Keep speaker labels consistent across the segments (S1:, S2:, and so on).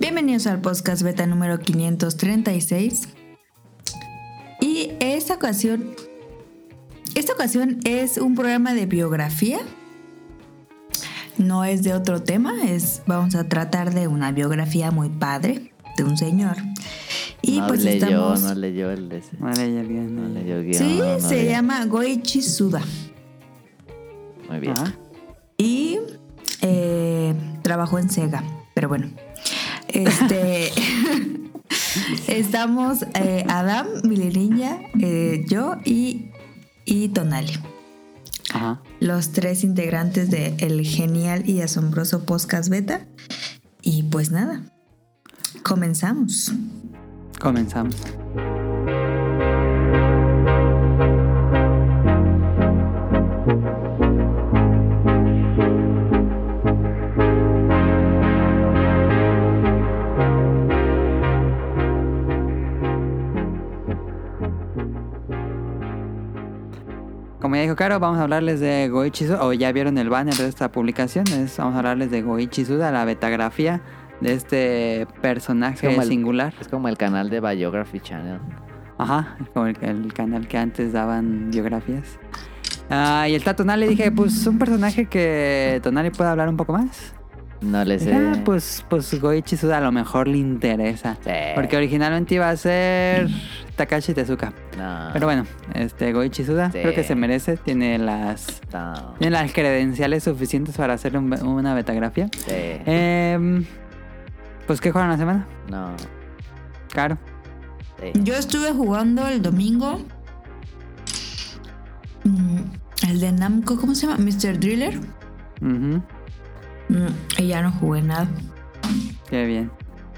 S1: Bienvenidos al podcast beta número 536. Y esta ocasión, esta ocasión es un programa de biografía. No es de otro tema, es vamos a tratar de una biografía muy padre de un señor. Y
S2: no
S1: pues
S2: leyó,
S1: estamos Mm,
S2: no leyó el ese.
S3: Vale, ya bien.
S2: No
S3: vale.
S2: leyó guión.
S1: Sí,
S2: no
S1: se
S2: leyó.
S1: llama Goichi Suda.
S2: Muy bien.
S1: Ah,
S3: Ajá.
S1: Y eh, trabajó en Sega. Pero bueno. Este. estamos eh, Adam, Milerinja, eh, yo y, y Tonali.
S3: Ajá.
S1: Los tres integrantes de el genial y asombroso podcast beta. Y pues nada. Comenzamos.
S3: Comenzamos. Como ya dijo Caro, vamos a hablarles de Goichi Suda, o ya vieron el banner de esta publicación, es- vamos a hablarles de Goichi Suda, la betagrafía de este personaje
S2: Es como el-
S3: singular.
S2: Es como el canal de Biography Channel.
S3: Ajá, como el, el canal que antes daban biografías. Ah, y el está Tonali, dije, pues un personaje que Tonali puede hablar un poco más.
S2: No le sé.
S3: Dije, ah, pues, pues Goichi Suda a lo mejor le interesa.
S2: Sí.
S3: Porque originalmente iba a ser Takashi Tezuka.
S2: No,
S3: Pero bueno, este Goichi Suda
S2: Ah. Sí.
S3: creo que se merece, tiene las
S2: no,
S1: Eh,
S3: tiene las credenciales suficientes para hacer un- una betagrafía.
S2: sí,
S1: eh,
S3: Em, pues, ¿qué jugaron la semana?
S2: no,
S3: Claro.
S2: sí.
S1: Yo estuve jugando el domingo. mm, El de Namco, ¿cómo se llama? Mr. Driller.
S3: Ujú,
S1: Mm, Y ya no jugué nada.
S3: Qué bien.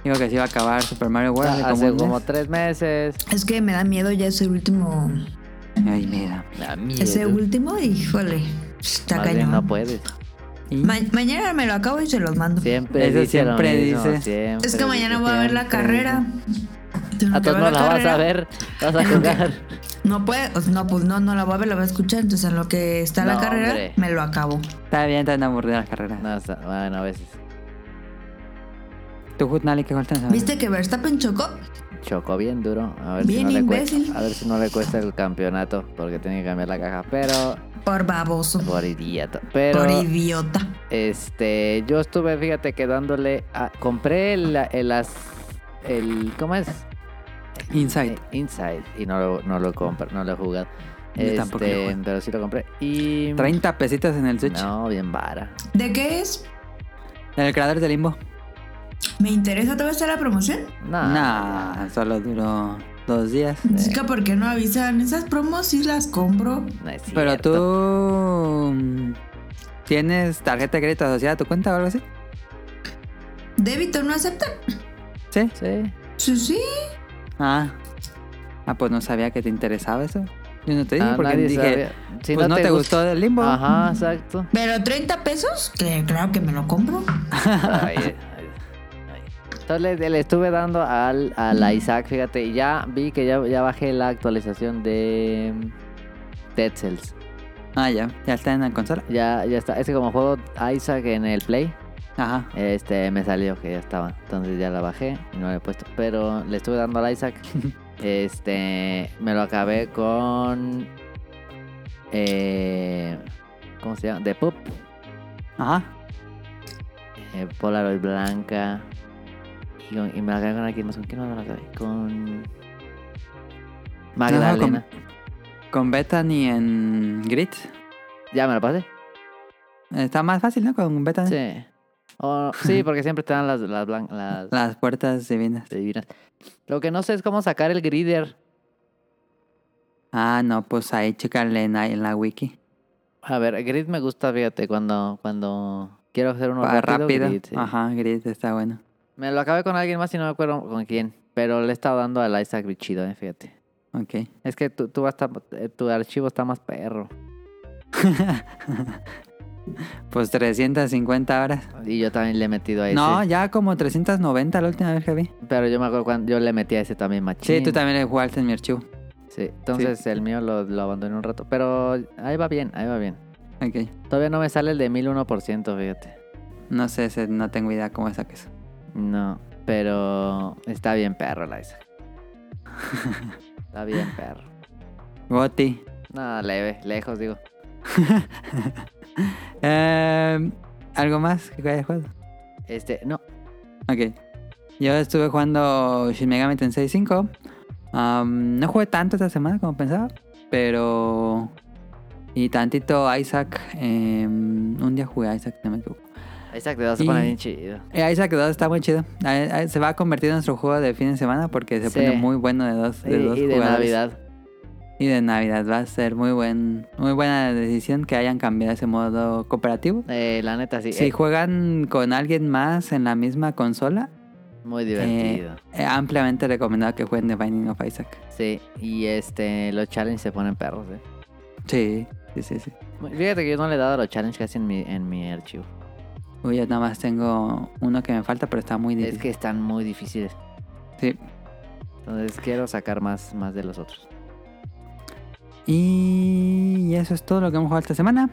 S3: Digo que se iba a acabar Super Mario World. hace
S2: Hace
S3: como un
S2: Ah, como
S3: mes.
S2: tres meses.
S1: Es que me da miedo ya ese último.
S3: Ay, mira.
S2: La mierda.
S1: Ese último, híjole. Está
S2: Más bien
S1: cañón.
S2: no puedes.
S3: Y-
S1: Ma- mañana me lo acabo y se los mando.
S2: Siempre
S3: Eso
S2: dice lo
S3: siempre
S2: mismo,
S3: dice.
S2: siempre
S1: es que mañana
S2: dice
S1: voy a ver la
S2: siempre.
S1: carrera. Tengo
S2: A
S1: que
S2: todos
S1: ver
S2: Ah, no la vas
S1: carrera.
S2: a ver. Vas a jugar.
S1: No puede, o sea, no, pues no, no la voy a ver, la voy a escuchar. Entonces, en lo que está la
S2: No,
S1: carrera,
S2: hombre.
S1: me lo acabo.
S3: Está bien tan aburrida la carrera.
S2: No, o sea, bueno, a veces.
S3: Tú, Jutnali, ¿qué jugaste la
S2: Ah.
S3: semana?
S1: ¿Viste que Verstappen chocó?
S2: Chocó bien duro. A ver,
S1: Bien
S2: si no Le
S1: imbécil.
S2: cuesta, a ver si no le cuesta el campeonato. Porque tiene que cambiar la caja. Pero.
S1: Por baboso.
S2: Por idiota. Pero.
S1: Por idiota.
S2: Este, yo estuve, fíjate, que dándole a- compré el, el as- el- ¿cómo es?
S3: Inside.
S2: Eh, Inside y no lo, no lo compro, no lo he jugado.
S3: Yo
S2: Este,
S3: tampoco lo he jugado.
S2: pero sí lo compré y
S3: 30 pesitas en el Switch.
S2: No, bien vara.
S1: ¿De qué es?
S3: El creador de Limbo.
S1: ¿Me interesa todavía está la promoción?
S2: No.
S3: Nah, solo duró dos días.
S1: Es que porque no avisan. Esas promos sí las compro.
S2: no es
S3: Pero
S2: cierto.
S3: tú. mm, ¿Tienes tarjeta de crédito asociada a tu cuenta o algo así?
S1: ¿Débito no aceptan?
S3: Sí.
S2: Sí.
S1: Sí, sí.
S3: Ah. Ah, pues no sabía que te interesaba eso. Yo no te dije
S2: Ah,
S3: porque
S2: nadie
S3: dije.
S2: sabe. Si
S3: pues no, te
S2: gust-
S3: gustó el Limbo.
S2: Ajá, exacto.
S1: ¿Pero 30 pesos? Que claro que me lo compro.
S2: Ay, ay, ay. Entonces le, le estuve dando al, a la Isaac, fíjate, y ya vi que ya, ya bajé la actualización de mm, Dead Cells.
S3: Ah, ya. Ya está en la consola.
S2: Ya, ya está, ese como juego Isaac en el Play,
S3: Ajá.
S2: este me salió que ya estaba, entonces ya la bajé y no la he puesto, pero le estuve dando al Isaac. Este, me lo acabé con eh, ¿cómo se llama? The Pup,
S3: Ajá.
S2: eh, Polaroid Blanca. Y, con- y me la acabé con aquí, más con quién más me la acabé. Con. Magdalena.
S3: con- Con Bethany en Grid.
S2: ¿Ya me la pasé?
S3: Está más fácil, ¿no? Con Bethany.
S2: Sí. O- sí, porque siempre te dan las, las, blan- las
S3: Las puertas divinas.
S2: divinas. Lo que no sé es cómo sacar el grider.
S3: Ah, no, pues ahí chécale en, la- en la wiki.
S2: A ver, grid me gusta, fíjate, cuando, cuando quiero hacer uno
S3: Pa-
S2: rápido.
S3: Ah, rápido.
S2: grid, sí.
S3: Ajá, grid está bueno.
S2: Me lo acabé con alguien más y no me acuerdo con quién. Pero le he estado dando al Isaac bien chido, eh, fíjate.
S3: Ok.
S2: Es que tu, tu, hasta, eh, tu archivo está más perro.
S3: Pues 350 horas.
S2: Y yo también le he metido a ese.
S3: No, ya como 390 la última vez que vi.
S2: Pero yo me acuerdo cuando yo le metí a ese también
S3: Sí,
S2: machín.
S3: tú también le jugaste en mi archivo.
S2: Sí, entonces el mío lo, lo abandoné un rato. Pero ahí va bien, ahí va bien.
S3: Ok.
S2: Todavía no me sale el de 1001%, fíjate.
S3: No sé, ese- no tengo idea cómo saques.
S2: No, pero está bien perro la Isaac. está bien perro.
S3: Goti.
S2: Nada, leve, lejos digo.
S3: Eh, ¿Algo más que hayas jugado?
S2: Este, no,
S3: Ok. Yo estuve jugando Shin Megami Tensei 5. Am, no jugué tanto esta semana como pensaba, pero... Y tantito Isaac. em, un día jugué a Isaac, no me equivoco.
S2: Isaac te vas a
S3: Y-
S2: poner bien chido.
S3: Eh, Isaac 2 está muy chido. Eh, eh, Se va a convertir en nuestro juego de fin de semana porque se
S2: Sí.
S3: pone muy bueno de dos,
S2: Y
S3: de dos
S2: y de
S3: jugadores.
S2: Navidad.
S3: Y de Navidad va a ser muy buen, muy buena decisión que hayan cambiado ese modo cooperativo.
S2: Eh, la neta, sí.
S3: Si
S2: eh,
S3: juegan con alguien más en la misma consola,
S2: muy divertido.
S3: eh, ampliamente recomendado que jueguen The Binding of Isaac.
S2: Sí, y este, los challenges se ponen perros, eh.
S3: Sí, sí, sí, sí.
S2: Fíjate que yo no le he dado a los challenges casi en mi, en mi archivo.
S3: Uy, yo nada más tengo uno que me falta, pero está muy
S2: Es
S3: difícil.
S2: que están muy difíciles.
S3: Sí.
S2: Entonces quiero sacar más, más de los otros.
S3: Y eso es todo lo que hemos jugado esta semana.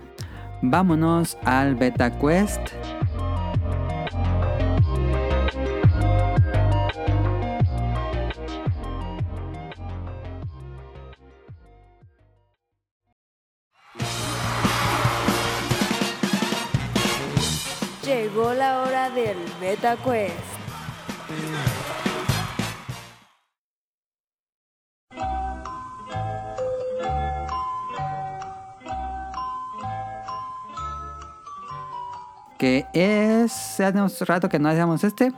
S3: Vámonos al Beta Quest.
S4: Llegó la hora del Beta Quest.
S3: que es. Hace un rato que no hacíamos este.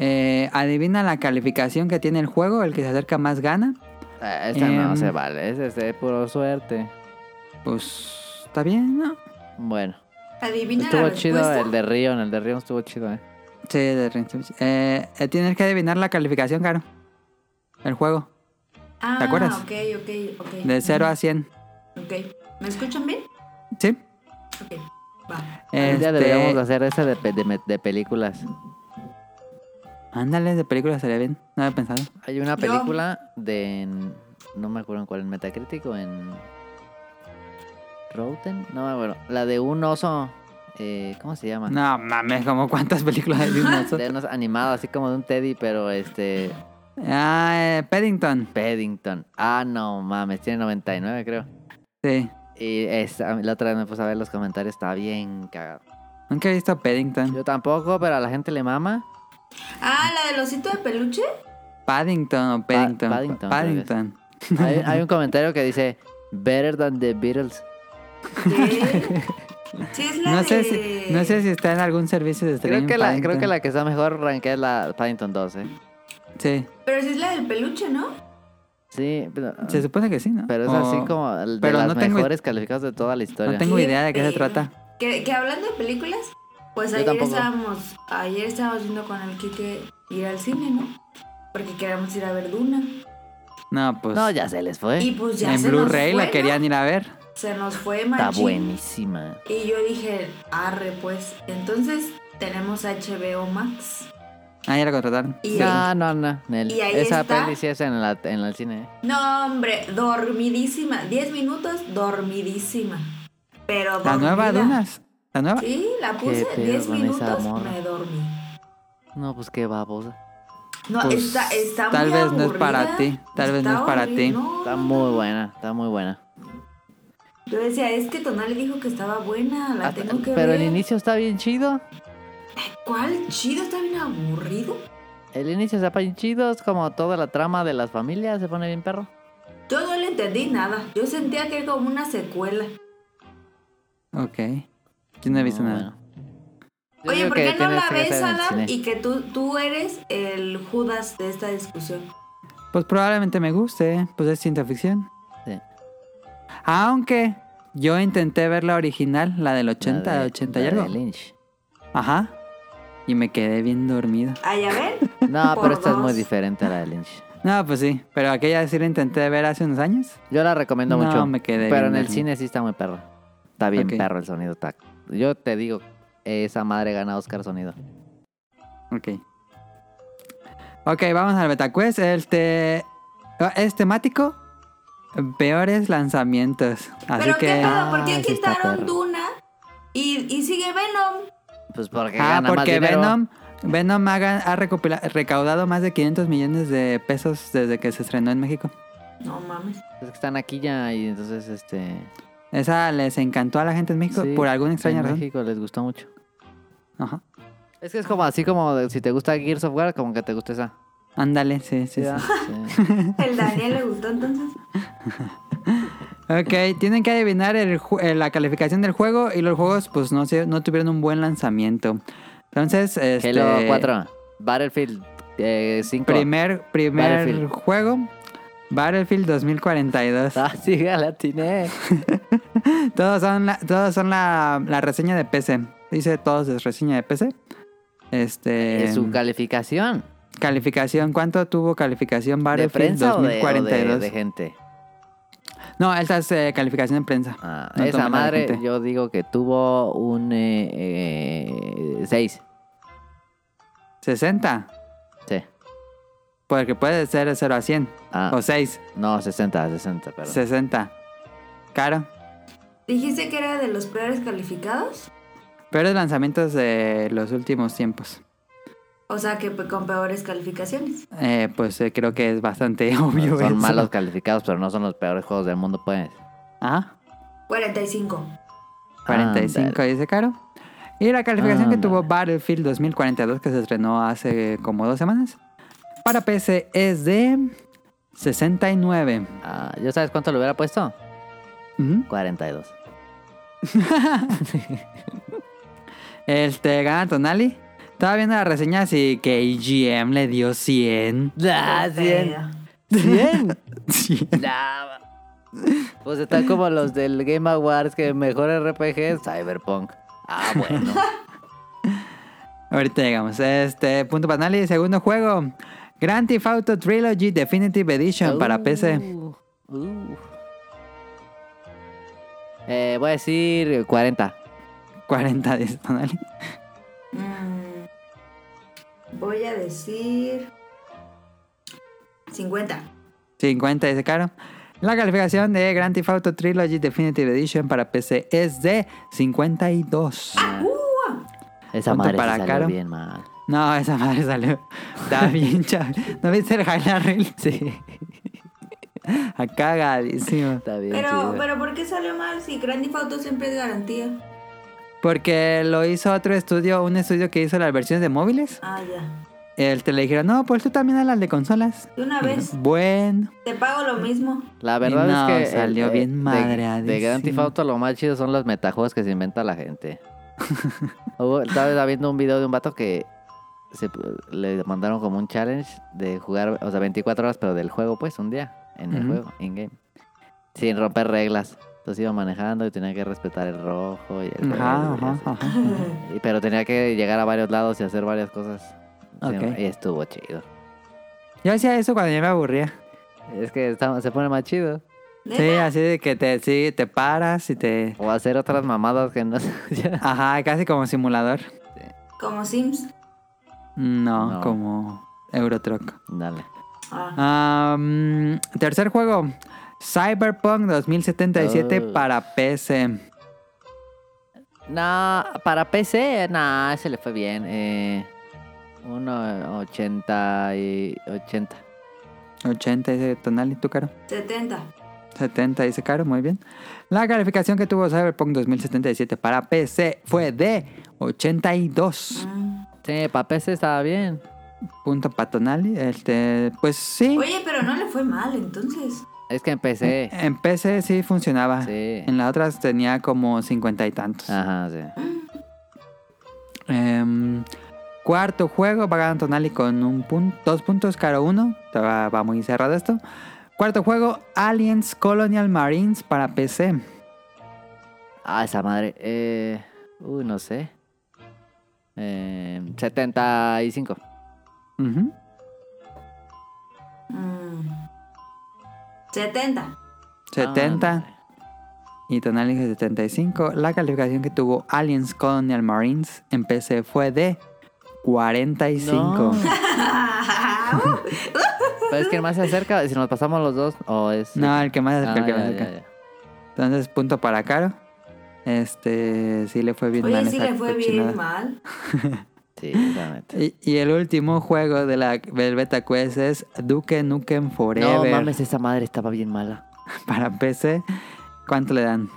S3: Eh, adivina la calificación que tiene el juego, el que se acerca más gana.
S2: Ah, Esta no
S3: Em.
S2: se vale, es, es, es puro suerte.
S3: Pues está bien, ¿no?
S2: Bueno,
S1: Adivina
S2: estuvo
S1: la
S2: chido
S1: respuesta.
S2: el de Rion, el de Rion estuvo chido, eh.
S3: Sí, de Rinzum. eh, eh, Tienes que adivinar la calificación, Caro. El juego.
S1: Ah,
S3: ¿Te acuerdas?
S1: Ok, ok, ok.
S3: De 0 a 100.
S1: Ok. ¿Me escuchan bien?
S3: ¿Sí?
S1: Ok. Va.
S2: Un día
S3: Este,
S2: deberíamos hacer esa de, pe- de me- de películas.
S3: Ándale, de película estaría bien. No había pensado.
S2: Hay una
S1: Yo-
S2: película de. en- no me acuerdo en cuál, en Metacritic o en. Rotten. No me acuerdo. La de un oso. eh, ¿Cómo se llama?
S3: No mames, como cuántas películas hay de un oso?
S2: De unos animados, así como de un Teddy, pero este.
S3: Ah, eh, Paddington.
S2: Paddington. Ah, no mames, tiene 99, creo.
S3: Sí.
S2: Y esta- la otra vez me puse a ver los comentarios, está bien cagado.
S3: Nunca he visto Paddington.
S2: Yo tampoco, pero a la gente le mama.
S1: Ah, la del osito de peluche.
S3: Paddington o Paddington.
S2: Paddington, creo que es.
S3: Paddington.
S2: Hay, hay un comentario que dice: Better than the Beatles.
S1: ¿Qué? Sí, es la
S3: No
S1: de...
S3: sé, si, no sé si está en algún servicio de streaming.
S2: Creo que, la, creo
S3: Paddington.
S2: que la que está mejor ranqueada es la Paddington 2, ¿eh?
S3: Sí,
S1: Pero sí es la del peluche, ¿no?
S2: Sí, pero.
S3: se supone que sí, ¿no?
S2: Pero es
S3: O-
S2: así como el de
S3: pero
S2: las
S3: no tengo-
S2: mejores calificadas de toda la historia.
S3: No tengo
S1: Qué
S3: idea de qué se
S1: pedo.
S3: trata.
S1: Que, que hablando de películas, pues
S2: Yo
S1: ayer
S2: tampoco.
S1: estábamos, ayer estábamos viendo con el Kike ir al cine, ¿no? Porque queríamos ir a ver Duna.
S3: No, pues.
S2: No, ya se les fue.
S1: Y pues ya
S3: en
S1: se
S3: Blu-ray
S1: nos fue,
S3: la
S1: ¿no?
S3: querían ir a ver.
S1: Se nos fue,
S2: Está
S1: machín.
S2: buenísima.
S1: Y yo dije, arre, pues. Entonces tenemos HBO Max.
S3: Ah, ya la contrataron.
S1: Y
S2: No, no, no. Nel.
S1: Y ahí
S2: Esa
S1: está.
S2: peli sí es en, la, en el cine. ¿eh?
S1: No, hombre, dormidísima. 10 minutos, dormidísima. Pero
S3: La nueva
S1: dormida.
S3: Dunas. La nueva.
S1: Sí, la puse
S2: Qué pedo
S1: 10
S2: con esa
S1: minutos,
S2: morra.
S1: me dormí.
S2: No, pues qué babosa.
S1: No,
S3: Pues,
S1: está, está
S3: tal
S1: muy
S3: vez no es
S1: aburrida,
S3: para ti, tal vez no
S1: está
S3: es para
S1: horrible,
S3: ti.
S1: no,
S2: Está
S1: no,
S2: muy buena, está muy buena.
S1: Yo decía, es que Tonali dijo que estaba buena, la
S2: Hasta-
S1: tengo que
S2: pero
S1: ver.
S2: el inicio está bien chido.
S1: ¿Cuál chido? Está bien aburrido.
S2: El inicio está bien chido, es como toda la trama de las familias, se pone bien perro.
S1: Yo no le entendí nada. Yo sentía que era como una secuela.
S3: Ok. Yo no he visto nada.
S2: Ah, bueno. Yo
S1: Oye,
S2: digo
S1: ¿por
S2: que
S1: qué no
S2: tienes
S1: la
S2: que
S1: ves,
S2: hacer en el
S1: Adam?
S2: cine.
S1: Y que tú, tú eres el Judas de esta discusión.
S3: Pues probablemente me guste. Pues es ciencia ficción.
S2: Sí.
S3: Aunque yo intenté ver la original, la del 80,
S2: La de-
S3: 80
S2: la
S3: y
S2: de
S3: algo.
S2: Lynch.
S3: Ajá. Y me quedé bien dormido.
S1: Ah, ya ven.
S2: No,
S1: Por
S2: pero esta es muy
S1: dos.
S2: diferente a la de Lynch.
S3: No, pues sí. Pero aquella sí la intenté ver hace unos años.
S2: Yo la recomiendo
S3: No,
S2: mucho.
S3: me quedé bien
S2: pero en el
S3: dormido.
S2: cine sí está muy perro. Está bien
S3: Ok.
S2: perro el sonido. Está... Yo te digo, esa madre gana Oscar sonido.
S3: Ok. Ok, vamos al Betacuest. Este es temático. Peores lanzamientos. Así
S1: Pero qué
S3: que.
S1: pedo, ¿por qué
S2: Ah, sí está
S1: quitaron
S2: perro.
S1: Duna y, y sigue Venom?
S2: Pues porque
S3: Ah,
S2: gana más
S3: porque
S2: dinero.
S3: Venom. Venom ha, ha recopila- recaudado más de 500 millones de pesos desde que se estrenó en México.
S5: No mames.
S2: Es que están aquí ya y entonces este...
S3: Esa les encantó a la gente en México
S2: sí,
S3: por alguna extraña
S2: en
S3: razón.
S2: México les gustó mucho.
S3: Ajá.
S2: Es que es como así como de- si te gusta Gears of War, como que te gusta esa.
S3: Ándale, sí, sí, sí.
S2: Sí.
S5: ¿El Daniel le gustó entonces?
S3: Ok, tienen que adivinar el ju- eh, la calificación del juego y los juegos pues no, se- no tuvieron un buen lanzamiento. Entonces, este,
S2: Halo 4, Battlefield eh, 5.
S3: primer, primer
S2: Battlefield.
S3: juego, Battlefield 2042.
S2: Ah, sí, ya la atiné.
S3: Todos son, la, todos son la, la reseña de PC. Dice todos es reseña de PC. Este,
S2: Es Eh, su calificación.
S3: calificación, ¿cuánto tuvo calificación
S2: ¿De
S3: Battlefield
S2: prensa o de- o de,
S3: 2042?
S2: de gente?
S3: No, esa es eh, calificación en prensa.
S2: Ah,
S3: No
S2: esa
S3: tomen la de
S2: madre,
S3: gente.
S2: yo digo que tuvo un eh, 6.
S3: 60,
S2: sí.
S3: porque puede ser 0 a 100
S2: Ah,
S3: o 6.
S2: no, 60, 60, perdón.
S3: 60. Caro.
S5: Dijiste que era de los peores calificados.
S3: Peores lanzamientos de los últimos tiempos.
S5: O sea, que con peores calificaciones.
S3: Eh, pues eh, creo que es bastante obvio
S2: Son
S3: eso.
S2: malos calificados, pero no son los peores juegos del mundo, pues.
S3: Ajá.
S5: 45.
S3: 45
S2: Ándale.
S3: dice Caro. Y la calificación que
S2: Ándale.
S3: tuvo Battlefield 2042, que se estrenó hace como dos semanas, para PC es de 69.
S2: Ah, ¿Yo sabes cuánto le hubiera puesto?
S3: Ujú.
S2: 42.
S3: Este, gana Tonali. Estaba viendo la reseña así que IGM le dio 100.
S2: Ah, 100. 100.
S3: 100.
S2: Nah, Pues está como los del Game Awards que mejor RPG es Cyberpunk. Ah, bueno.
S3: Ahorita llegamos. Este, punto para Nali. Segundo juego. Grand Theft Auto Trilogy Definitive Edition para PC.
S2: Uh, uh. Eh, voy a decir 40.
S3: 40 dice Tonali.
S5: Mm. voy a decir 50.
S3: 50 dice Caro. La calificación de Grand Theft Auto Trilogy Definitive Edition para PC es de 52.
S2: Esa
S3: ¿Cuánto
S2: madre
S3: para
S2: para salió
S3: Caro?
S2: bien mal.
S3: No, esa madre salió. Está bien chaval. ¿No viste el highlight reel? Sí. Acá gadísimo.
S2: Está bien
S5: Pero,
S2: chido.
S5: pero ¿por qué salió mal si Grand Theft Auto siempre es garantía?
S3: Porque lo hizo otro estudio, un estudio que hizo las versiones de móviles.
S5: Ah, ya.
S3: El te le dijeron, no, pues tú también a las de consolas.
S5: De una vez,
S3: Buen.
S5: te pago lo mismo.
S2: La verdad
S3: No,
S2: es que... el-
S3: salió
S2: eh,
S3: bien
S2: de- De,
S3: madreadísimo.
S2: Grand Theft Auto lo más chido son los metajuegos que se inventa la gente. Hubo- Estaba viendo un video de un vato que se- le mandaron como un challenge de jugar, o sea, 24 horas, pero del juego, pues, un día, en el
S3: Ujú.
S2: juego, in-game. Sin romper reglas. Entonces iba manejando y tenía que respetar el rojo y el verde y
S3: Ajá, ajá,
S2: así.
S3: ajá.
S2: Y- Pero tenía que llegar a varios lados y hacer varias cosas. Sí,
S3: Ok.
S2: Y estuvo chido.
S3: Yo hacía eso cuando yo me aburría.
S2: Es que está- se pone más chido.
S3: Sí, así de que te, sí, te paras y te...
S2: O hacer otras mamadas que no... ya.
S3: Ajá, casi como simulador.
S5: Como Sims.
S3: No,
S2: No.
S3: como Eurotruck.
S2: Dale.
S5: Ah.
S3: Ah, mm, tercer juego. Cyberpunk 2077
S2: Oh.
S3: para PC.
S2: No, para PC, no, se le fue bien. Eh, uno 80 y 80.
S3: 80 dice Tonali, tú caro.
S5: 70.
S3: 70 dice caro, muy bien. La calificación que tuvo Cyberpunk 2077 para PC fue de 82.
S5: Mm.
S2: Sí, para PC estaba bien.
S3: Punto para Tonali. Este, pues sí.
S5: Oye, pero no le fue mal entonces.
S2: Es que en PC.
S3: En PC sí funcionaba.
S2: Sí. Ah.
S3: En las otras tenía como 50 y tantos.
S2: Ajá, sí.
S3: Em, cuarto juego, va ganando Tonali con un punto, dos puntos, caro uno. Te Va, va muy cerrado esto. Cuarto juego, Aliens Colonial Marines para PC.
S2: Ah, esa madre. Eh, uy, no sé. Eh, 75.
S3: Ujú.
S5: Mm. 70.
S3: 70.
S2: Ah,
S3: y Tonali dice 75. La calificación que tuvo Aliens Colonial Marines en PC fue de 45.
S2: No. Pero es que el más se acerca, si nos pasamos los dos, o es.
S3: No, el que más se
S2: Ah,
S3: acerca, el que más
S2: ya,
S3: se acerca.
S2: ya, ya.
S3: Entonces, punto para Caro. Este, sí le fue bien mal
S5: Oye, sí
S3: esa
S5: le fue
S3: cochinada.
S5: bien mal.
S2: Sí, la neta.
S3: Y, y el último juego de la, del Beta Quest es Duke Nukem
S2: No
S3: Forever
S2: mames, esa madre estaba bien mala.
S3: para PC. ¿Cuánto le dan?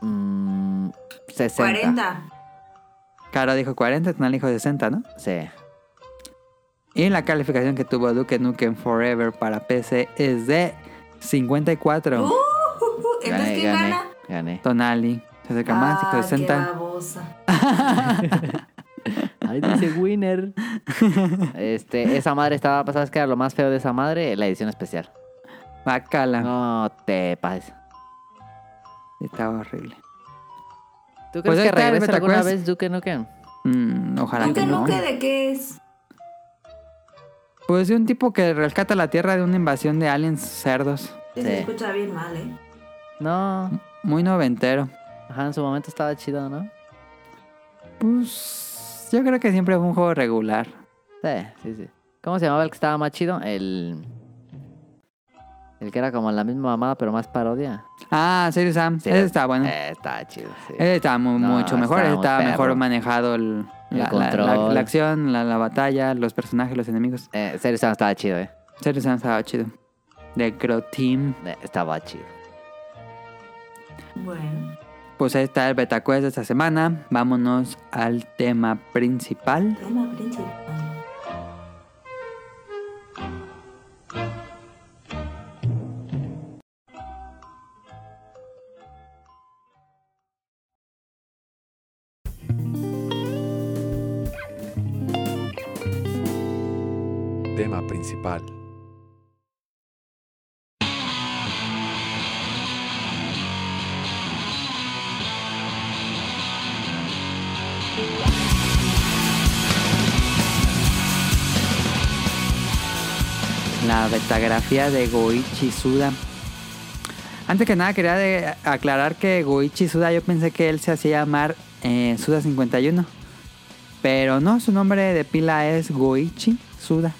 S2: Mm, 60.
S5: 40.
S3: Caro dijo 40, Tonal dijo 60, ¿no?
S2: Sí.
S3: Y la calificación que tuvo Duke Nukem Forever para PC es de 54.
S5: Uh, Entonces,
S2: Gané,
S5: ¿quién
S2: gané,
S5: gana?
S2: gané.
S3: Tonali se acerca más, dijo
S5: Ah,
S3: 60.
S5: Qué babosa.
S2: Ahí dice winner. Este, esa madre estaba, ¿sabes qué era lo más feo de esa madre? La edición especial.
S3: Bacala.
S2: No te pases.
S3: Estaba horrible.
S2: ¿Tú crees
S3: Pues ahí
S2: que
S3: está el
S2: regrese
S3: Beta
S2: alguna
S3: Quest.
S2: vez Duke Nukem?
S3: Mm, ojalá
S5: Nunca,
S3: que no.
S5: nunca, ¿de qué es?
S3: Pues de un tipo que rescata la tierra de una invasión de aliens cerdos.
S5: Se
S2: Sí.
S5: escucha bien mal, ¿eh?
S2: No.
S3: Muy noventero.
S2: Ajá, en su momento estaba chido, ¿no?
S3: Pues yo creo que siempre fue un juego regular.
S2: Sí, sí, sí. ¿Cómo se llamaba el que estaba más chido? El. El que era como la misma mamada, pero más parodia.
S3: Ah, Serious Sam. Ese estaba bueno.
S2: Eh,
S3: Eh.
S2: estaba chido, sí.
S3: Ese estaba mu-
S2: No,
S3: mucho mejor.
S2: estaba
S3: Ese
S2: muy
S3: estaba
S2: perro.
S3: mejor manejado el,
S2: El
S3: la, la- la-
S2: control.
S3: la acción, la, la batalla, los personajes, los enemigos.
S2: Eh, Serious Sam estaba chido, ¿eh?
S3: Serious Sam estaba chido. De Crow Team.
S2: Eh, Estaba chido.
S5: Bueno,
S3: Pues ahí está el beta quest de esta semana. Vámonos al tema principal.
S5: tema principal.
S6: Tema principal.
S3: La betografía de Goichi Suda. Antes que nada quería de- aclarar que Goichi Suda yo pensé que él se hacía llamar eh, Suda 51. Pero no, su nombre de pila es Goichi Suda.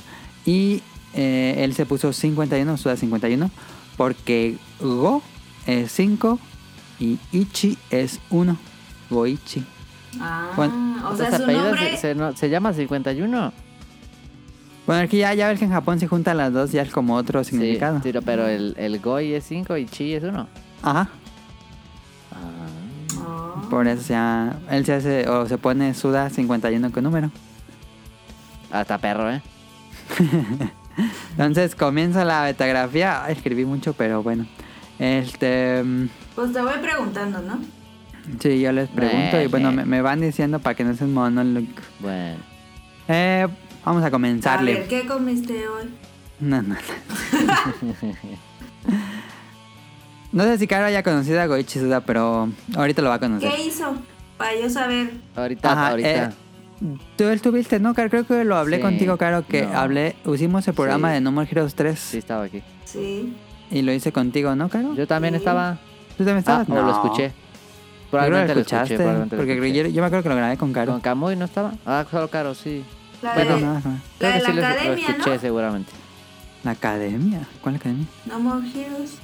S3: Y eh, él se puso 51, Suda 51, porque Go es 5 y Ichi es 1. Goichi.
S5: Ah,
S3: Bueno,
S5: o sea,
S2: Ese
S5: su
S2: apellido
S5: nombre...
S2: se, se no- se llama 51.
S3: Bueno, aquí ya, ya ves que en Japón se juntan las dos ya es como otro
S2: Sí,
S3: significado.
S2: sí, pero el, el Goi es 5 y Chi es 1.
S3: Ajá.
S5: Oh.
S3: Por eso se llama- él se hace o se pone Suda 51 con número.
S2: Hasta perro, ¿eh?
S3: Entonces comienza la betagrafía. Ay, Escribí mucho, pero bueno. Este, mm,
S5: Pues te voy preguntando, ¿no?
S3: sí, yo les pregunto y bueno,
S2: Bueno.
S3: me, me van diciendo para que no sean monológicos.
S2: Bueno.
S3: Eh, vamos a
S5: A ver,
S3: comenzarle.
S5: ¿qué comiste hoy?
S3: No, no, no. No sé si Caro haya conocido a Goichi Suda, pero ahorita lo va a conocer.
S5: ¿Qué hizo? Para yo saber.
S2: Ahorita,
S3: Ajá,
S2: ahorita.
S3: eh, Tú estuviste, ¿no, Caro? Creo que lo hablé
S2: Sí,
S3: contigo, Caro, que
S2: no.
S3: hablé, hicimos el programa
S2: Sí.
S3: de No More Heroes 3
S2: Sí, estaba aquí.
S5: Sí.
S3: y lo hice contigo, ¿no, Caro?
S2: Yo también
S5: Sí.
S2: estaba.
S3: ¿Tú también
S2: Ah,
S3: estabas?
S2: o lo escuché.
S3: Yo creo que
S2: Probablemente
S3: lo
S2: lo
S3: escuchaste.
S2: escuché. probablemente lo
S3: porque
S2: escuché.
S3: Yo, yo me acuerdo que lo grabé con Caro.
S2: ¿Con Camuy no estaba? Ah, solo Caro, sí.
S5: La
S3: Bueno,
S5: de
S3: no,
S5: la,
S3: no.
S5: de
S2: que
S5: la
S2: sí lo- lo
S5: academia,
S2: escuché seguramente.
S3: ¿La academia? ¿Cuál academia?
S5: ¿no? No More Heroes.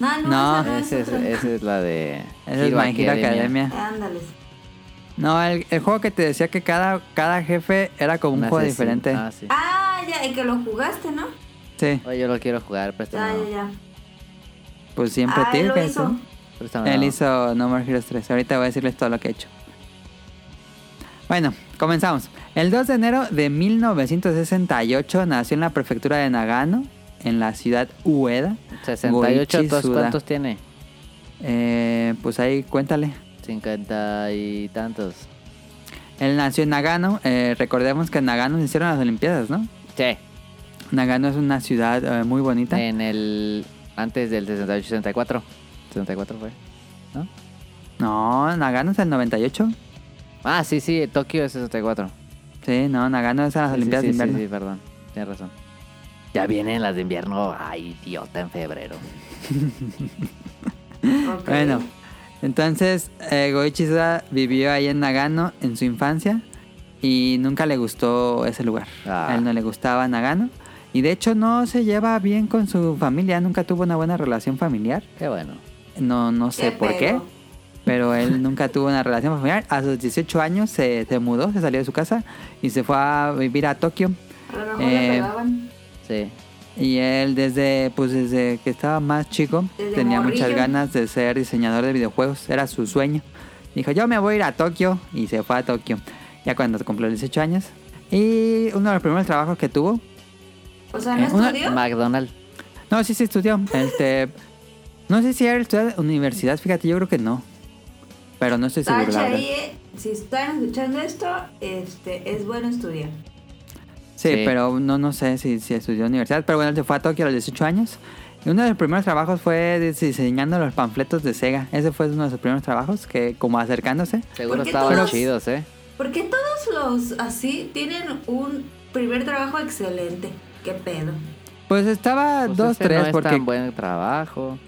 S5: No, no,
S3: No,
S5: esa no
S2: Esa
S5: es
S2: es,
S5: otra.
S2: esa es la de.
S3: Esa es
S2: Hero
S3: My Hero Academia.
S5: Ándales.
S3: No, el, el juego que te decía que cada, cada jefe era como un, juego
S2: asesino.
S3: diferente.
S2: Ah, sí.
S5: Ah, ya, el que lo jugaste, ¿no?
S3: Sí,
S2: Oye, yo lo quiero jugar, préstame.
S5: Ya,
S2: uno,
S5: ya, ya.
S3: pues siempre
S5: ah,
S3: te
S5: él lo
S3: ves,
S5: hizo.
S3: ¿eh?
S2: préstame
S3: Él
S2: uno.
S3: hizo No More Heroes 3. Ahorita voy a decirles todo lo que he hecho. Bueno, comenzamos. El 2 de enero de 1968 nació en la prefectura de Nagano, en la ciudad Ueda.
S2: 68,
S3: Goichi
S2: ¿todos
S3: Suda.
S2: cuántos tiene?
S3: Eh, pues ahí cuéntale.
S2: 50 y tantos.
S3: Él nació en Nagano. eh, recordemos que en Nagano se hicieron las Olimpiadas, ¿no?
S2: Sí.
S3: Nagano es una ciudad eh, muy bonita.
S2: En el. Antes del 68, 64. 64 fue.
S3: No, Nagano es el 98.
S2: Ah, sí, sí, Tokio es 64.
S3: Sí, no, Nagano es a las
S2: Sí,
S3: Ah, Olimpiadas
S2: sí,
S3: de
S2: sí,
S3: invierno.
S2: Sí, sí, perdón. Tienes razón. Ya vienen las de invierno. Ay, idiota, en febrero.
S5: Ok.
S3: Bueno, entonces eh, Goichi Suda vivió ahí en Nagano en su infancia y nunca le gustó ese lugar.
S2: Ah.
S3: A él no le gustaba Nagano y de hecho no se lleva bien con su familia, nunca tuvo una buena relación familiar.
S2: Qué bueno.
S3: No, no sé por qué.
S5: pedo.
S3: Pero él nunca tuvo una relación familiar. A sus 18 años se, se mudó, se salió de su casa y se fue a vivir a Tokio.
S5: A lo mejor
S3: mejor la Eh,
S5: pegaban.
S2: Sí.
S3: Y él desde, pues desde que estaba más chico
S5: Desde
S3: tenía muchas
S5: morrillo.
S3: ganas de ser diseñador de videojuegos, era su sueño. Dijo, yo me voy a ir a Tokio y se fue a Tokio, ya cuando cumplió los 18 años. Y uno de los primeros trabajos que tuvo,
S5: O sea,
S3: ¿no Eh, una-
S5: estudió?
S2: McDonald's.
S3: no, sí, sí estudió, este, no sé si él estudió en universidad, fíjate, yo creo que no, pero no estoy seguro. la
S1: Tacha
S3: verdad.
S1: ahí, eh, si están escuchando esto, este, es bueno estudiar.
S3: Sí,
S2: Sí.
S3: pero no, no sé si, si estudió en universidad. Pero bueno, él se fue a Tokio a los 18 años. Y uno de los primeros trabajos fue diseñando los panfletos de Sega. Ese fue uno de sus primeros trabajos, que como acercándose.
S2: Seguro
S1: ¿Por qué
S2: estaban
S1: todos-
S2: chidos, ¿eh?
S1: Porque todos los así tienen un primer trabajo excelente. Qué pedo.
S3: Pues estaba
S2: Pues
S3: dos,
S2: ese
S3: tres,
S2: no es
S3: porque...
S2: tan buen trabajo.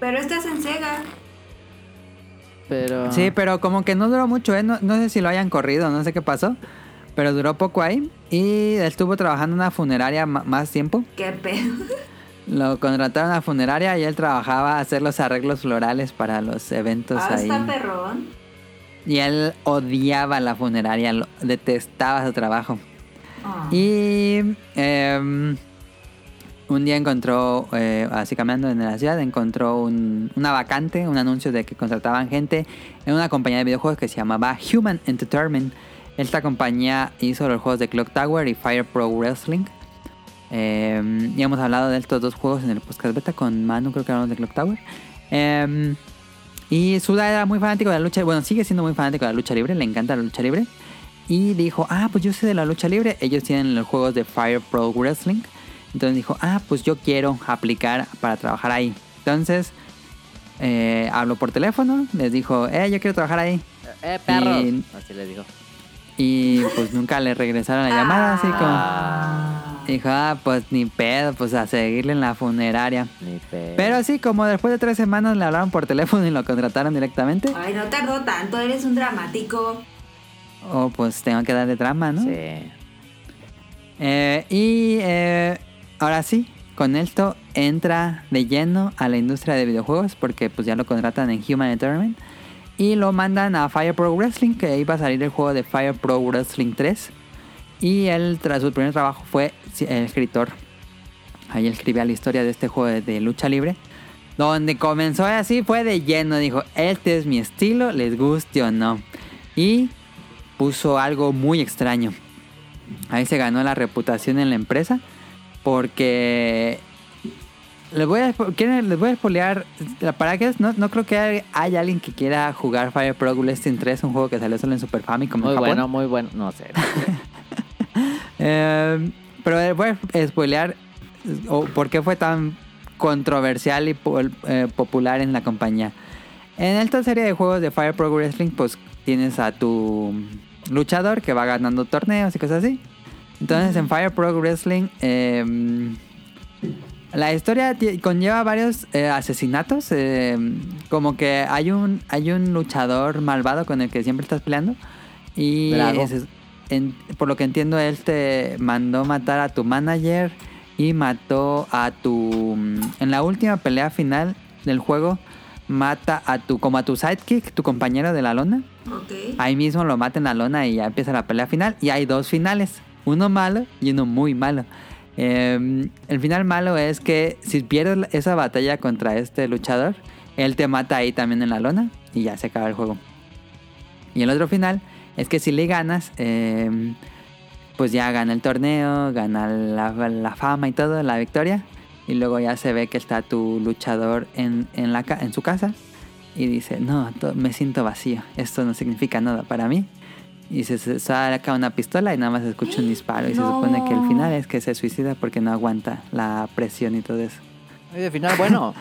S1: Pero estás en Sega.
S2: Pero.
S3: Sí, pero como que no duró mucho, ¿eh? No, no sé si lo hayan corrido, no sé qué pasó. Pero duró poco ahí. Y él estuvo trabajando en una funeraria ma- más tiempo.
S1: Qué pedo.
S3: Lo contrataron a funeraria y él trabajaba a hacer los arreglos florales para los eventos
S1: ah,
S3: ahí.
S1: está perrón.
S3: Y él odiaba la funeraria, lo- detestaba su trabajo.
S1: Ah.
S3: Y em, un día encontró, eh, así caminando en la ciudad, encontró un- una vacante, un anuncio de que contrataban gente en una compañía de videojuegos que se llamaba Human Entertainment. Esta compañía hizo los juegos de Clock Tower y Fire Pro Wrestling. Em, y hemos hablado de estos dos juegos en el podcast beta con Manu, creo que hablamos de Clock Tower. Em, y Suda era muy fanático de la lucha, bueno, sigue siendo muy fanático de la lucha libre, le encanta la lucha libre. Y dijo, ah, pues yo sé de la lucha libre, ellos tienen los juegos de Fire Pro Wrestling. Entonces dijo, ah, pues yo quiero aplicar para trabajar ahí. Entonces, eh, habló por teléfono, les dijo, eh, yo quiero trabajar ahí.
S2: ¡Eh, perros!
S3: Y-
S2: Así les digo.
S3: Y pues nunca le regresaron la llamada, así como...
S2: Ah,
S3: Dijo, ah, pues ni pedo, pues a seguirle en la funeraria.
S2: ni pe-
S3: Pero sí, como después de tres semanas le hablaron por teléfono y lo contrataron directamente.
S1: Ay, no tardó tanto, eres un dramático.
S3: Oh, pues tengo que darle trama, ¿no?
S2: Sí.
S3: Eh, y eh, ahora sí, con esto entra de lleno a la industria de videojuegos porque pues ya lo contratan en Human Entertainment y lo mandan a Fire Pro Wrestling que iba a salir el juego de Fire Pro Wrestling 3 y él tras su primer trabajo fue si- el escritor. Ahí escribía la historia de este juego de, de lucha libre. Donde comenzó así fue de lleno, dijo, este es mi estilo, les guste o no. Y puso algo muy extraño. Ahí se ganó la reputación en la empresa. Porque. Les voy a, spo- ¿quieren- les voy a spoilear. Para que no, no creo que hay- haya alguien que quiera jugar Fire Pro Wrestling 3, un juego que salió solo en Super Famicom. en
S2: Muy
S3: Japón.
S2: bueno, muy bueno. No sé.
S3: Eh, pero eh, voy a spoilear eh, o por qué fue tan controversial y pol- eh, popular en la compañía. En esta serie de juegos de Fire Pro Wrestling, pues tienes a tu luchador que va ganando torneos y cosas así. Entonces en Fire Pro Wrestling, eh, la historia ti- conlleva varios eh, asesinatos. eh, como que hay un, hay un luchador malvado con el que siempre estás peleando. Y
S2: Drago.
S3: ese- en- por lo que entiendo, él te mandó matar a tu manager y mató a tu... mm, En la última pelea final del juego, mata a tu como a tu sidekick, tu compañero de la lona.
S1: Ok.
S3: Ahí mismo lo mata en la lona y ya empieza la pelea final. Y hay dos finales, uno malo y uno muy malo. Eh, el final malo es que si pierdes la- esa batalla contra este luchador, él te mata ahí también en la lona y ya se acaba el juego. Y el otro final es que si le ganas, eh, pues ya gana el torneo, gana la, la fama y todo, la victoria. Y luego ya se ve que está tu luchador en, en, la, ca- en su casa y dice, no, to- me siento vacío, esto no significa nada para mí. Y se, se saca una pistola y nada más escucha un disparo. Y se supone que el final es que se suicida porque no aguanta la presión y todo eso.
S2: Y de final, bueno.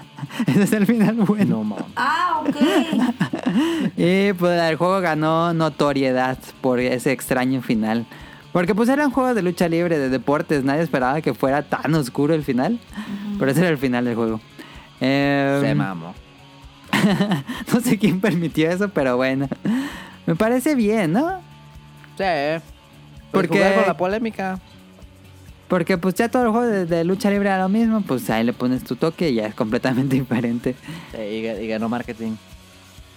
S3: Ese es el final bueno.
S2: No, mames.
S1: Ah, ok.
S3: Y pues el juego ganó notoriedad por ese extraño final. Porque pues era un juego de lucha libre, de deportes. Nadie esperaba que fuera tan oscuro el final. Pero ese era el final del juego. Eh,
S2: Se mamó.
S3: no sé quién permitió eso, pero bueno. Me parece bien, ¿no?
S2: Sí.
S3: Porque-
S2: Porque jugar con la polémica.
S3: Porque pues ya todo el juego de, de lucha libre era lo mismo. Pues ahí le pones tu toque y ya es completamente diferente.
S2: Sí, y, ga- y ganó marketing.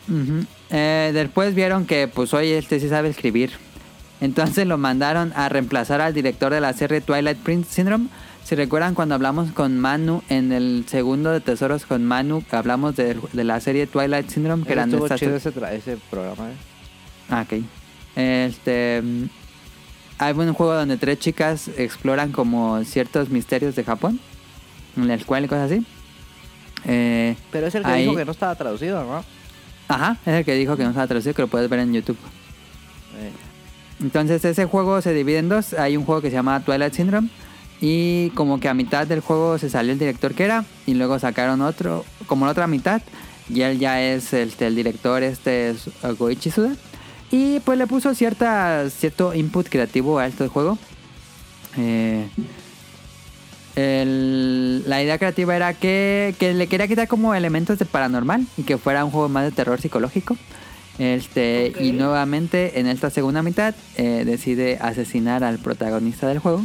S3: Ujú. Eh, después vieron que, pues, oye, este sí sabe escribir. Entonces lo mandaron a reemplazar al director de la serie Twilight Prince Syndrome. Si recuerdan cuando hablamos con Manu en el segundo de Tesoros con Manu, hablamos de, de la serie Twilight Syndrome, que eran
S2: Estuvo
S3: estas
S2: chido ese, tra- ese programa, ¿eh?
S3: Ah, ok. Este. mm, Hay un juego donde tres chicas exploran como ciertos misterios de Japón. En el cual y cosas así. Eh,
S2: Pero es el que
S3: Ahí-
S2: dijo que no estaba traducido, ¿no?
S3: ajá, es el que dijo que no estaba traducido, que lo puedes ver en YouTube.
S2: Eh,
S3: Entonces ese juego se divide en dos. Hay un juego que se llama Twilight Syndrome. Y como que a mitad del juego se salió el director que era. Y luego sacaron otro, como la otra mitad. Y él ya es este, el director, este es Goichi Suda. Y pues le puso cierta, cierto input creativo a este juego. Eh, el- la idea creativa era que, que le quería quitar como elementos de paranormal y que fuera un juego más de terror psicológico. Este,
S1: Ok.
S3: Y nuevamente en esta segunda mitad eh, decide asesinar al protagonista del juego,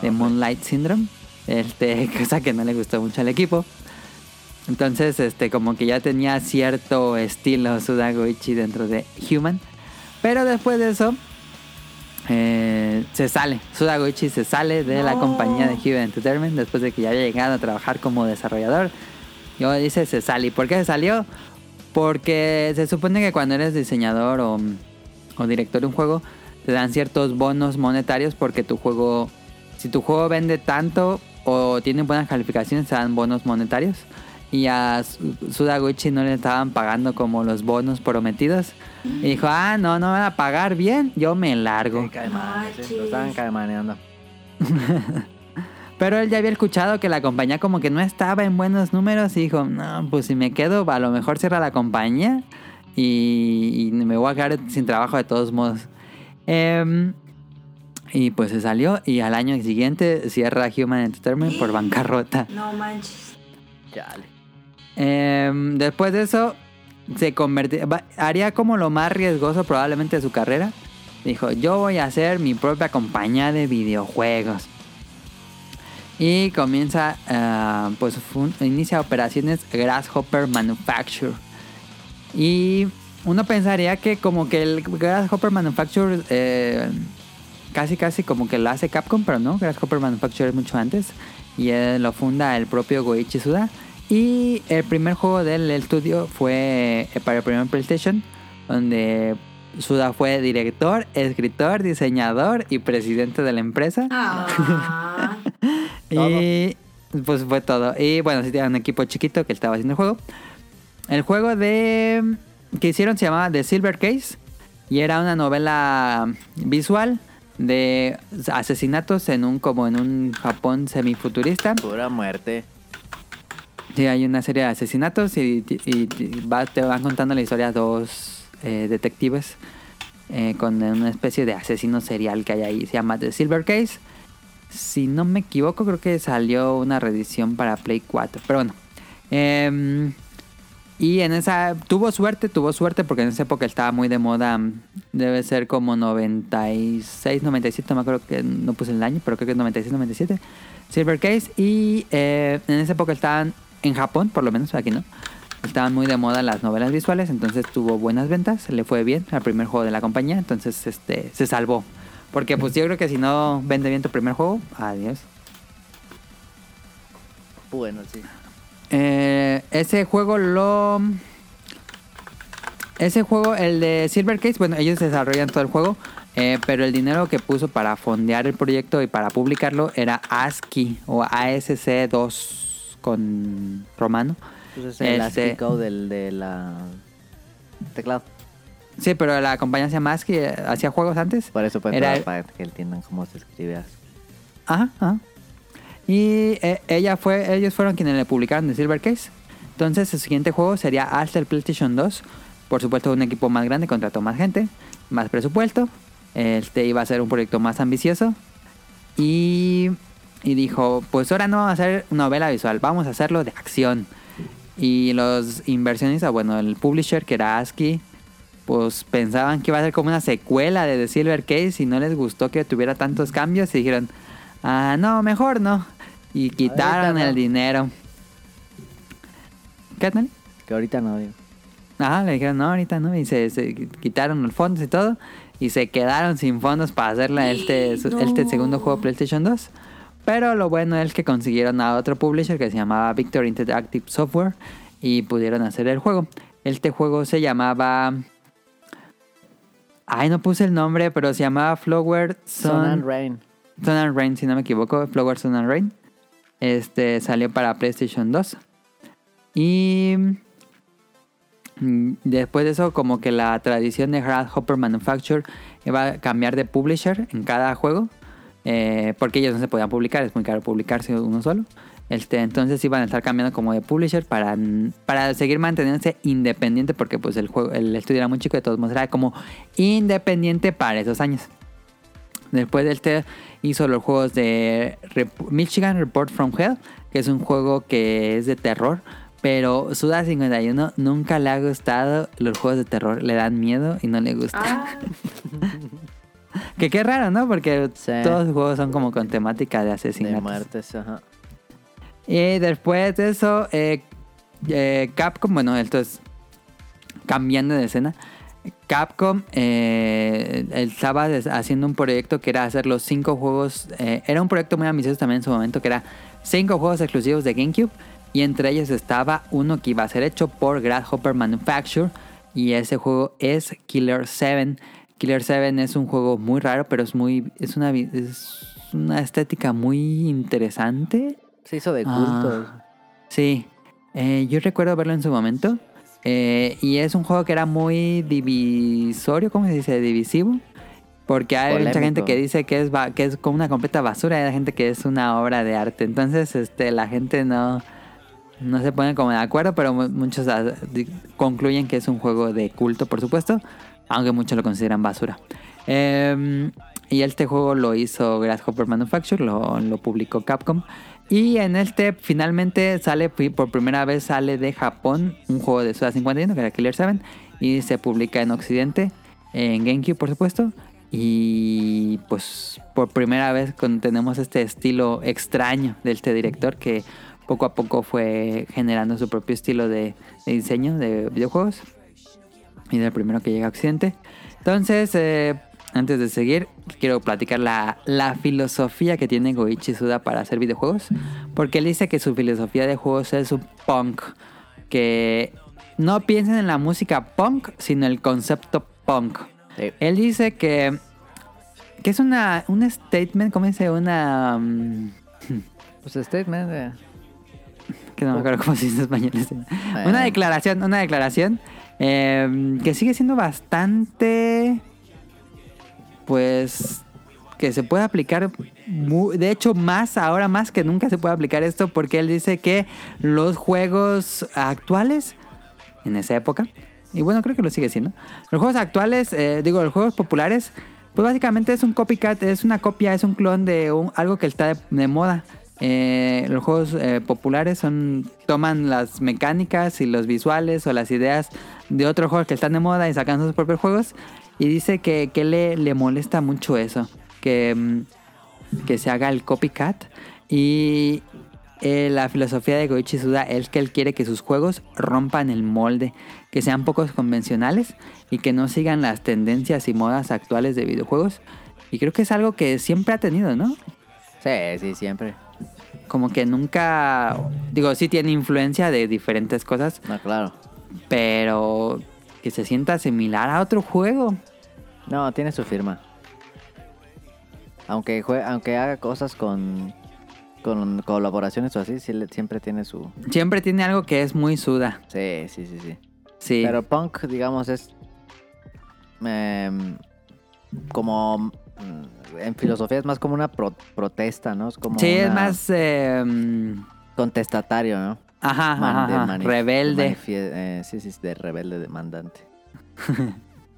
S3: de Moonlight Syndrome, este, cosa que no le gustó mucho al equipo. Entonces, este, como que ya tenía cierto estilo Sudagoichi dentro de Human. Pero después de eso, eh, se sale. Sudagoichi se sale de la
S1: No.
S3: compañía de Human Entertainment después de que ya había llegado a trabajar como desarrollador. Yo dice se sale. ¿Y por qué se salió? Porque se supone que cuando eres diseñador o, o director de un juego, te dan ciertos bonos monetarios porque tu juego, si tu juego vende tanto o tiene buenas calificaciones, te dan bonos monetarios. Y a Su- Sudaguchi no le estaban pagando como los bonos prometidos. Y dijo, ah, no, no me van a pagar bien, yo me largo.
S2: qué caimanes,
S1: Manches.
S2: eh, Lo estaban caimaneando.
S3: Pero él ya había escuchado que la compañía como que no estaba en buenos números y dijo, no, pues si me quedo, a lo mejor cierra la compañía y, y me voy a quedar sin trabajo de todos modos. Em, y pues se salió y al año siguiente cierra Human Entertainment por bancarrota.
S1: No manches.
S2: Chale.
S3: Em, después de eso, se convertiría. Haría como lo más riesgoso probablemente de su carrera. Dijo: Yo voy a hacer mi propia compañía de videojuegos. Y comienza, ah, pues fun- inicia operaciones Grasshopper Manufacture. Y uno pensaría que como que el Grasshopper Manufacture eh, casi casi como que lo hace Capcom, pero no, Grasshopper Manufacture es mucho antes. Y eh, lo funda el propio Goichi Suda. Y el primer juego del estudio fue eh, para el primer PlayStation, donde Suda fue director, escritor, diseñador y presidente de la empresa.
S1: Ah.
S2: Todo.
S3: Y pues fue todo. Y bueno, sí tenía un equipo chiquito que estaba haciendo el juego. El juego de que hicieron se llamaba The Silver Case y era una novela visual de asesinatos en un como en un Japón semifuturista.
S2: Pura muerte.
S3: Sí, hay una serie de asesinatos y, y- y va- te van contando la historia de dos eh, detectives eh, con una especie de asesino serial que hay ahí. Se llama The Silver Case. Si no me equivoco, creo que salió una reedición para Play 4. Pero bueno. Em, y en esa... Tuvo suerte, tuvo suerte porque en esa época estaba muy de moda. mm, Debe ser como 96, 97. No me acuerdo que no puse el año, pero creo que es 96, 97. Silver Case. Y eh, en esa época estaban en Japón, por lo menos aquí no. Estaban muy de moda las novelas visuales, entonces tuvo buenas ventas, le fue bien al primer juego de la compañía, entonces este se salvó. Porque pues yo creo que si no vende bien tu primer juego, adiós.
S2: Bueno, sí.
S3: Eh, ese juego lo. Ese juego, el de Silver Case, bueno, ellos desarrollan todo el juego, eh, pero el dinero que puso para fondear el proyecto y para publicarlo era ASCII o ASC2 con romano.
S2: Pues es el
S3: Este-
S2: ASCII code del de la teclado.
S3: Sí, pero la compañía se llama ASCII, eh, hacía juegos antes.
S2: Por eso pueden
S3: Era-
S2: trabajar para que entiendan cómo se escribe ASCII.
S3: Ajá, ajá. Y eh, ella fue, ellos fueron quienes le publicaron de Silver Case. Entonces el siguiente juego sería hasta el PlayStation 2. Por supuesto un equipo más grande, contrató más gente, más presupuesto. Este iba a ser un proyecto más ambicioso. Y, y dijo, pues ahora no vamos a hacer novela visual, vamos a hacerlo de acción. Y los inversionistas, bueno, el publisher que era ASCII, pues pensaban que iba a ser como una secuela de The Silver Case y no les gustó que tuviera tantos cambios y dijeron, ah, no, mejor no. Y quitaron
S2: no.
S3: el dinero. ¿Qué tal?
S2: Que ahorita no digo.
S3: Ajá, le dijeron, no, ahorita no. Y se, se quitaron los fondos y todo. Y se quedaron sin fondos para hacerla este, su-
S1: No.
S3: este segundo juego PlayStation 2. Pero lo bueno es que consiguieron a otro publisher que se llamaba Victor Interactive Software. Y pudieron hacer el juego. Este juego se llamaba... Ay, no puse el nombre, pero se llamaba Flower
S2: Sun
S3: Sun
S2: and Rain.
S3: Sun and Rain, si no me equivoco, Flower Sun and Rain. Este salió para PlayStation 2. Y mm, después de eso, como que la tradición de Hopper Manufacture iba a cambiar de publisher en cada juego. eh, porque ellos no se podían publicar, es muy caro publicarse uno solo. Este, entonces iban a estar cambiando como de publisher para, para seguir manteniéndose independiente porque pues el juego, el estudio era muy chico, de todos modos era como independiente para esos años. Después de este hizo los juegos de Rep- Michigan Report from Hell, que es un juego que es de terror, pero Suda51 nunca le ha gustado los juegos de terror, le dan miedo y no le gusta.
S1: Ah,
S3: Que qué raro, ¿no? Porque
S2: Sí.
S3: todos los juegos son como con temática de
S2: De
S3: asesinatos.
S2: muertes, ajá.
S3: Y después de eso, eh, eh, Capcom, bueno, esto es cambiando de escena. Capcom eh, él estaba des- haciendo un proyecto que era hacer los cinco juegos. eh, era un proyecto muy ambicioso también en su momento, que era cinco juegos exclusivos de GameCube. Y entre ellos estaba uno que iba a ser hecho por Grasshopper Manufacture. Y ese juego es Killer 7. Killer 7 es un juego muy raro, pero es muy. Es una, vi- es una estética muy interesante.
S2: Se hizo de
S3: Ah.
S2: culto.
S3: Sí, Eh, yo recuerdo verlo en su momento. eh, y es un juego que era muy divisorio, ¿cómo se dice? Divisivo. Porque hay mucha
S2: Polémico.
S3: gente que dice que es, ba- que es como una completa basura, hay gente que es una obra de arte. Entonces, este, la gente no, no se pone como de acuerdo, pero mu- muchos ah, di- concluyen que es un juego de culto, por supuesto, aunque muchos lo consideran basura. Em, y este juego lo hizo Grasshopper Manufacture, lo, lo publicó Capcom. Y en este finalmente sale, pi- por primera vez sale de Japón un juego de Suda 51, que era Killer 7, y se publica en Occidente, en GameCube por supuesto. Y pues por primera vez con- tenemos este estilo extraño de este director que poco a poco fue generando su propio estilo de, de diseño de videojuegos. Y del primero que llega a Occidente. Entonces, eh, antes de seguir, quiero platicar la, la filosofía que tiene Goichi Suda para hacer videojuegos. Porque él dice que su filosofía de juegos es un punk. Que no piensen en la música punk, sino el concepto punk.
S2: Sí.
S3: Él dice que, que es una, un statement, ¿cómo dice? Una... mm,
S2: Pues statement. eh.
S3: que no me acuerdo cómo se dice en español. ese.
S2: Bueno.
S3: Una declaración, una declaración eh, que sigue siendo bastante, pues, que se puede aplicar, mu- de hecho más ahora más que nunca se puede aplicar esto porque él dice que los juegos actuales en esa época. Y bueno, creo que lo sigue siendo. Los juegos actuales, eh, digo, los juegos populares, pues básicamente es un copycat, es una copia, es un clon de un- algo que está de, de moda. Eh, los juegos eh, populares son toman las mecánicas y los visuales o las ideas de otros juegos que están de moda y sacan sus propios juegos. Y dice que, que le, le molesta mucho eso, que, mm, que se haga el copycat. Y, eh, la filosofía de Goichi Suda es que él quiere que sus juegos rompan el molde, que sean pocos convencionales y que no sigan las tendencias y modas actuales de videojuegos. Y creo que es algo que siempre ha tenido, ¿no?
S2: Sí, sí, siempre.
S3: Como que nunca, digo, sí tiene influencia de diferentes cosas,
S2: No, claro.
S3: pero que se sienta similar a otro juego.
S2: No, tiene su firma. Aunque jue- aunque haga cosas con, con colaboraciones o así, sí le- siempre tiene su...
S3: Siempre tiene algo que es muy Suda.
S2: Sí, sí, sí, sí.
S3: Sí.
S2: Pero punk, digamos, es em, como... mm, En filosofía es más como una pro- protesta, ¿no? Es como
S3: sí, es
S2: una-
S3: más... eh,
S2: contestatario, ¿no?
S3: ajá, ajá,
S2: Man- de
S3: ajá,
S2: mani-
S3: rebelde.
S2: manifie- eh, sí, sí, de rebelde demandante.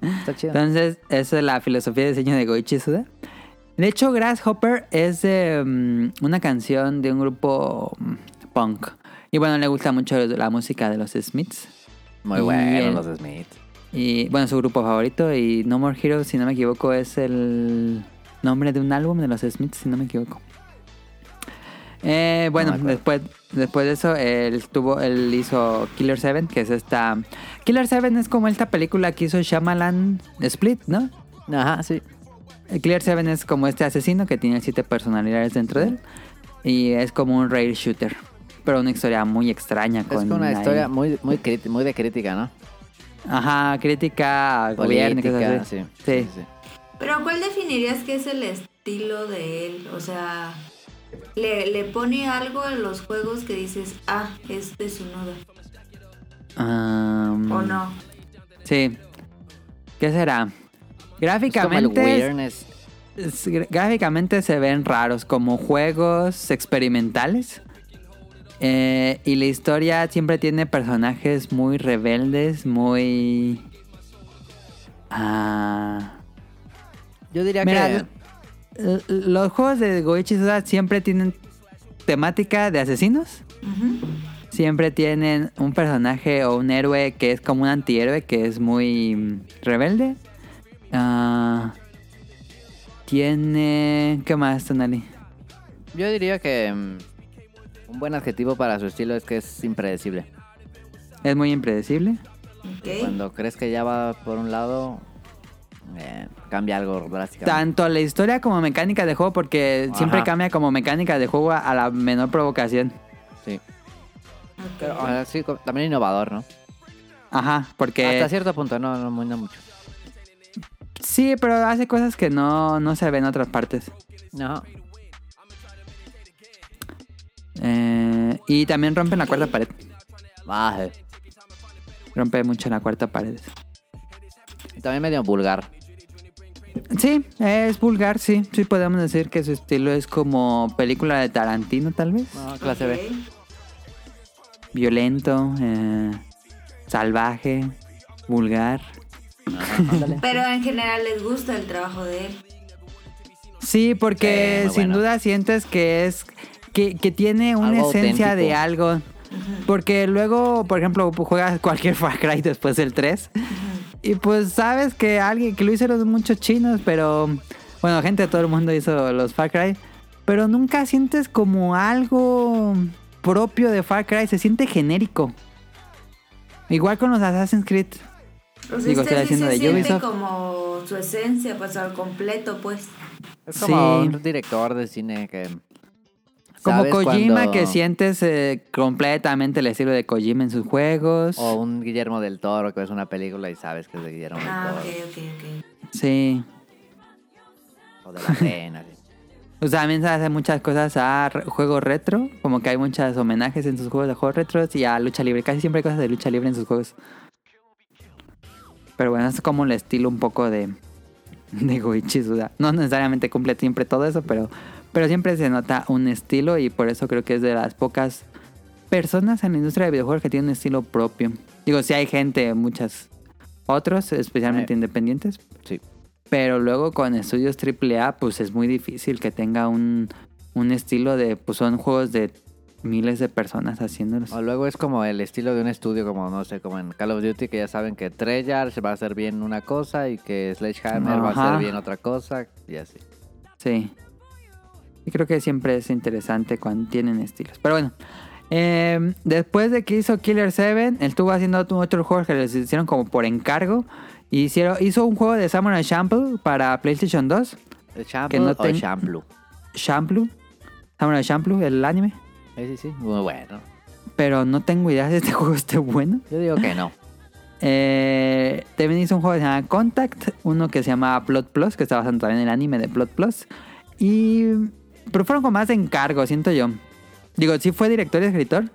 S2: Está chido.
S3: Entonces, esa es la filosofía de diseño de Goichi Suda. De hecho, Grasshopper es de, mm, una canción de un grupo mm, punk. Y bueno, le gusta mucho la música de los Smiths.
S2: Muy
S3: y
S2: bueno
S3: el-
S2: los Smith.
S3: Y bueno, su grupo favorito. Y No More Heroes, si no me equivoco, es el nombre de un álbum de los Smiths, si no me equivoco. Eh, bueno,
S2: No me acuerdo.
S3: después, después de eso, él, tuvo, él hizo Killer Seven, que es esta... Killer Seven es como esta película que hizo Shyamalan Split, ¿no?
S2: Ajá, sí.
S3: El Clear Seven es como este asesino que tiene siete personalidades dentro de él. Y es como un rail shooter. Pero una historia muy extraña.
S2: Es
S3: con
S2: que una
S3: ahí-
S2: historia muy, muy, críti- muy de crítica, ¿no?
S3: Ajá, crítica al gobierno y cosas
S2: Política,
S3: así.
S2: sí.
S3: Sí.
S1: Pero ¿cuál definirías que es el estilo de él? O sea, le, le pone algo a los juegos que dices, ah, este es un nudo.
S3: Am,
S1: O
S3: Mm.
S1: no.
S3: Um, Sí. ¿Qué será?
S2: Es como el
S3: Gráficamente,
S2: weirdness.
S3: es- gr- gráficamente se ven raros, como juegos experimentales. Eh, y la historia siempre tiene personajes muy rebeldes, muy... Ah...
S2: Yo diría
S3: Mira,
S2: que...
S3: l- l- los juegos de Goichi Suda siempre tienen temática de asesinos.
S1: Ujú.
S3: Siempre tienen un personaje o un héroe que es como un antihéroe, que es muy mm, rebelde. Ah, tiene... ¿Qué más, Tonali?
S2: Yo diría que... mm, Un buen adjetivo para su estilo es que es impredecible.
S3: Es muy impredecible.
S1: Ok.
S2: Cuando crees que ya va por un lado, eh, cambia algo drásticamente.
S3: Tanto la historia como mecánica de juego, porque siempre
S2: Ajá.
S3: cambia como mecánica de juego a- a la menor provocación.
S2: Sí. Pero
S1: ok.
S2: ah, sí, co- también innovador, ¿no?
S3: Ajá, porque...
S2: Hasta cierto punto, no, no, muy- no mucho.
S3: Sí, pero hace cosas que no, no se ven en otras partes.
S2: No.
S3: Eh, y también rompen la cuarta pared.
S2: Ah, eh,
S3: Rompe mucho la cuarta pared.
S2: También medio vulgar.
S3: Sí, es vulgar, sí. Sí podemos decir que su estilo es como película de Tarantino, tal vez.
S2: No, clase B.
S1: Ok.
S3: Violento, eh, salvaje, vulgar.
S2: Ándale.
S1: Pero en general les gusta el trabajo de él.
S3: Sí,
S2: Sí,
S3: porque
S2: muy
S3: sin
S2: bueno.
S3: duda sientes que es... Que, que tiene una
S2: Algo
S3: esencia de
S2: auténtico.
S3: algo. Porque luego, por ejemplo, juegas cualquier Far Cry después del 3. Y pues sabes que alguien que lo hicieron muchos chinos, pero bueno, gente de todo el mundo hizo los Far Cry, pero nunca sientes como algo propio de Far Cry, se siente genérico. Igual con los Assassin's Creed.
S1: Pues
S3: Digo,
S1: este
S3: estoy
S1: sí
S3: haciendo
S1: se
S3: de
S1: siente
S3: Ubisoft.
S1: como su esencia, pues al completo, pues.
S2: Es como
S3: Sí.
S2: un director de cine que.
S3: Como
S2: sabes
S3: Kojima
S2: cuando-
S3: que sientes eh, completamente el estilo de Kojima en sus juegos.
S2: O un Guillermo del Toro que ves una película y sabes que es de Guillermo del
S1: Ah,
S2: Toro.
S1: ok, ok, ok.
S3: Sí.
S2: O de la pena.
S3: O sea, también se hace muchas cosas a re- juegos retro, como que hay muchos homenajes en sus juegos de juegos retros y a lucha libre. Casi siempre hay cosas de lucha libre en sus juegos. Pero bueno, es como el estilo un poco de, de Goichi Suda. No necesariamente cumple siempre todo eso, pero, pero siempre se nota un estilo y por eso creo que es de las pocas personas en la industria de videojuegos que tienen un estilo propio. Digo, sí hay gente, muchas otros, especialmente
S2: Eh.
S3: independientes,
S2: Sí.
S3: pero luego con estudios AAA, pues es muy difícil que tenga un, un estilo de. Pues son juegos de miles de personas haciéndolos.
S2: O luego es como el estilo de un estudio, como no sé, como en Call of Duty, que ya saben que Treyarch va a hacer bien una cosa y que Sledgehammer va a
S3: Ajá.
S2: hacer bien otra cosa y así.
S3: Sí. Y creo que siempre es interesante cuando tienen estilos. Pero bueno. eh, después de que hizo Killer 7, él estuvo haciendo otro- otro juego que les hicieron como por encargo. Y hicieron, hizo un juego de Samurai Champloo para PlayStation 2.
S2: ¿El Champloo
S3: no
S2: o
S3: ten-
S2: Champloo?
S3: Champloo. Samurai Champloo, el anime.
S2: Sí, sí, sí. Muy bueno.
S3: Pero no tengo idea si este juego esté bueno.
S2: Yo digo que no.
S3: Eh, también hizo un juego que se llama Contact, uno que se llama Plot Plus, que está basado también en el anime de Plot Plus. Y. Pero fueron con más de encargo, siento yo. Digo, sí fue director y escritor,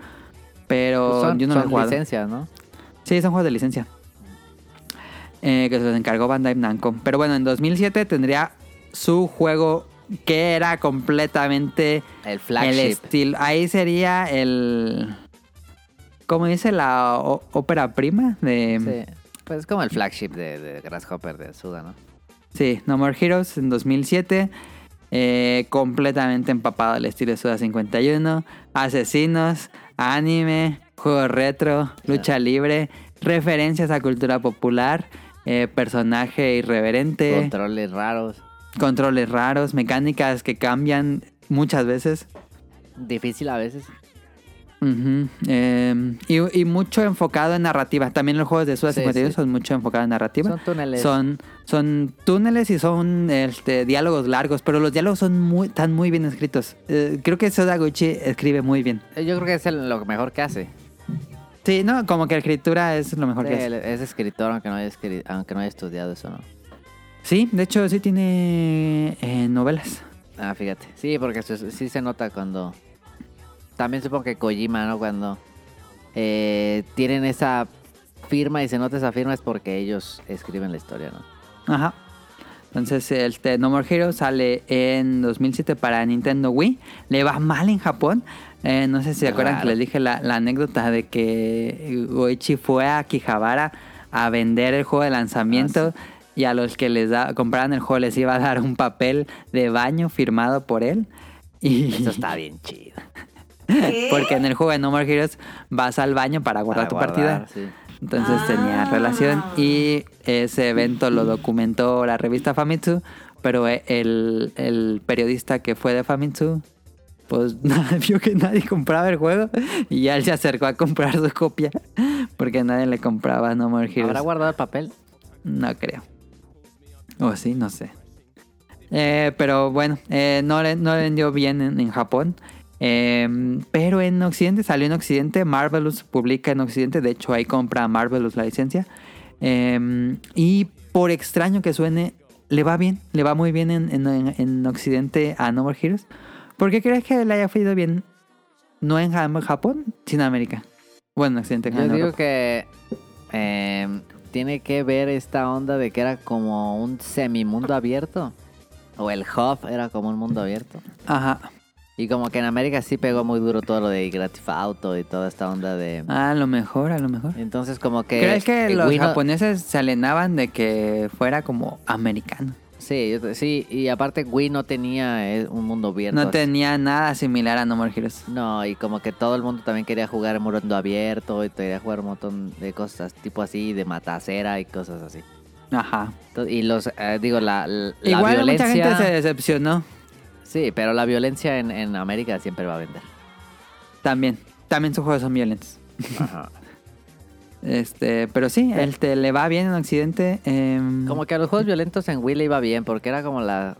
S3: pero
S2: Pues son
S3: Oh, yo no lo he
S2: son
S3: jugado.
S2: licencias, ¿no?
S3: Sí, son juegos de licencia. Eh, que se los encargó Bandai Namco. Pero bueno, en 2007 tendría su juego que era completamente
S2: El
S3: el
S2: flagship.
S3: estilo. Ahí sería el. ¿Cómo dice la ó- ópera prima? De,
S2: Sí. Pues es como el flagship de, de Grasshopper de Suda, ¿no?
S3: Sí, No More Heroes en 2007. eh, completamente empapado al estilo Suda 51. Asesinos, anime, juego retro, lucha libre, referencias a cultura popular, eh, personaje irreverente,
S2: Controles raros.
S3: controles raros, mecánicas que cambian muchas veces.
S2: difícil a veces.
S3: Ujú, eh, y, y mucho enfocado en narrativa. También los juegos de Suda
S2: Sí,
S3: 52
S2: sí.
S3: son mucho enfocados en narrativa.
S2: Son túneles.
S3: Son, son túneles y son este, diálogos largos, pero los diálogos son muy, están muy bien escritos. Eh, creo que Sodaguchi escribe muy bien.
S2: Eh, Yo creo que es el- lo mejor que hace.
S3: Sí, no, como que la escritura es lo mejor que
S2: Sí,
S3: hace.
S2: es escritor, aunque no haya, escri- aunque no haya estudiado eso, ¿no?
S3: Sí, de hecho sí tiene eh, novelas.
S2: Ah, fíjate. Sí, porque su- sí se nota cuando. También supongo que Kojima, ¿no? Cuando eh, tienen esa firma y se nota esa firma es porque ellos escriben la historia, ¿no?
S3: Ajá. Entonces, este No More Heroes sale en 2007 para Nintendo Wii. Le va mal en Japón. Eh, no sé si se
S2: Qué
S3: acuerdan
S2: raro.
S3: que les dije la, la anécdota de que Goichi fue a Akihabara a vender el juego de
S2: Ah,
S3: lanzamiento y a los que les da, compraran el juego les iba a dar un papel de baño firmado por él. Y
S2: Eso está bien chido.
S1: ¿Qué?
S3: Porque en el juego de No More Heroes vas al baño para
S2: Para
S3: guardar tu
S2: guardar,
S3: partida.
S2: sí.
S3: Entonces
S1: Ah.
S3: tenía relación y ese evento lo documentó la revista Famitsu, pero e- el, el periodista que fue de Famitsu, pues vio que nadie compraba el juego y ya él se acercó a comprar su copia porque nadie le compraba No More Heroes.
S2: ¿Habrá guardado el papel?
S3: No creo. O sí, no sé. Eh, pero bueno, eh, no, le, no le vendió bien en, en Japón. Eh, pero en Occidente salió en Occidente. Marvelous publica en Occidente. De hecho, ahí compra Marvelous la licencia. Eh, y por extraño que suene, le va bien. Le va muy bien en, en- en- en Occidente a No More Heroes. ¿Por qué crees que le haya ido bien? No en Ja- Japón, sino en América. Bueno, en Occidente. en
S2: Yo digo
S3: Europa.
S2: que eh, tiene que ver esta onda de que era como un semimundo abierto. O el hub era como un mundo abierto.
S3: Ajá.
S2: Y como que en América sí pegó muy duro todo lo de Gratifauto y toda esta onda de...
S3: A lo mejor, a lo mejor.
S2: Entonces como que...
S3: Ah. ¿Crees que
S2: eh,
S3: los
S2: Wii no-
S3: japoneses se alienaban de que fuera como americano?
S2: Sí, yo te- sí, y aparte Wii no tenía eh, un mundo abierto.
S3: No
S2: así.
S3: tenía nada similar a No More Heroes.
S2: No, y como que todo el mundo también quería jugar en mundo abierto y quería jugar un montón de cosas tipo así, de matacera y cosas así.
S3: Ajá.
S2: To- Y los, eh, digo, la, la la
S3: Igual
S2: violencia...
S3: mucha gente se decepcionó
S2: Sí, pero la violencia en, en América siempre va a vender.
S3: también. También sus juegos son violentos.
S2: Ajá.
S3: Este, pero sí, él te le va bien en Occidente. em,
S2: Como que a los juegos violentos en Wii le iba bien porque era como la...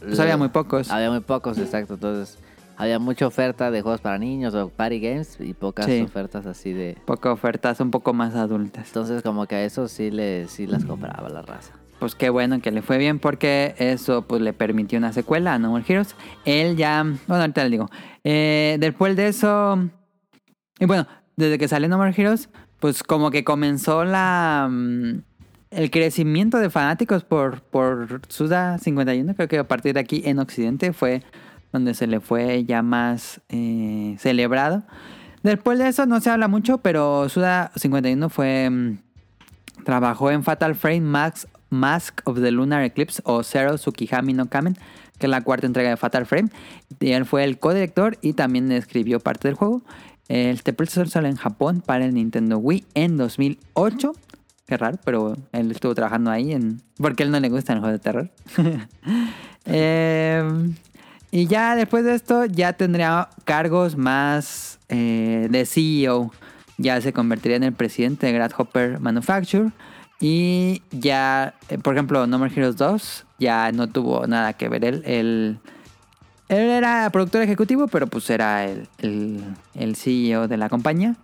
S3: pues
S2: la-
S3: había muy pocos.
S2: Había muy pocos, exacto. Entonces, había mucha oferta de juegos para niños o party games y pocas
S3: Sí.
S2: ofertas así de...
S3: Poca ofertas un poco más adultas.
S2: Entonces, como que a eso sí, le, sí las compraba la raza.
S3: Pues qué bueno que le fue bien porque eso pues le permitió una secuela a No More Heroes. Él ya, bueno, ahorita le digo. Eh, después de eso, y bueno, desde que salió No More Heroes, pues como que comenzó la mm, el crecimiento de fanáticos por, por Suda 51. Creo que a partir de aquí en Occidente fue donde se le fue ya más eh, celebrado. Después de eso no se habla mucho, pero Suda 51 fue... mm, Trabajó en Fatal Frame Max, Mask of the Lunar Eclipse o Zero Tsukihami no Kamen, que es la cuarta entrega de Fatal Frame. Y él fue el codirector y también escribió parte del juego. Este El T-Pulsar sale en Japón para el Nintendo Wii en 2008. Qué raro, pero él estuvo trabajando ahí en... porque a él no le gustan los juegos de terror. Em, y ya después de esto ya tendría cargos más eh, de CEO. Ya se convertiría en el presidente de Grasshopper Manufacture. Y ya, eh, por ejemplo, No More Heroes 2 ya no tuvo nada que ver. Él, él, él era productor ejecutivo, pero pues era el, el, el CEO de la compañía.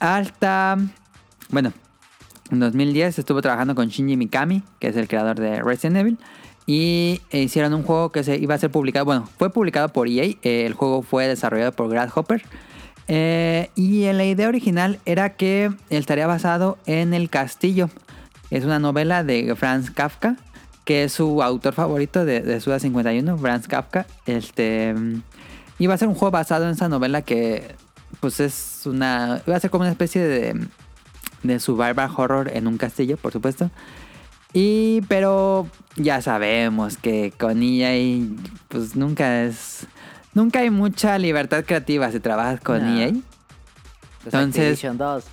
S3: Hasta, bueno, en 2010 estuvo trabajando con Shinji Mikami, que es el creador de Resident Evil, y hicieron un juego que se iba a ser publicado, bueno, fue publicado por EA, eh, el juego fue desarrollado por Grasshopper, eh, y la idea original era que estaría basado en El Castillo, es una novela de Franz Kafka, que es su autor favorito de, de Suda 51, Franz Kafka, este, mm, iba a ser un juego basado en esa novela que, pues es una, iba a ser como una especie de de su barba horror en un castillo, por supuesto. Y pero ya sabemos que con EA pues nunca es nunca hay mucha libertad creativa si trabajas con E
S2: No.
S3: EA. Entonces-
S2: Pues Activision 2.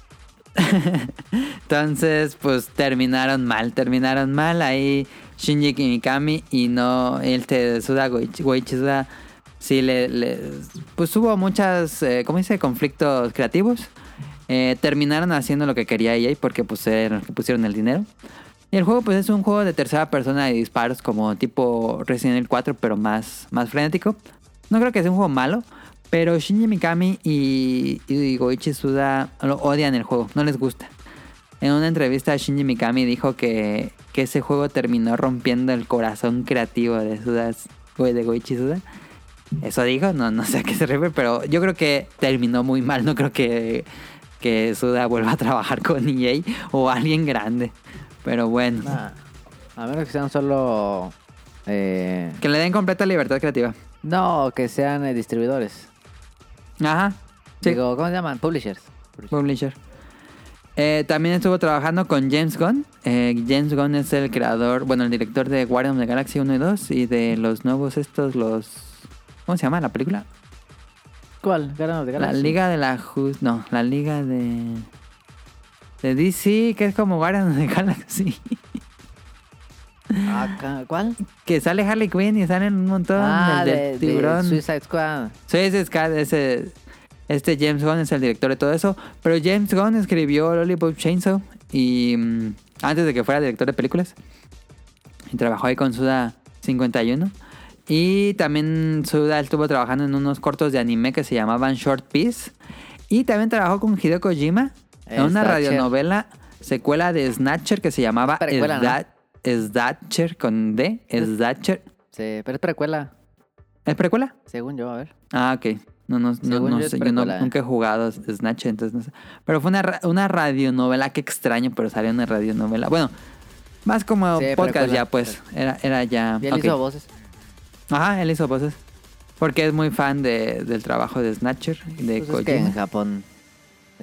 S3: Entonces, pues terminaron mal, terminaron mal ahí Shinji Mikami y no el Suda Goichi Goichi Suda sí le, le- pues hubo muchas, eh, ¿cómo dice? Conflictos creativos. Eh, terminaron haciendo lo que quería EA porque pues, era- pusieron el dinero. Y el juego pues es un juego de tercera persona de disparos como tipo Resident Evil 4 pero más, más frenético. No creo que sea un juego malo, pero Shinji Mikami y, y Goichi Suda lo odian el juego, no les gusta. En una entrevista Shinji Mikami dijo que, que ese juego terminó rompiendo el corazón creativo de Suda, de Goichi Suda. Eso dijo, no, no sé a qué se refiere, pero yo creo que terminó muy mal. No creo que, que Suda vuelva a trabajar con EA o alguien grande. Pero bueno,
S2: Nah, A menos que sean solo... eh,
S3: que le den completa libertad creativa.
S2: no, que sean eh, distribuidores.
S3: Ajá, sí,
S2: Digo, ¿cómo se llaman? Publishers.
S3: publisher. Eh, también estuvo trabajando con James Gunn. Eh, James Gunn es el creador, bueno, el director de Guardians of the Galaxy 1 y 2 y de los nuevos estos, los... ¿Cómo se llama la película?
S2: ¿Cuál? Guardians of the
S3: La
S2: Galaxy.
S3: Liga de la Jus... No, la Liga de... De DC, que es como Guardians of the Galaxy.
S2: Ah, ca- ¿Cuál?
S3: Que sale Harley Quinn y salen un montón
S2: Ah,
S3: el
S2: de,
S3: del
S2: de
S3: tiburón.
S2: Suicide Squad.
S3: Sí, ese es Kat, ese- este James Gunn es el director de todo eso. Pero James Gunn escribió Lollipop Chainsaw y mm, antes de que fuera director de películas. Y trabajó ahí con Suda 51. Y también Suda estuvo trabajando en unos cortos de anime que se llamaban Short Piece. Y también trabajó con Hideo Kojima en una
S2: Snatcher.
S3: radionovela secuela de Snatcher que se llamaba
S2: Precuela, ¿no?
S3: Sda- Snatcher con D. Snatcher.
S2: Sí, pero es precuela,
S3: ¿Es precuela?
S2: según yo, a ver.
S3: Ah, ok. No, no, no,
S2: Según
S3: no
S2: yo es
S3: sé, yo no-
S2: precuela, eh.
S3: nunca he jugado Snatch, entonces no sé. Pero fue una, ra- una radionovela, qué extraño, pero salió una radionovela. Bueno, más como
S2: Sí,
S3: podcast
S2: precuela,
S3: ya, pues. Era, era ya.
S2: Y él
S3: ok.
S2: hizo voces.
S3: Ajá, él hizo voces. Porque es muy fan de- del trabajo de Snatcher y de
S2: Pues es que
S3: Kojima.
S2: en Japón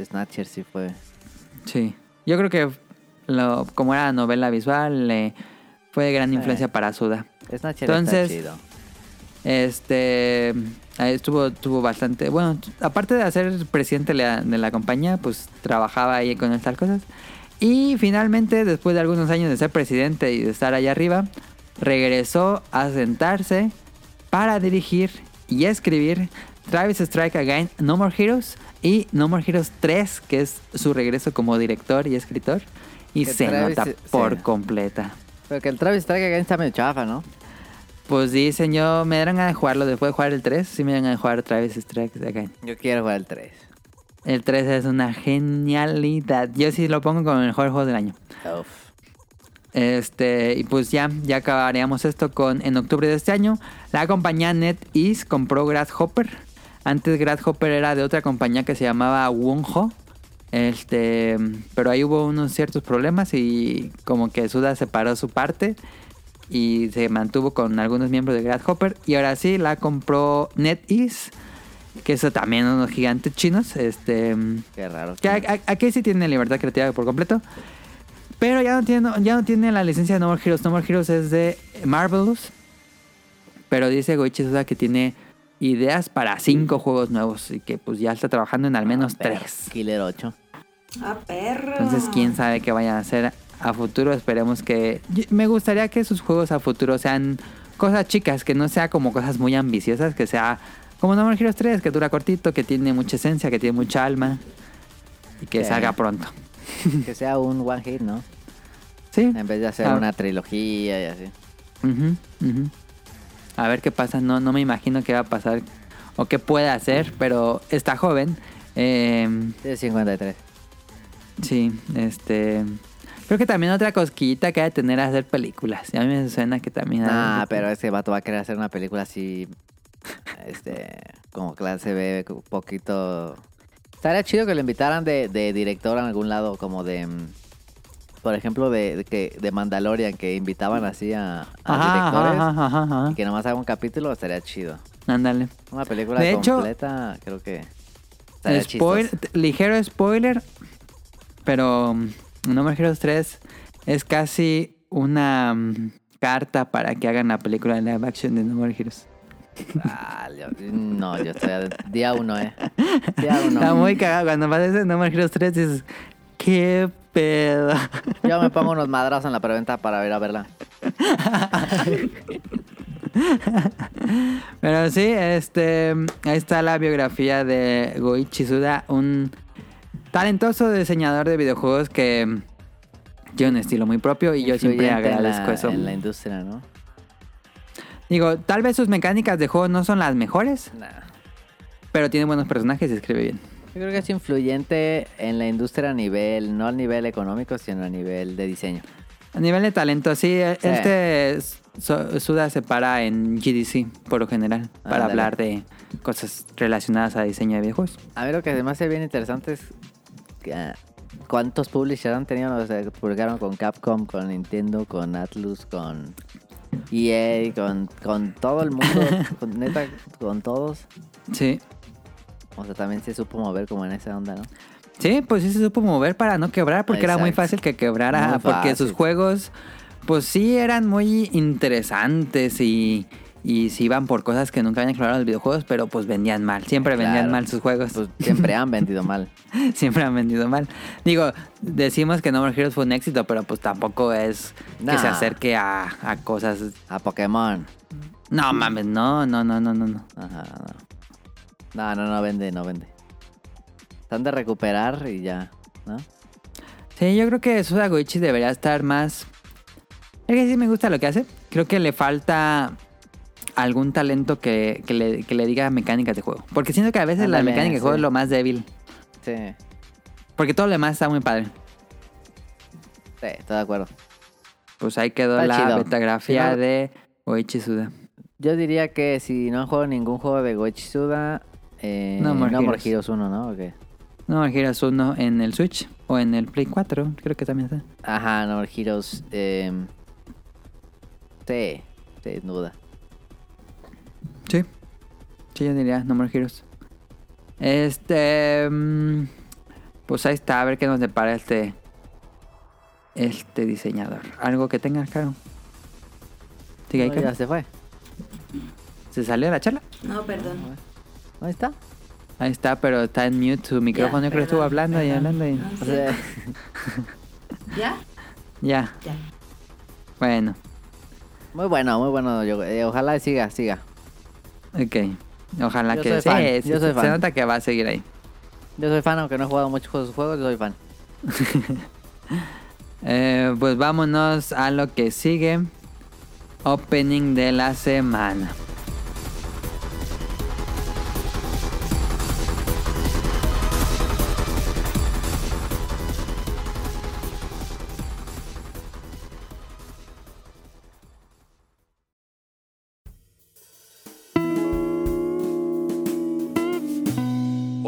S2: Snatcher sí fue.
S3: Sí. Yo creo que lo, como era novela visual, eh, fue de gran influencia para Suda.
S2: Snatcher
S3: Entonces-
S2: está chido.
S3: Este ahí estuvo, estuvo bastante. Bueno, aparte de hacer presidente de la, de la compañía, pues trabajaba ahí con estas cosas. Y finalmente, después de algunos años de ser presidente y de estar allá arriba, regresó a sentarse para dirigir y escribir Travis Strike Again, No More Heroes y No More Heroes 3, que es su regreso como director y escritor. Y
S2: Que
S3: se
S2: Travis
S3: nota
S2: se-
S3: por
S2: se-
S3: completa.
S2: Pero que el Travis Strike Again está medio chafa, ¿no?
S3: Pues dicen yo, me dieron ganas de jugarlo después de jugar el 3, sí me dieron ganas de jugar Travis Strikes Again.
S2: Yo quiero jugar el 3.
S3: El 3 es una genialidad. Yo sí lo pongo como el mejor juego del año.
S2: Uf.
S3: Este, y pues ya, ya acabaríamos esto con en octubre de este año. La compañía NetEase compró Grasshopper. Antes Grasshopper era de otra compañía que se llamaba Wonho. Este, pero ahí hubo unos ciertos problemas y como que Suda separó su parte y se mantuvo con algunos miembros de Grasshopper. Y ahora sí la compró NetEase, que eso también unos gigantes chinos. Este.
S2: Qué raro.
S3: Que a- a- aquí sí tiene libertad creativa por completo. Pero ya no tiene, ya no tiene la licencia de No More Heroes. No More Heroes es de Marvelous. Pero dice Goichi Suda que tiene ideas para cinco juegos nuevos. Y que pues ya está trabajando en al menos
S2: Pero,
S3: tres.
S2: Killer 8.
S1: Ah, perro.
S3: Entonces, quién sabe qué vayan a hacer a futuro. Esperemos que. yo- Me gustaría que sus juegos a futuro sean cosas chicas, que no sea como cosas muy ambiciosas, que sea como No More Heroes 3, que dura cortito, que tiene mucha esencia, que tiene mucha alma y que
S2: Sí.
S3: salga pronto.
S2: que sea un one hit, ¿no?
S3: Sí.
S2: En vez de hacer
S3: Ah.
S2: una trilogía y así.
S3: Ujú, ujú. A ver qué pasa. No, no me imagino qué va a pasar o qué puede hacer, pero está joven. Eh,
S2: De 53.
S3: sí, este. Creo que también otra cosquillita que ha de tener a hacer películas. Y A mí me suena que también. ha
S2: Ah,
S3: de-
S2: pero ese vato va a querer hacer una película así. Este. Como clase B, un poquito. Estaría chido que lo invitaran de, de director a algún lado, como de. mm, Por ejemplo, de, de que, de Mandalorian, que invitaban así a, a
S3: Ajá,
S2: directores.
S3: ajá, ajá, ajá, ajá.
S2: Y que nomás haga un capítulo, estaría chido.
S3: Ándale.
S2: Una película
S3: De hecho-
S2: completa, creo que. Estaría
S3: Spoil-
S2: chistoso.
S3: ligero spoiler, pero mm, No More Heroes 3 es casi una mm, carta para que hagan la película de live action de No More Heroes.
S2: Ah, yo- no, yo estoy. a- Día uno, ¿eh? Día
S3: Está
S2: uno.
S3: muy cagado. Cuando vas a ese No More Heroes 3 dices, ¿qué pedo?
S2: Yo me pongo unos madrazos en la preventa para ir a verla.
S3: Pero sí, este, ahí está la biografía de Goichi Suda, un talentoso diseñador de videojuegos que tiene un estilo muy propio y yo siempre
S2: Influyente en la-
S3: agradezco eso.
S2: En la industria, ¿no?
S3: Digo, tal vez sus mecánicas de juego no son las mejores,
S2: Nah.
S3: pero tiene buenos personajes y escribe bien.
S2: Yo creo que es influyente en la industria a nivel, no a nivel económico, sino a nivel de diseño.
S3: A nivel de talento, sí, e-
S2: Sí.
S3: este Su- Suda se para en GDC por lo general para
S2: Ándale.
S3: hablar de cosas relacionadas a diseño de videojuegos.
S2: A mí lo que además es bien interesante es que, ah, cuántos publishers han tenido, o sea, que publicaron con Capcom, con Nintendo, con Atlus, con EA, con, con todo el mundo, con, neta, con todos.
S3: Sí.
S2: O sea, también se supo mover como en esa onda, ¿no?
S3: Sí, pues sí se supo mover para no quebrar, porque era muy
S2: Exacto.
S3: fácil que quebrara,
S2: Muy
S3: porque
S2: fácil.
S3: sus juegos, pues sí eran muy interesantes y, y sí iban por cosas que nunca habían explorado los videojuegos, pero pues vendían mal, siempre vendían
S2: Eh, Claro.
S3: mal sus juegos,
S2: Pues siempre han vendido mal.
S3: siempre han vendido mal. Digo, decimos que No More Heroes fue un éxito, pero pues tampoco es que
S2: Nah.
S3: se acerque a, a cosas...
S2: A Pokémon.
S3: No mames, no, no, no, no, no, no.
S2: Ajá, no. No, no, no vende, no vende. Están de recuperar y ya, ¿no?
S3: Sí, yo creo que Suda Goichi debería estar más. Es que sí me gusta lo que hace. Creo que le falta algún talento que, que le, que le diga mecánicas de juego. Porque siento que a veces la
S2: Ándale,
S3: mecánica de
S2: sí.
S3: juego es lo más débil.
S2: Sí.
S3: Porque todo lo demás está muy padre.
S2: Sí, estoy de acuerdo.
S3: Pues ahí quedó
S2: Está
S3: la
S2: chido.
S3: betagráfica
S2: Sí, no-
S3: de Goichi Suda.
S2: Yo diría que si no han jugado ningún juego de Goichi Suda, eh,
S3: No
S2: no
S3: More
S2: More,
S3: Heroes.
S2: Heroes 1, ¿no? ¿O qué?
S3: No, giras uno en el Switch o en el Play 4. Creo que también está.
S2: Ajá, No More Heroes. Eh, sí, sin duda.
S3: Sí. Sí, yo diría No More Heroes. Este. mm, Pues ahí está, a ver qué nos depara este. Este diseñador. Algo que tenga, claro. Sigue ahí,
S2: No,
S3: Caro.
S2: ya se fue.
S3: Se salió de la charla.
S1: No, perdón.
S2: Ahí está.
S3: Ahí está, pero está en mute su micrófono.
S1: Ya,
S3: Yo creo que estuvo
S1: perdón,
S3: hablando y
S1: perdón.
S3: hablando y.
S1: No
S2: O
S1: sé.
S2: sea,
S1: ¿Ya?
S3: Ya,
S1: Ya.
S3: bueno.
S2: muy bueno, muy bueno. Yo- eh, ojalá siga, siga.
S3: Ok. Ojalá
S2: Yo
S3: que
S2: soy fan,
S3: sí,
S2: yo
S3: sí,
S2: soy
S3: Se
S2: fan.
S3: nota que va a seguir ahí.
S2: Yo soy fan, aunque no he jugado muchos juegos, sus juegos, yo soy fan.
S3: Eh, pues vámonos a lo que sigue. Opening de la semana.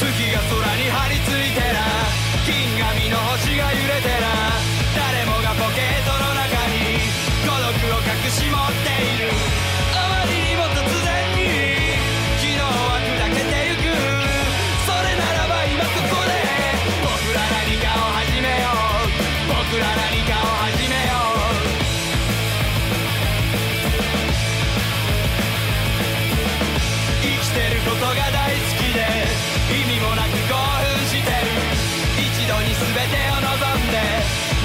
S7: 月が空に張り付いてな金紙の星が揺れてな誰もがポケットの中に孤独を隠し持っているあまりにも突然に昨日は砕けてゆくそれならば今ここで僕ら何かを始めよう僕ら何かを始めよう生きてることが大好きで意味もなく興奮してる一度に全てを望んで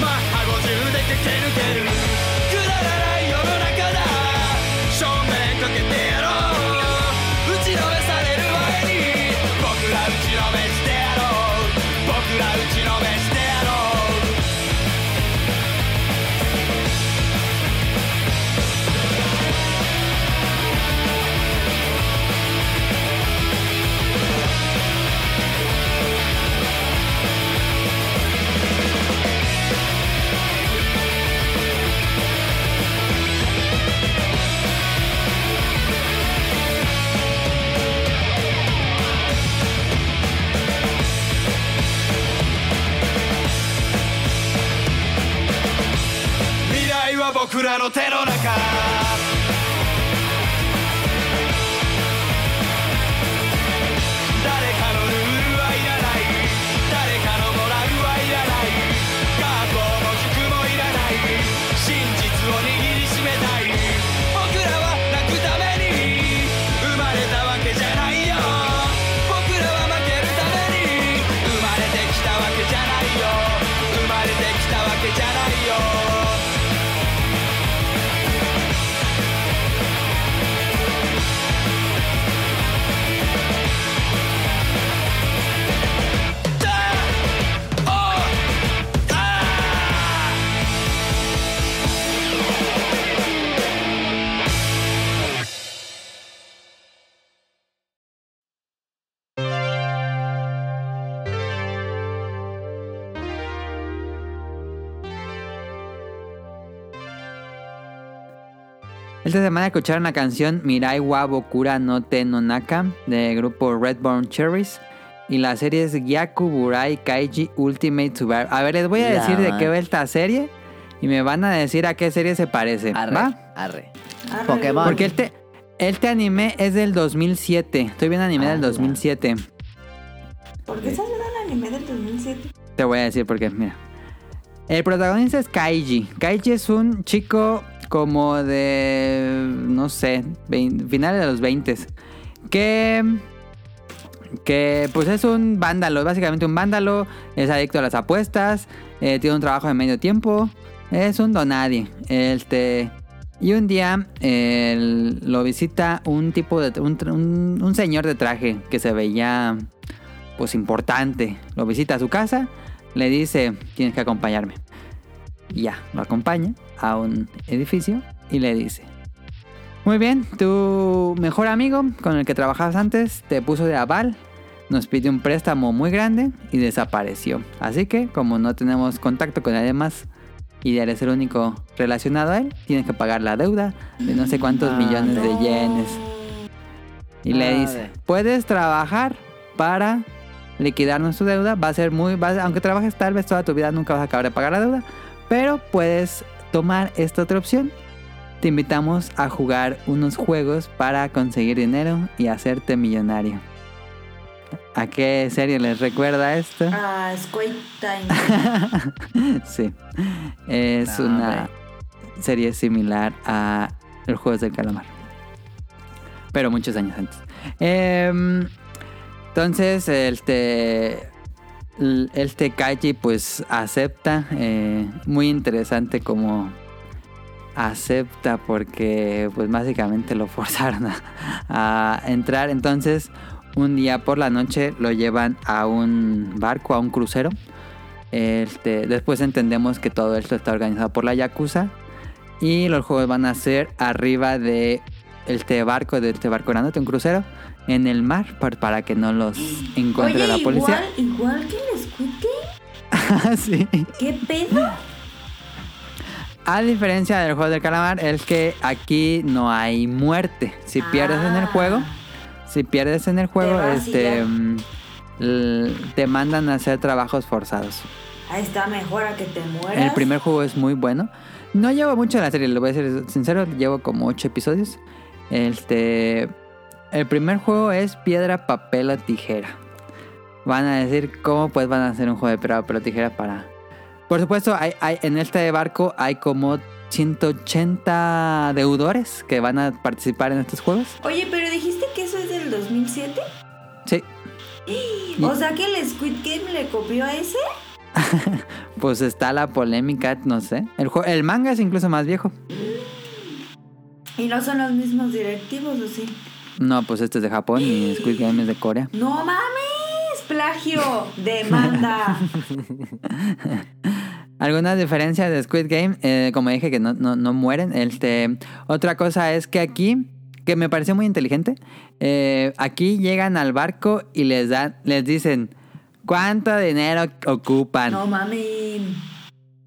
S7: マッハ50で駆け抜けるくだらない世の中だ正面かけてやろう打ちのめされる前に僕ら打ちのめしてやろう僕ら打ちのめしてやろう未来は僕らの手の中誰かのルールはいらない誰かのモラルはいらない学校も塾もいらない真実を握りしめたい僕らは楽た
S3: Esta semana escucharon la canción Mirai wa Bokura no Te no Naka del grupo Redborn Cherries y la serie es Gyaku Burai Kaiji Ultimate Subaru. A ver, les voy a
S2: La
S3: decir de
S2: ma-
S3: qué va esta serie y me van a decir a qué serie se parece.
S2: Arre,
S3: ¿Va?
S2: arre.
S1: Arre.
S2: Pokémon.
S3: Porque este, este anime es del 2007. Estoy viendo anime
S2: Ah,
S3: del
S2: ya.
S3: 2007.
S1: ¿Por qué estás viendo el anime del 2007?
S3: Te voy a decir por qué, mira. El protagonista es Kaiji. Kaiji es un chico como de, no sé, vein- finales de los 20. Que, que pues es un vándalo, es básicamente un vándalo, es adicto a las apuestas, eh, tiene un trabajo de medio tiempo, es un donadie. Este, y un día eh, lo visita un tipo de, un tra- un- un señor de traje que se veía pues importante. Lo visita a su casa, le dice, tienes que acompañarme. Y ya, lo acompaña a un edificio y le dice, muy bien, tu mejor amigo con el que trabajabas antes te puso de aval, nos pidió un préstamo muy grande y desapareció. Así que como no tenemos contacto con nadie más y eres el único relacionado a él, tienes que pagar la deuda de no sé cuántos
S2: Ah,
S3: millones de
S1: No.
S3: yenes. Y le
S2: Madre.
S3: dice, puedes trabajar para liquidarnos tu deuda. Va a ser muy... va a- aunque trabajes tal vez toda tu vida, nunca vas a acabar de pagar la deuda. Pero puedes tomar esta otra opción. Te invitamos a jugar unos juegos para conseguir dinero y hacerte millonario. ¿A qué serie les recuerda esto?
S1: Ah, Squid Time.
S3: sí. Es
S2: No,
S3: una serie similar a Los Juegos del Calamar. Pero muchos años antes. Em, entonces, este. l- Este Kaji, pues acepta. eh, muy interesante como acepta porque pues básicamente lo forzaron a, a entrar entonces un día por la noche lo llevan a un barco a un crucero este, después entendemos que todo esto está organizado por la Yakuza. Y los juegos van a ser arriba de este barco, de este barco grandote, un crucero, en el mar, por- para que no los encuentre
S1: Oye,
S3: la policía.
S1: Igual, igual que el Squid Game.
S3: Sí.
S1: ¿Qué pedo?
S3: A diferencia del juego del calamar, es que aquí no hay muerte. Si pierdes en el
S1: Ah.
S3: juego, si pierdes en el juego,
S1: vas y
S3: este
S1: ya.
S3: mm, l- te mandan a hacer trabajos forzados.
S1: Ahí está mejor a que te mueras.
S3: El primer juego es muy bueno. No llevo mucho en la serie, lo voy a ser sincero, llevo como 8 episodios. Este. El primer juego es piedra, papel o tijera. Van a decir cómo pues van a hacer un juego de piedra, papel o tijera para. Por supuesto, hay, hay- en este barco hay como 180 deudores que van a participar en estos juegos.
S1: Oye, pero dijiste que eso es del 2007.
S3: Sí,
S1: O sea que el Squid Game le copió a ese.
S3: pues está la polémica, no sé. El, jue- el manga es incluso más viejo.
S1: Y no son los mismos directivos, ¿o sí?
S3: No, pues este es de Japón y Squid Game es de Corea.
S1: ¡No mames! ¡Plagio! ¡Demanda!
S3: Algunas diferencias de Squid Game, eh, como dije, que no, no, no mueren. Este, otra cosa es que aquí, que me pareció muy inteligente, eh, aquí llegan al barco y les, dan, les dicen, ¿cuánto dinero ocupan?
S1: ¡No mames!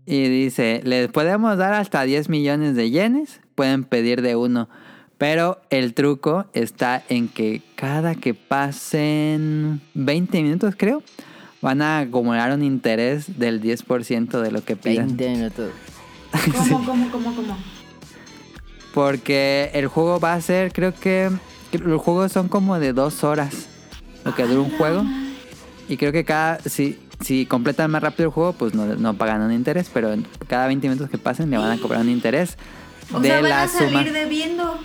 S3: Y dice, les podemos dar hasta 10 millones de yenes, pueden pedir de uno. Pero el truco está en que cada que pasen 20 minutos, creo, van a acumular un interés del 10% de lo que pidan.
S2: 20 minutos.
S1: ¿Cómo, cómo, cómo, cómo?
S3: Porque el juego va a ser, creo que, que los juegos son como de dos horas lo que dura un juego. Y creo que cada, si, si completan más rápido el juego, pues no, no pagan un interés, pero en- cada 20 minutos que pasen le van a cobrar un interés
S1: O
S3: de
S1: sea, van
S3: la
S1: a salir
S3: suma.
S1: debiendo.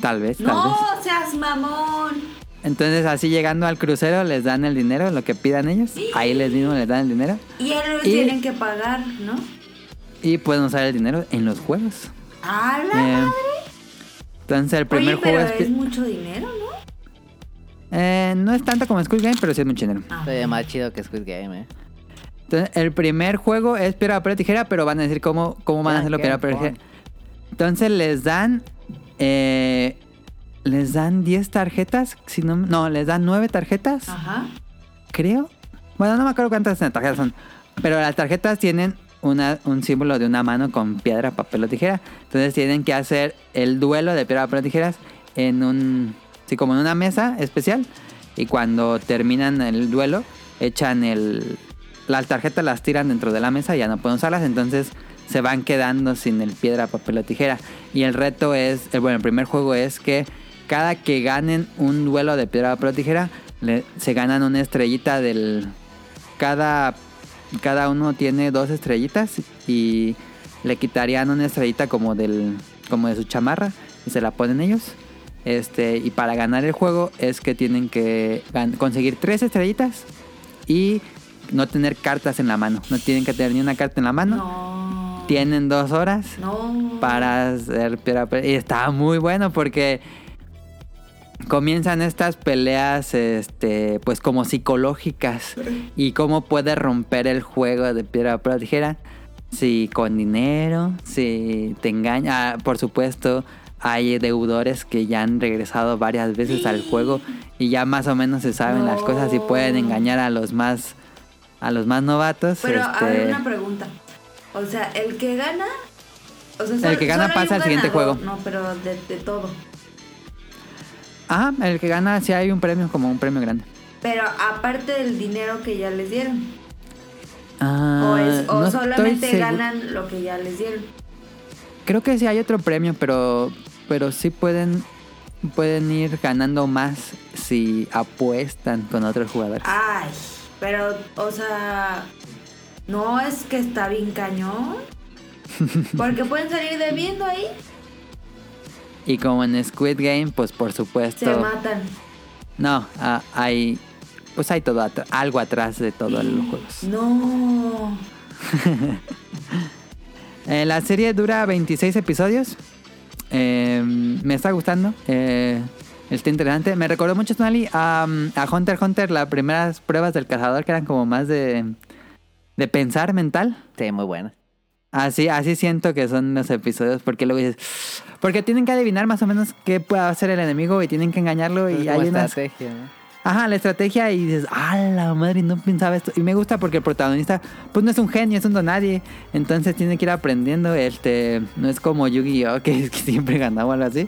S3: Tal vez, tal
S1: ¡No
S3: vez.
S1: seas mamón!
S3: Entonces así llegando al crucero les dan el dinero, lo que pidan ellos. Ahí les mismo les dan el dinero.
S1: Y ellos
S3: Y-
S1: tienen que pagar, ¿no?
S3: Y pueden usar el dinero en los juegos.
S1: ¡A la
S3: Eh,
S1: madre!
S3: entonces el primer
S1: Oye, pero
S3: juego es...
S1: es
S3: pi-
S1: mucho dinero, ¿no?
S3: eh, no es tanto como Squid Game, pero sí es mucho dinero.
S1: Ah,
S2: Se ve más chido que Squid Game, eh.
S3: Entonces, el primer juego es piedra, papel o tijera, pero van a decir cómo, cómo van a
S2: Ya,
S3: hacerlo
S2: qué
S3: piedra, papel o
S2: fun.
S3: tijera. Entonces les dan. eh, les dan 10 tarjetas. Si no, no, les dan 9 tarjetas,
S1: Ajá.
S3: creo. Bueno, no me acuerdo cuántas tarjetas son. Pero las tarjetas tienen una- un símbolo de una mano con piedra, papel o tijera. Entonces tienen que hacer el duelo de piedra, papel o tijeras en un. Sí, como en una mesa especial. Y cuando terminan el duelo, echan el. Las tarjetas las tiran dentro de la mesa, ya no pueden usarlas, entonces se van quedando sin el piedra, papel o tijera. Y el reto es, eh, bueno, el primer juego es que cada que ganen un duelo de piedra, papel o tijera, le- se ganan una estrellita del, cada, cada uno tiene dos estrellitas y le quitarían una estrellita como del como de su chamarra y se la ponen ellos. Este, y para ganar el juego es que tienen que gan- conseguir tres estrellitas y no tener cartas en la mano. No tienen que tener ni una carta en la mano.
S1: No.
S3: Tienen dos horas
S1: No.
S3: para hacer piedra, papel. Y está muy bueno porque comienzan estas peleas, este, pues como psicológicas. Y cómo puede romper el juego de piedra, papel, tijera. Si con dinero, si te engaña. Ah, por supuesto, hay deudores que ya han regresado varias veces al juego y ya más o menos se saben las cosas y pueden
S1: No.
S3: engañar a los más a los más novatos.
S1: Pero
S3: este,
S1: a ver, una pregunta. O sea, el que gana. O sea, solo-
S3: que gana
S1: solo hay
S3: pasa
S1: un
S3: al siguiente
S1: ganador.
S3: juego.
S1: No, pero de, de todo.
S3: Ajá, Ah, el que gana si hay un premio como un premio grande.
S1: Pero aparte del dinero que ya les dieron.
S3: Ah,
S1: o es, o
S3: no estoy
S1: solamente
S3: seguro.
S1: ganan lo que ya les dieron.
S3: Creo que sí hay otro premio, pero pero sí pueden pueden ir ganando más si apuestan con otros jugadores.
S1: Ay, pero, o sea, no es que está bien cañón. Porque pueden salir debiendo ahí,
S3: Y como en Squid Game, pues por
S1: se
S3: supuesto.
S1: matan.
S3: No, ah, hay pues hay todo atr- algo atrás de todos los juegos.
S1: No.
S3: Eh, la serie dura 26 episodios. Eh, me está gustando. Eh, está interesante. Me recordó mucho Tonali a, a Hunter x Hunter, las primeras pruebas del cazador que eran como más de, de pensar mental.
S2: Sí, muy buena.
S3: Así, así siento que son los episodios porque luego dices... Porque tienen que adivinar más o menos qué puede hacer el enemigo y tienen que engañarlo y hay unas
S2: estrategia, ¿no?
S3: Ajá, la estrategia y dices, ah, la madre, no pensaba esto. Y me gusta porque el protagonista, pues no es un genio, es un donadie. Entonces tiene que ir aprendiendo. Este, no es como Yu-Gi-Oh, que, es que siempre ganaba o algo así.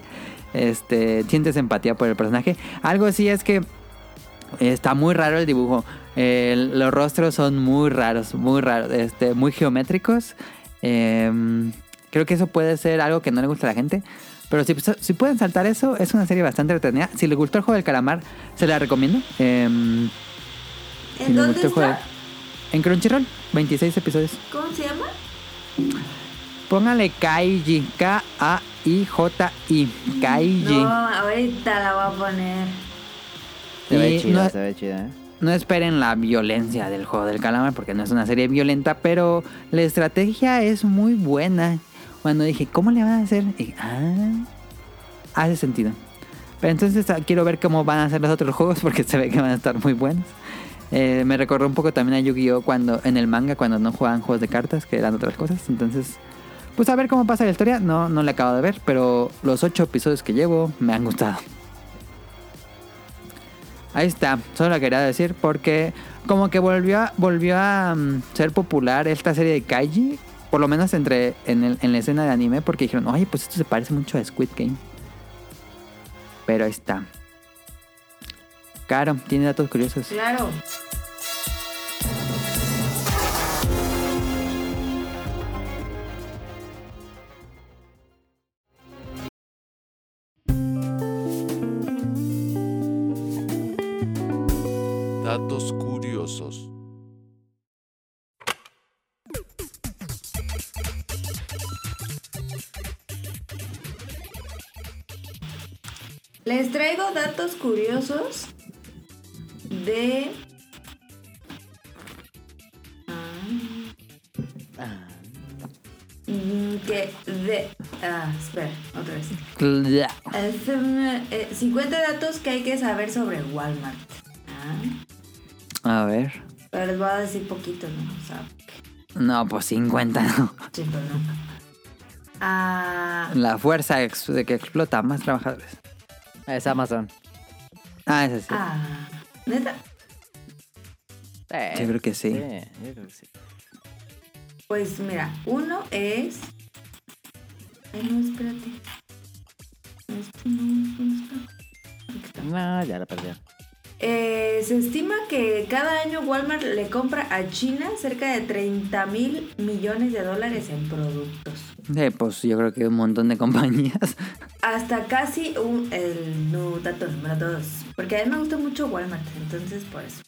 S3: Este, sientes empatía por el personaje. Algo sí es que está muy raro el dibujo. Eh, los rostros son muy raros, muy raros, este, muy geométricos. Eh, creo que eso puede ser algo que no le gusta a la gente. Pero si, si pueden saltar eso, es una serie bastante entretenida. Si les gustó el juego del calamar, se la recomiendo. Eh, si
S1: ¿En
S3: les
S1: dónde
S3: gustó el juego
S1: está?
S3: de- En Crunchyroll, 26 episodios.
S1: ¿Cómo se llama?
S3: Póngale Kaiji, K-A-I-J-I. Kaiji.
S1: No, ahorita la voy a poner.
S2: Se
S3: Y
S2: ve chida,
S3: no-
S2: se ve chida. ¿eh?
S3: no esperen la violencia del juego del calamar porque no es una serie violenta, pero la estrategia es muy buena. Cuando dije, ¿cómo le van a hacer? Dije, ah, hace sentido. Pero entonces ah, quiero ver cómo van a ser los otros juegos porque se ve que van a estar muy buenos. Eh, me recordó un poco también a Yu-Gi-Oh! cuando en el manga cuando no jugaban juegos de cartas, que eran otras cosas. Entonces, pues a ver cómo pasa la historia. No, no la acabo de ver, pero los ocho episodios que llevo me han gustado. Ahí está, solo la quería decir porque como que volvió a, volvió a mm, ser popular esta serie de Kaiji, por lo menos entre en, el- en la escena de anime, porque dijeron, oye, pues esto se parece mucho a Squid Game. Pero ahí está. Caro, tiene datos curiosos.
S1: Claro.
S6: Datos curiosos.
S1: Les traigo datos curiosos de... Mm, Que de... Ah, espera, otra vez.
S3: Cla-
S1: Es, mm, eh, 50 datos que hay que saber sobre Walmart. Ah,
S3: A ver.
S1: pero les voy a decir poquito, ¿no? O sea,
S3: No, pues 50. no.
S1: sí, pero no. Ah,
S3: La fuerza ex- de que explota más trabajadores.
S2: Es Amazon.
S3: Ah, ese sí.
S1: ah, ¿neta?
S2: Eh,
S3: Yo creo que sí.
S2: yo creo que sí.
S1: Pues mira, uno es. Ay, no, espérate. No, esp- no, no, espérate. Aquí está.
S2: No, ya la perdí.
S1: Eh, se estima que cada año Walmart le compra a China cerca de 30 mil millones de dólares en productos.
S3: Sí, pues yo creo que un montón de compañías.
S1: Hasta casi un, el nu- dato número 2. Porque a mí me gusta mucho Walmart, entonces por eso.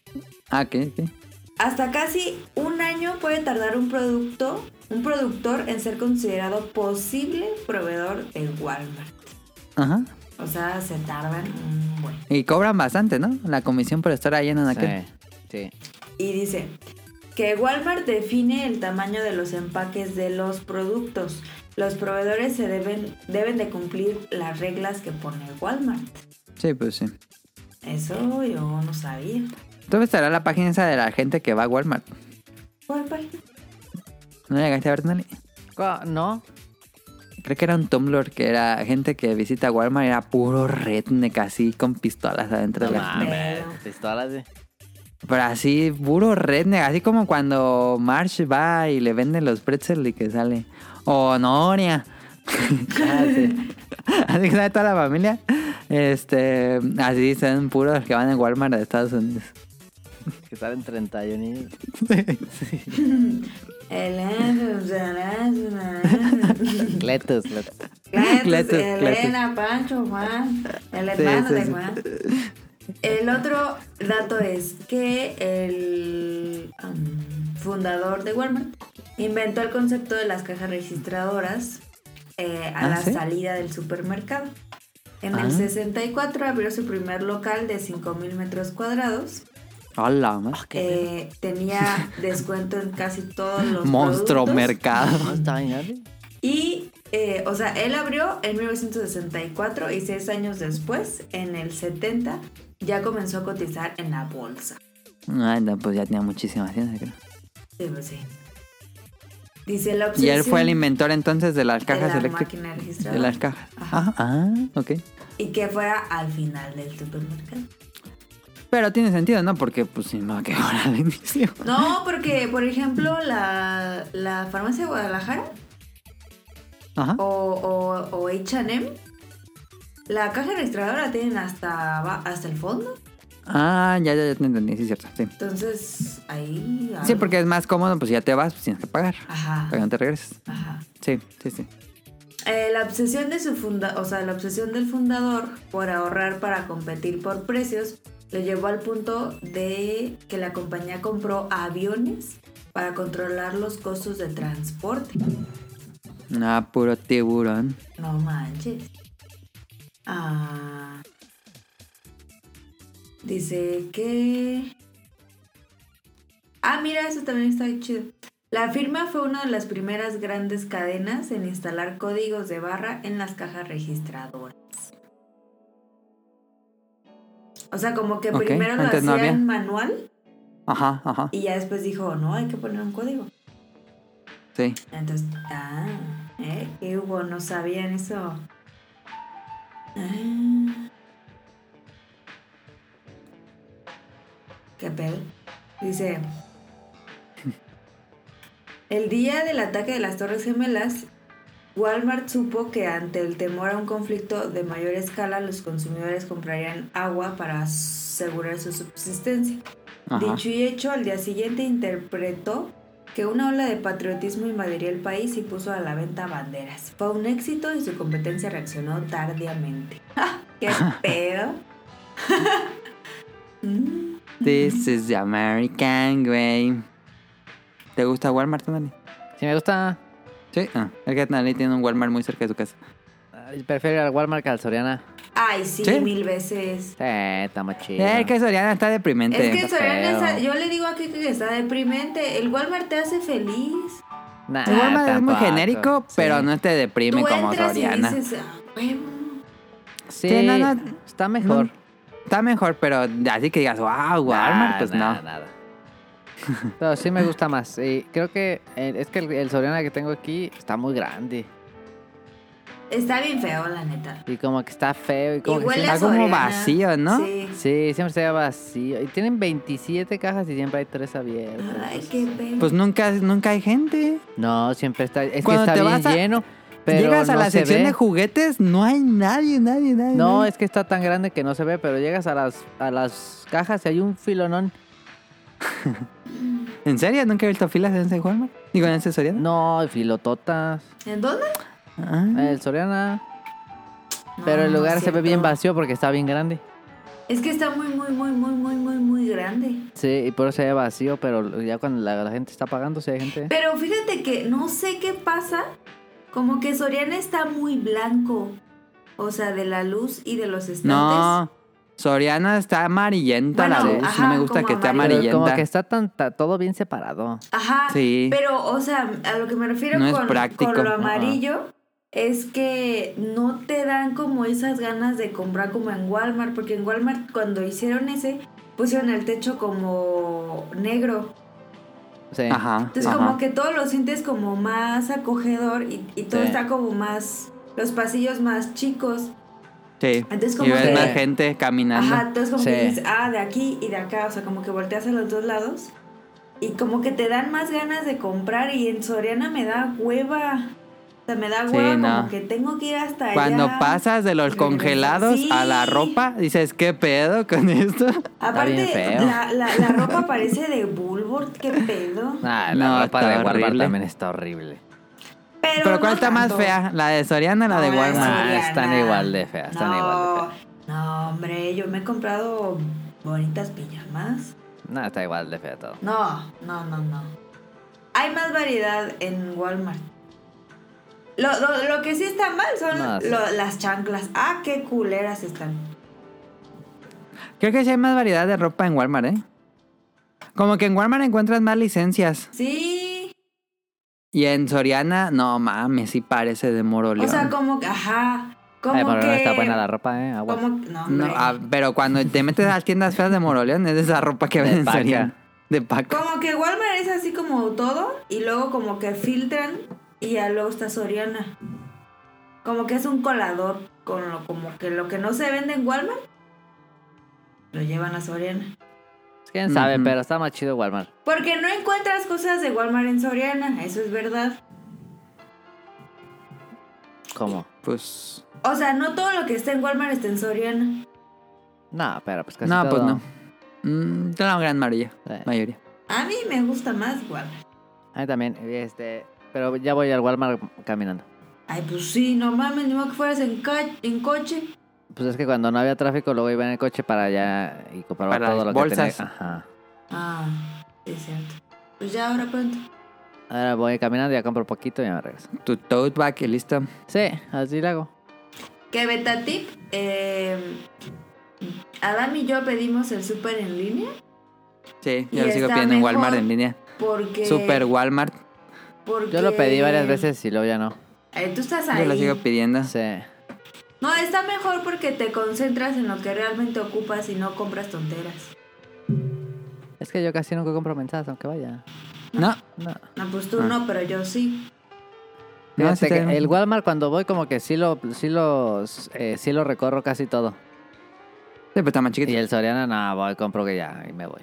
S3: ah, ¿qué? ¿Qué?
S1: Hasta casi un año puede tardar un producto, un productor en ser considerado posible proveedor de Walmart.
S3: Ajá.
S1: O sea, se tardan un buen.
S3: Y cobran bastante, ¿no? La comisión por estar ahí en aquel.
S2: Sí, sí.
S1: Y dice que Walmart define el tamaño de los empaques de los productos. Los proveedores se deben, deben de cumplir las reglas que pone Walmart.
S3: Sí, pues sí.
S1: Eso yo no sabía.
S3: Entonces estará la página esa de la gente que va a Walmart.
S1: ¿Cuál página?
S3: ¿No llegaste a ver, Nelly?
S2: Co- No,
S3: Creo que era un Tumblr que era gente que visita Walmart, era puro redneck así con pistolas adentro
S2: no
S3: de la gente.
S2: mames. Pistolas de...
S3: Pero así, puro redneck, así como cuando Marsh va y le venden los pretzels y que sale. ¡Oh, Noria!
S2: Ah,
S3: así que sale toda la familia. Este, así son puros los que van en Walmart de Estados Unidos.
S2: Que salen 31 y...
S1: Elena,
S2: Cletus, Cletus.
S3: Cletus,
S1: Elena, Pancho, Juan, el
S3: Sí,
S1: hermano
S3: sí,
S1: de
S3: sí.
S1: Juan. El otro dato es que el um, fundador de Walmart inventó el concepto de las cajas registradoras eh, a
S3: Ah,
S1: la
S3: ¿sí?
S1: salida del supermercado. En
S3: Ah.
S1: el 64 abrió su primer local de 5.000 metros cuadrados.
S3: Hola, ma-
S1: Eh, tenía descuento en casi todos los
S3: monstruo
S1: productos.
S3: mercado.
S2: ¿No está bien,
S1: Y, eh, o sea, él abrió en 1964 y seis años después, en el 70, ya comenzó a cotizar en la bolsa.
S3: Ay, no, pues ya tenía muchísimas tiendas, creo.
S1: Sí, pues sí. Dice la
S3: Y
S1: obsesión
S3: él fue el inventor entonces de las
S1: de
S3: cajas
S1: la
S3: eléctricas.
S1: máquina
S3: De las
S1: registradora.
S3: cajas.
S1: Ajá.
S3: Ah, ah, ok.
S1: Y que fuera al final del supermercado.
S3: Pero tiene sentido, ¿no? Porque, pues, si no, que ahora al inicio.
S1: No, porque, por ejemplo, la, la farmacia de Guadalajara
S3: Ajá.
S1: o, o, o H&M, la caja registradora la tienen hasta, aba- hasta el fondo.
S3: Ah, ya, ya, ya te entendí, sí, es cierto. Sí.
S1: Entonces, ahí...
S3: Sí,
S1: algo.
S3: porque es más cómodo, pues si ya te vas, pues tienes que pagar.
S1: Ajá.
S3: Para que no te regreses.
S1: Ajá.
S3: Sí, sí, sí.
S1: Eh, la obsesión de su funda, o sea, la obsesión del fundador por ahorrar para competir por precios lo llevó al punto de que la compañía compró aviones para controlar los costos de transporte.
S3: Ah, puro tiburón.
S1: No manches. Ah. Dice que. Ah, mira, eso también está chido. La firma fue una de las primeras grandes cadenas en instalar códigos de barra en las cajas registradoras. O sea, como que
S3: Ok,
S1: primero lo
S3: antes no
S1: hacían
S3: había.
S1: manual
S3: Ajá, ajá.
S1: y ya después dijo, no, hay que poner un código.
S3: Sí.
S1: Entonces, ah, ¿eh? ¿Qué hubo? No sabían eso. Ah. ¿Qué pedo? Dice. El día del ataque de las Torres Gemelas, Walmart supo que ante el temor a un conflicto de mayor escala, los consumidores comprarían agua para asegurar su subsistencia.
S3: Ajá.
S1: Dicho y hecho, al día siguiente interpretó que una ola de patriotismo invadiría el país y puso a la venta banderas. Fue un éxito y su competencia reaccionó tardíamente. ¡Ja! ¡Qué pedo! Mm.
S3: This is the American way. ¿Te gusta Walmart, Nani?
S2: Sí, me gusta.
S3: Sí. Ah, es que Nani tiene un Walmart muy cerca de su casa.
S2: Ay, Prefiero ir al Walmart que al Soriana.
S1: Ay, sí,
S3: ¿Sí?
S1: mil veces.
S2: Sí, está más chido.
S3: Eh, es que Soriana está
S1: Es
S3: deprimente.
S1: que Soriana
S2: feo.
S1: está- yo le digo aquí que está deprimente. El Walmart te hace feliz.
S2: Nah,
S3: El Walmart es muy
S2: tampoco.
S3: genérico, pero
S2: Sí.
S3: no te deprime
S1: Ah, Tú
S3: como
S1: entras y
S3: Soriana.
S1: dices, "Ah, huevo".
S2: Sí,
S3: Sí, no, no.
S2: está mejor.
S3: No, Está mejor, pero así que digas, wow, Walmart,
S2: Nah,
S3: pues
S2: nah,
S3: no.
S2: Nada. Pero sí me gusta más. Y creo que eh, es que el, el Soriana que tengo aquí está muy grande.
S1: Está bien feo, la neta.
S2: Y como que está feo y
S1: Y
S2: como que
S1: huele
S2: siempre-
S1: a
S3: está como
S1: Soriana.
S3: vacío, ¿no?
S1: Sí.
S2: Sí, siempre está vacío. Y tienen 27 cajas y siempre hay tres abiertas.
S1: Ay, qué pena.
S3: Pues nunca, nunca hay gente.
S2: No, siempre está. Es
S3: Cuando
S2: que está
S3: te
S2: bien
S3: vas a-
S2: lleno. Pero
S3: Llegas a
S2: no
S3: la
S2: se
S3: sección
S2: ve.
S3: de juguetes, no hay nadie, nadie, nadie.
S2: No,
S3: nadie.
S2: es que está tan grande que no se ve, pero llegas a las, a las cajas y hay un filonón.
S3: ¿En serio? ¿Nunca he visto filas en ese Walmart? Digo, en ese Soriana.
S2: No, filototas.
S1: ¿En dónde?
S3: Ah.
S2: El Soriana. Pero el
S1: No,
S2: lugar
S1: Mm. Ah, no es
S2: se ve bien
S1: cierto.
S2: vacío porque está bien grande.
S1: Es que está muy, muy, muy, muy, muy, muy, muy grande.
S2: Sí, y por eso se ve vacío, pero ya cuando la, la gente está pagando, sí hay gente.
S1: Pero fíjate que no sé qué pasa. Como que Soriana está muy blanco. O sea, de la luz y de los estantes.
S3: No, Soriana está amarillenta la
S1: Bueno,
S3: luz.
S1: ajá,
S3: no me gusta
S1: como
S3: que esté
S1: amarillo.
S2: Pero
S3: amarillenta.
S2: como que está tan, ta- todo bien separado.
S1: Ajá.
S3: Sí.
S1: Pero, o sea, a lo que me refiero
S3: No es
S1: con,
S3: práctico.
S1: con lo
S3: Ajá.
S1: amarillo es que no te dan como esas ganas de comprar como en Walmart. Porque en Walmart cuando hicieron ese, pusieron el techo como negro.
S2: Sí.
S3: Ajá.
S1: Entonces
S3: ajá.
S1: como que todo lo sientes como más acogedor y, y todo
S2: Sí.
S1: está como más... Los pasillos más chicos.
S3: Sí.
S1: Entonces
S3: y
S1: como
S3: ves
S1: que...
S3: más gente caminando.
S1: Ajá, entonces como que
S2: Sí.
S1: dices, ah, de aquí y de acá, o sea, como que volteas a los dos lados y como que te dan más ganas de comprar y en Soriana me da hueva. O sea, me da
S3: Sí,
S1: hueva
S3: no.
S1: como que tengo que ir hasta
S3: Cuando
S1: allá.
S3: pasas de los
S1: regresar.
S3: congelados a la
S1: Sí.
S3: ropa, dices, ¿qué pedo con esto?
S2: bien
S1: Aparte,
S2: feo.
S1: la, la, la ropa parece de Bulbord, qué pedo.
S2: Ah,
S3: No,
S2: la ropa
S3: está
S2: de Walmart
S3: horrible.
S2: también está horrible.
S1: Pero,
S3: Pero ¿cuál
S1: no
S3: está más
S1: tanto.
S3: fea? ¿La de Soriana o la Ah, de
S1: No,
S3: Walmart?
S1: Soriana.
S2: Ah, están igual de feas, están
S1: no,
S2: igual de feas.
S1: No, hombre, yo me he comprado bonitas pijamas.
S2: No, está igual de fea todo.
S1: No, no, no, no. Hay más variedad en Walmart. Lo, lo- lo que sí está mal son
S2: No, sí.
S1: lo- las chanclas. Ah, qué culeras están.
S3: Creo que sí hay más variedad de ropa en Walmart, ¿eh? Como que en Walmart encuentras más licencias.
S1: Sí.
S3: Y en Soriana, no mames, sí parece de Moro
S1: O
S3: León.
S1: sea, como que, ajá. Como
S2: Ay, pero
S1: que.
S2: no está buena la ropa, ¿eh? Aguas.
S1: como, no, hombre.
S3: No, ah, pero cuando te metes a las tiendas feas de Moroleón, es esa ropa que
S2: De
S3: ven en
S2: paca.
S3: Soriana. De Paco.
S1: Como que Walmart es así como todo y luego como que filtran y ya luego está Soriana. Como que es un colador con lo como que lo que no se vende en Walmart lo llevan a Soriana.
S2: ¿Quién sabe?
S3: Ujú.
S2: Pero está más chido Walmart.
S1: Porque no encuentras cosas de Walmart en Soriana, eso es verdad.
S2: ¿Cómo?
S3: Pues.
S1: O sea, no todo lo que está en Walmart está en Soriana.
S2: No, pero pues casi
S3: No, pues
S2: todo.
S3: no. Mm, de la gran mayoría.
S2: Eh.
S3: mayoría.
S1: A mí me gusta más Walmart.
S2: A mí también, este... Pero ya voy al Walmart caminando.
S1: Ay, pues sí, no mames, ni modo que fueras en, ca- en coche.
S2: Pues es que cuando no había tráfico, luego iba en el coche para allá y compraba
S3: Para
S2: todo
S3: las
S2: lo
S3: bolsas.
S2: que tenía. Ajá.
S1: Ah, sí, es cierto. Pues ya ahora pronto.
S2: Ahora voy caminando, ya compro poquito y ya me regreso.
S3: Tu tote bag y listo.
S2: Sí, así lo hago.
S1: Que beta tip, eh, Adam y yo pedimos el súper en línea
S3: Sí,
S1: Y
S3: yo lo sigo
S1: está
S3: pidiendo en
S1: mejor.
S3: Walmart en línea.
S1: porque...
S3: Super Walmart.
S1: porque-
S2: Yo lo pedí varias veces y luego ya no.
S1: Ay, tú estás ahí.
S3: Yo lo sigo pidiendo.
S2: Sí.
S1: No, está mejor porque te concentras en lo que realmente ocupas y no compras tonteras.
S2: Es que yo casi nunca compro mensajes, aunque vaya.
S3: No,
S2: No.
S1: No, pues tú
S3: Ah.
S1: no, pero yo sí.
S3: No,
S2: Fíjate
S3: sí
S2: que
S3: está bien.
S2: el Walmart cuando voy como que sí lo, sí los, eh, sí lo recorro casi todo.
S3: sí, pero está más
S2: Y
S3: chiquito.
S2: el Soriana, no, voy, compro que ya y me voy.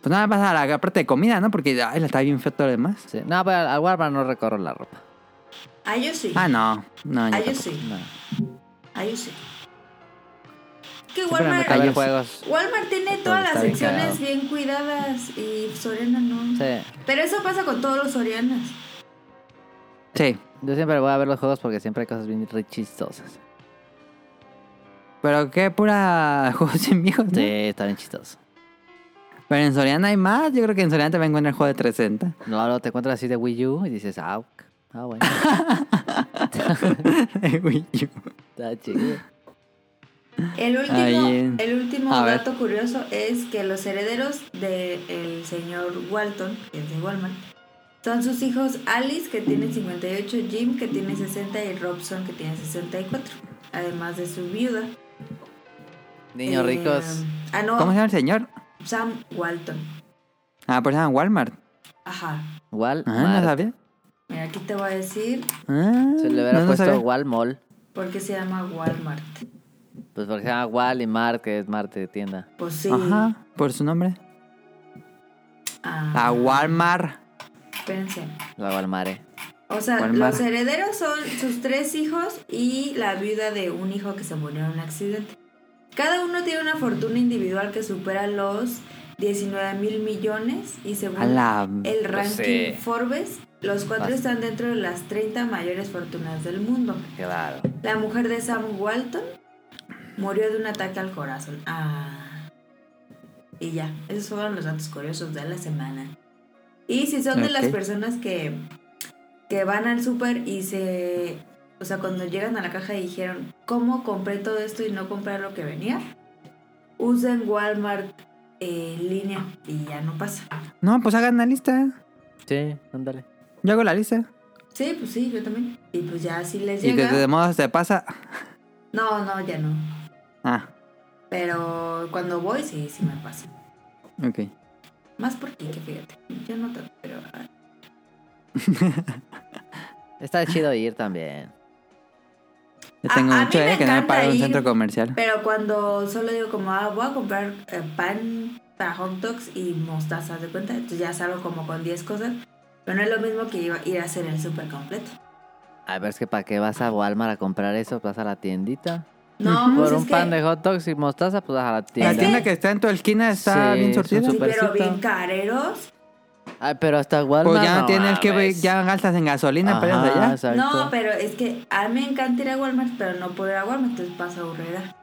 S3: Pues nada más a la parte de comida, ¿no? Porque ay, la está bien feo todo lo demás.
S2: Sí. No, pero al Walmart no recorro la ropa.
S1: Ah, yo sí.
S3: Ah, no. No, yo
S1: Ah, yo
S3: tampoco.
S1: sí.
S2: No.
S1: Ah, yo sí. Que
S2: Siempre me
S1: Walmart,
S2: meto a ver
S3: Ah, yo sí.
S2: juegos.
S1: Walmart tiene
S2: Todo
S1: todas
S2: está
S1: las
S2: bien
S1: secciones
S2: cagado.
S1: bien cuidadas y Soriana no.
S2: Sí.
S1: Pero eso pasa con todos los Sorianas.
S3: Sí.
S2: Yo siempre voy a ver los juegos porque siempre hay cosas bien re chistosas.
S3: Pero qué pura juegos sin viejos, ¿no?
S2: Sí, está bien chistoso.
S3: Pero en Soriana hay más. Yo creo que en Soriana te va a encontrar el juego de 360.
S2: No, luego te encuentras así de Wii U y dices, ah, ok. ah bueno,
S3: Wii U.
S2: está chido.
S1: El último,
S3: Ay, eh.
S1: el último
S3: A ver.
S1: dato curioso es que los herederos del señor Walton, que es de Walmart, son sus hijos Alice, que tiene 58, Jim, que tiene 60 y Robson, que tiene 64. Además de su viuda.
S2: Niños
S1: Eh,
S2: ricos.
S1: Ah, no,
S3: ¿Cómo se llama el señor?
S1: Sam Walton.
S3: Ah, por eso se llama Walmart.
S1: Ajá.
S2: Igual.
S3: Ah, no sabía.
S1: Mira, aquí te voy a decir
S3: Ah,
S2: Se le hubiera
S3: no, no
S2: puesto
S3: sabía.
S2: Walmall.
S1: por qué se llama Walmart.
S2: Pues porque se llama Wal y Mart, que es Marte de tienda.
S1: Pues sí.
S3: Ajá, por su nombre.
S1: Ah,
S3: A Walmart.
S1: espérense.
S2: La Walmare.
S1: O sea,
S3: Walmart.
S1: los herederos son sus tres hijos y la viuda de un hijo que se murió en un accidente. Cada uno tiene una fortuna individual que supera los 19 mil millones y según
S3: A la...
S1: el ranking
S2: sí.
S1: Forbes, los cuatro
S2: Bast-
S1: están dentro de las 30 mayores fortunas del mundo.
S2: Claro.
S1: La mujer de Sam Walton murió de un ataque al corazón. Ah. Y ya, esos fueron los datos curiosos de la semana. Y si son de las
S3: Ok.
S1: personas que, que van al súper y se... O sea, cuando llegan a la caja y dijeron, ¿cómo compré todo esto y no compré lo que venía? Usen Walmart eh, en línea y ya no pasa.
S3: No, pues hagan la lista.
S2: Sí, ándale.
S3: Yo hago la lista.
S1: Sí, pues sí, yo también. Y pues ya así les
S3: Y de
S1: llega.
S3: todos modos te pasa.
S1: No, no, ya no.
S3: Ah,
S1: Pero cuando voy, sí, sí me pasa.
S3: ok.
S1: Más por ti que fíjate. Yo no tanto, pero. ah,
S2: Está chido ir también.
S3: Yo
S1: A-
S3: tengo
S1: a mí
S3: mucho
S1: me
S3: eh, que no me
S1: encanta
S3: paro en un
S1: ir.
S3: centro comercial.
S1: Pero cuando solo digo, como, ah, voy a comprar eh, pan para hot dogs y mostaza, ¿haz de cuenta? Entonces ya salgo como con 10 cosas. Pero no es lo mismo que iba- ir a hacer el súper completo.
S2: A ver, es que para qué vas a Walmart a comprar eso, vas a la tiendita.
S1: No, pues
S2: Por
S1: es
S2: un
S1: que-
S2: pan de hot dogs y mostaza, pues vas a la tienda.
S3: La
S1: Es
S3: tienda que está en tu esquina está
S2: Sí,
S3: bien
S2: es un
S3: surtida.
S1: Sí, pero
S2: supercito.
S1: bien careros.
S2: Ay, pero hasta Walmart.
S3: Pues ya no tienes que ver,
S2: mames.
S3: ya gastas en gasolina
S2: Ajá,
S3: para ir hasta allá.
S2: exacto.
S1: No, pero es que a mí me encanta ir a Walmart, pero no puedo ir a Walmart, entonces paso aburrida.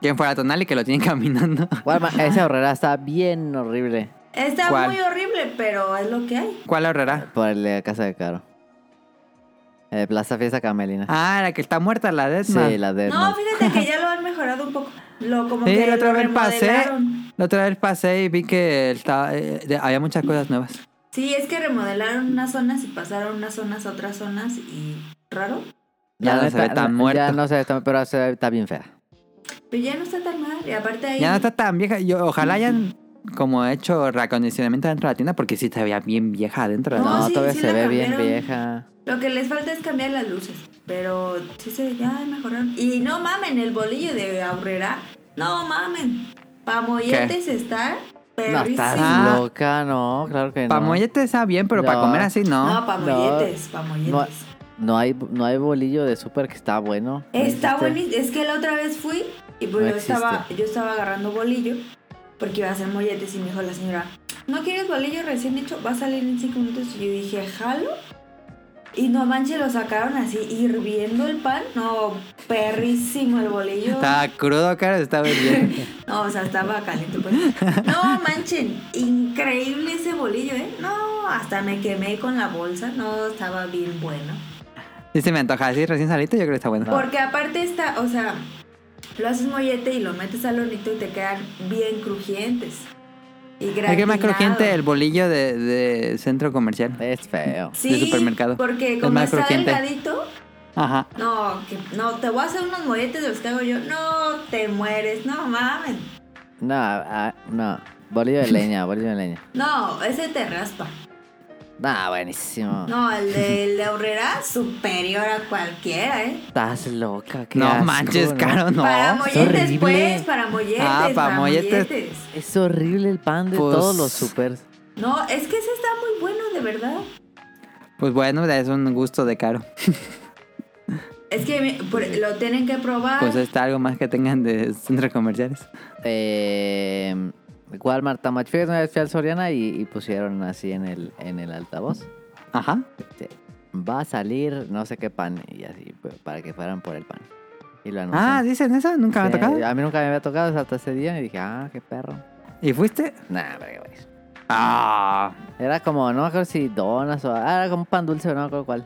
S3: Quien fuera tonal y que lo tienen caminando.
S2: Walmart, esa horrera está bien horrible.
S1: Está
S3: ¿Cuál?
S1: muy horrible, pero es lo que hay.
S3: ¿Cuál ahorrará?
S2: Por el de Casa de Caro. Eh, Plaza Fiesta Camelina.
S3: Ah, la que está muerta, la de Edna.
S2: sí, la de.
S1: No, fíjate que ya lo han mejorado un poco. Lo como
S3: Sí,
S1: que
S3: la otra
S1: lo
S3: vez pasé.
S1: remodelaron.
S3: La otra vez pasé y vi que estaba, eh, de- había muchas cosas nuevas.
S1: Sí, es que remodelaron unas zonas y pasaron unas zonas a otras zonas y raro.
S3: Ya no se ve tan muerta.
S2: Ya no se ve tan pero se ve- está bien fea.
S1: Pero ya no está tan mal. Y aparte ahí.
S3: Ya no está tan vieja. Yo, ojalá hayan como hecho reacondicionamiento dentro de la tienda porque sí se veía bien vieja adentro. de la-
S2: No,
S1: sí,
S2: todavía
S1: sí
S2: se
S1: la
S2: ve bien
S1: cambiaron.
S2: vieja.
S1: Lo que les falta es cambiar las luces. Pero sí se ya mejoraron. Y no mamen, el bolillo de aurrera. No mamen. Pamoyetes está.
S2: No, estás
S1: perrísimo.
S3: Ah,
S2: loca, no, claro que no.
S3: Para mollete está bien, pero para
S2: No.
S3: comer así no.
S1: No, pamoyetes, pamoyetes.
S2: No, no hay, no hay bolillo de súper que está bueno. No
S1: Está
S2: existe.
S1: buenísimo. Es que la otra vez fui y pues
S2: No
S1: yo,
S2: existe.
S1: estaba, yo estaba agarrando bolillo porque iba a hacer molletes y me dijo la señora, ¿no quieres bolillo recién hecho? Va a salir en cinco minutos. Y yo dije, ¿jalo? Y no manches, lo sacaron así hirviendo el pan. No, perrísimo el bolillo.
S2: pues
S3: Está crudo, cara, está bien.
S1: No, o sea, estaba caliente. Pues. No manchen, increíble ese bolillo, ¿eh? No, hasta me quemé con la bolsa. No, estaba bien bueno.
S3: Y se me antoja así recién salito, yo creo que está bueno.
S1: Porque aparte está, o sea, lo haces mollete y lo metes al hornito y te quedan bien crujientes. Y
S3: Es que es más
S1: gratinado.
S3: crujiente el bolillo de, de centro comercial.
S2: Es feo.
S1: sí,
S3: de supermercado.
S1: Porque
S3: Es
S1: como
S3: más
S1: está
S3: crujiente.
S1: delgadito,
S3: Ajá.
S1: no, que- no, te voy a hacer unos molletes de los que hago yo. No, te mueres, no mames.
S2: No, ah, no. Bolillo de leña, bolillo de leña.
S1: No, ese te raspa.
S2: No, buenísimo.
S1: No, el de, el de Aurrera superior a cualquiera, ¿eh?
S2: Estás loca, qué
S3: No
S2: asco,
S3: manches,
S2: ¿no?
S3: caro, no.
S1: para molletes,
S2: horrible.
S1: pues, para molletes.
S3: Ah, para molletes.
S2: Es horrible el pan de
S3: Pues-
S2: todos los supers.
S1: No, es que ese está muy bueno, de verdad.
S3: Pues bueno, es un gusto de caro.
S1: Es que me- por- lo tienen que probar.
S3: Pues está algo más que tengan de centros comerciales.
S2: Eh, Walmart está más feo. Una vez fui al Soriana y, y pusieron así en el, en el altavoz.
S3: Ajá.
S2: Este, Va a salir no sé qué pan y así, pues, para que fueran por el pan. Y lo anuncian.
S3: Ah, dicen eso, nunca me ha
S2: Sí,
S3: tocado.
S2: A mí nunca me había tocado hasta ese día y dije, ah, qué perro.
S3: ¿Y fuiste?
S2: Nah, pero qué güey.
S3: Ah.
S2: Era como, no me acuerdo si donas o. Ah, era como un pan dulce, no me acuerdo cuál.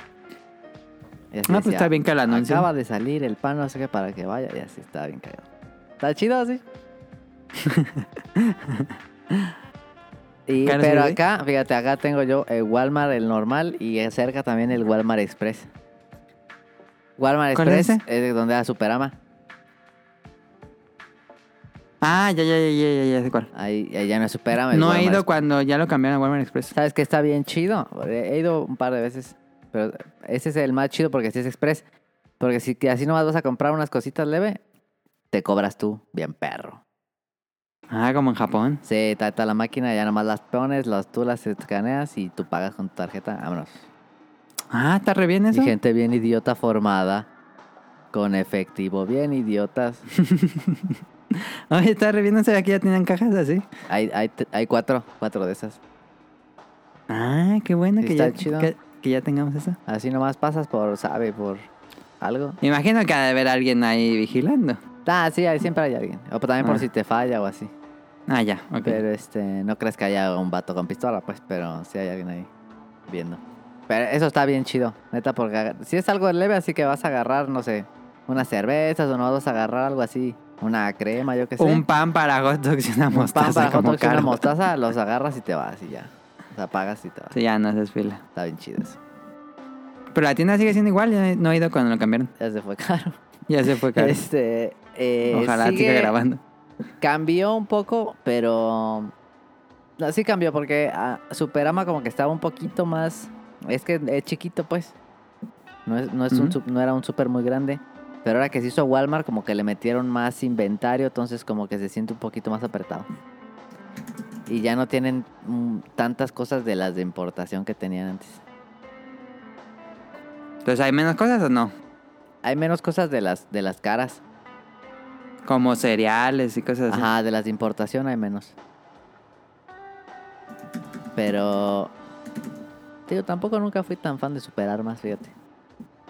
S2: Y así
S3: No, pues
S2: decía,
S3: está bien que lo anuncien.
S2: Acaba de salir el pan, no sé qué, para que vaya. Y así está bien cagado. Está chido así. Y-
S3: Claro,
S2: pero
S3: sí, sí.
S2: acá, fíjate, acá tengo yo el Walmart, el normal, y cerca también el Walmart Express. Walmart
S3: ¿Cuál es
S2: Express es, donde da Superama.
S3: Ah, ya, ya, ya, ya, ya, ya sé cuál.
S2: Ahí, ahí ya no es Superama. es
S3: No he
S2: Walmart
S3: ido
S2: Express.
S3: cuando ya lo cambiaron a Walmart Express.
S2: ¿Sabes qué está bien chido? He ido un par de veces. Pero ese es el más chido porque si es express. Porque si que así nomás vas a comprar unas cositas leve, te cobras tú, bien perro.
S3: Ah, como en Japón.
S2: Sí, está, está la máquina, ya nomás las pones, las, tú las escaneas y tú pagas con tu tarjeta. Vámonos.
S3: Ah, está re bien eso.
S2: Y gente bien idiota formada, con efectivo, bien idiotas.
S3: Oye, está re bien eso. Aquí ya tienen cajas así.
S2: Hay, hay, hay cuatro, cuatro de esas.
S3: Ah, qué bueno
S2: Sí,
S3: que,
S2: está
S3: ya,
S2: chido.
S3: que, que ya tengamos eso.
S2: Así nomás pasas por, sabe, por algo.
S3: Me imagino que ha de haber alguien ahí vigilando.
S2: Ah, sí, ahí siempre hay alguien. O también por
S3: Ah.
S2: si te falla o así.
S3: Ah, ya, ok.
S2: Pero este, no crees que haya un vato con pistola, pues, pero sí hay alguien ahí viendo. Pero eso está bien chido, neta, porque aga- si es algo leve, así que vas a agarrar, no sé, unas cervezas o no vas a agarrar algo así, una crema, yo qué sé.
S3: Un pan para hot dogs y una
S2: Un
S3: mostaza.
S2: pan para hot
S3: como
S2: dogs y una
S3: Carlos.
S2: mostaza, los agarras y te vas y ya. Los apagas y te vas.
S3: Sí, ya no haces fila.
S2: Está bien chido eso.
S3: Pero la tienda sigue siendo igual, ya no he ido cuando lo cambiaron.
S2: Ya se fue caro.
S3: Ya se fue, Carlos.
S2: Este, eh,
S3: Ojalá siga
S2: sigue-
S3: grabando.
S2: Cambió un poco, pero. No, sí cambió porque ah, Superama como que estaba un poquito más. Es que es chiquito, pues. No, es, no, es un
S3: Ujú.
S2: sup- no era un super muy grande. Pero ahora que se hizo Walmart, como que le metieron más inventario, entonces como que se siente un poquito más apretado. Y ya no tienen mm, tantas cosas de las de importación que tenían antes.
S3: Entonces, ¿hay menos cosas o no?
S2: Hay menos cosas de las, de las caras.
S3: Como cereales y cosas así.
S2: Ajá, de las de importación hay menos. Pero. Tío, tampoco nunca fui tan fan de superarmas, fíjate.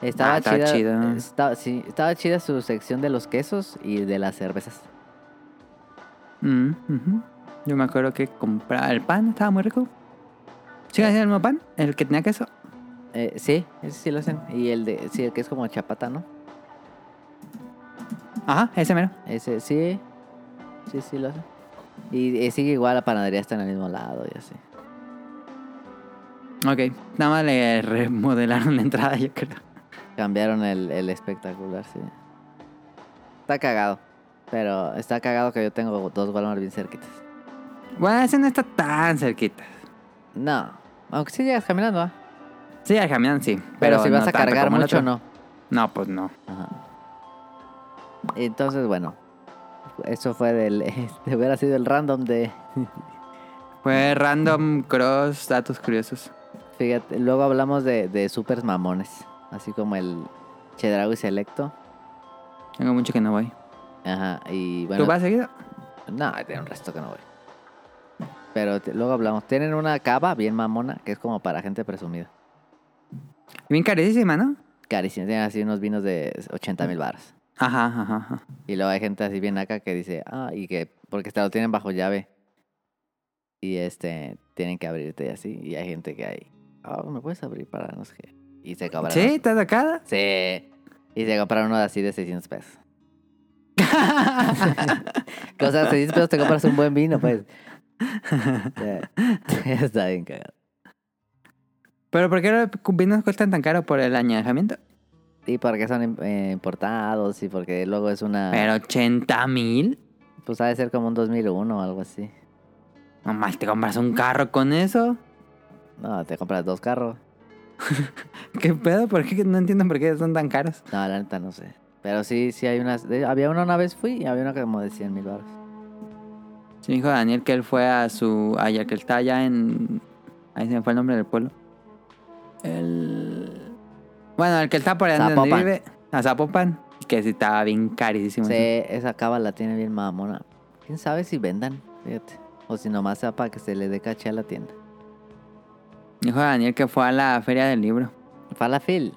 S2: Estaba
S3: Ah, estaba
S2: chida.
S3: chido.
S2: estaba- sí, estaba chida su sección de los quesos y de las cervezas.
S3: Mm, ujú. Yo me acuerdo que compraba el pan, estaba muy rico. ¿Sigue haciendo el mismo pan? ¿El que tenía queso?
S2: Eh, sí, ese sí lo hacen. Y el de. Sí, el que es como chapata, ¿no?
S3: Ajá, ese mero.
S2: Ese sí. Sí, sí lo hacen. Y eh, sigue igual, la panadería está en el mismo lado y así.
S3: Ok, nada más le remodelaron la entrada, yo creo.
S2: Cambiaron el, el espectacular, sí. Está cagado. Pero está cagado que yo tengo dos Walmart bien cerquitas.
S3: Bueno, ese no está tan cerquita.
S2: No. Aunque sí llegas caminando, ¿ah?
S3: Sí, al Jamián sí.
S2: Pero, si
S3: no
S2: vas a
S3: tanto
S2: cargar
S3: como el
S2: mucho,
S3: otro.
S2: no.
S3: No, pues no.
S2: Ajá. Entonces, bueno. Eso fue del... Este, hubiera sido el random de...
S3: Fue random cross, datos curiosos.
S2: Fíjate, luego hablamos de, de supers mamones. Así como el Chedraui Selecto.
S3: Tengo mucho que no voy.
S2: Ajá. Y bueno...
S3: ¿Tú vas seguido?
S2: No, tiene un resto que no voy. Pero te- luego hablamos. Tienen una cava bien mamona que es como para gente presumida.
S3: Bien carísima, ¿no?
S2: Carísima. Tienen así unos vinos de 80 mil baros.
S3: Ajá, ajá, ajá.
S2: Y luego hay gente así bien acá que dice, ah, y que, porque te lo tienen bajo llave. Y este, tienen que abrirte y así. Y hay gente que hay, ah, ¿me puedes abrir para no sé qué? Y se compraron.
S3: ¿Sí? ¿Estás acá?
S2: Sí. Y se compraron uno así de 600 pesos. o sea, 600 pesos te compras un buen vino, pues. O sea, Está bien cagado.
S3: ¿Pero por qué los vinos cuestan tan caro por el
S2: Ah.
S3: añejamiento?
S2: Y porque son im- eh, importados y porque luego es una...
S3: ¿Pero 80 mil?
S2: Pues ha de ser como un 2001 o algo así.
S3: Nomás te compras un carro con eso.
S2: No, te compras dos carros.
S3: ¿Qué pedo? ¿Por qué? No entiendo por qué son tan caros.
S2: No, la neta no sé. Pero sí, sí hay unas. de- había una una vez fui y había una como de 100 mil baros.
S3: Sí, me dijo Daniel que él fue a su... Allá que él está allá en... Ahí se me fue el nombre del pueblo. El... Bueno, el que está por allá donde
S2: Zapopan.
S3: vive. A Zapopan. Que sí estaba bien carísimo.
S2: Ah, Sí,
S3: eso.
S2: esa cava la tiene bien mamona. Quién sabe si vendan, fíjate. O si nomás sea para que se le dé caché a la tienda.
S3: Dijo Daniel que fue a la feria del libro.
S2: Falafil.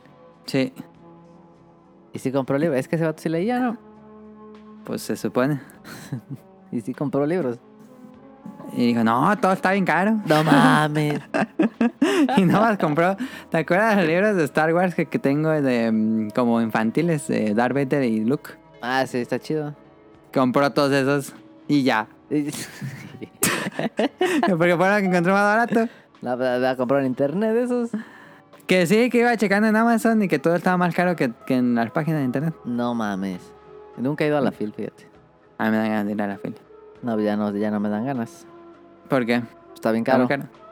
S3: Sí,
S2: Y si compró libros. Es que ese vato sí leía, ¿no?
S3: pues se supone.
S2: Y si compró libros.
S3: Y dijo, no, todo está bien caro.
S2: No mames.
S3: Y nomás compró. ¿Te acuerdas de los libros de Star Wars que, que tengo de mm, como infantiles de Darth Vader y Luke?
S2: ah, sí, está chido.
S3: Compró todos esos y ya. Porque fue lo que encontró más barato.
S2: la, la, la compró en internet esos.
S3: Que sí, que iba checando en Amazon y que todo estaba más caro que, que en las páginas de internet.
S2: No mames. Nunca he ido a la fil, fíjate.
S3: A mí me dan ganas de ir a la feria.
S2: No, ya no, ya no me dan ganas.
S3: ¿Por qué?
S2: Está bien
S3: ¿Está
S2: caro.
S3: muy caro?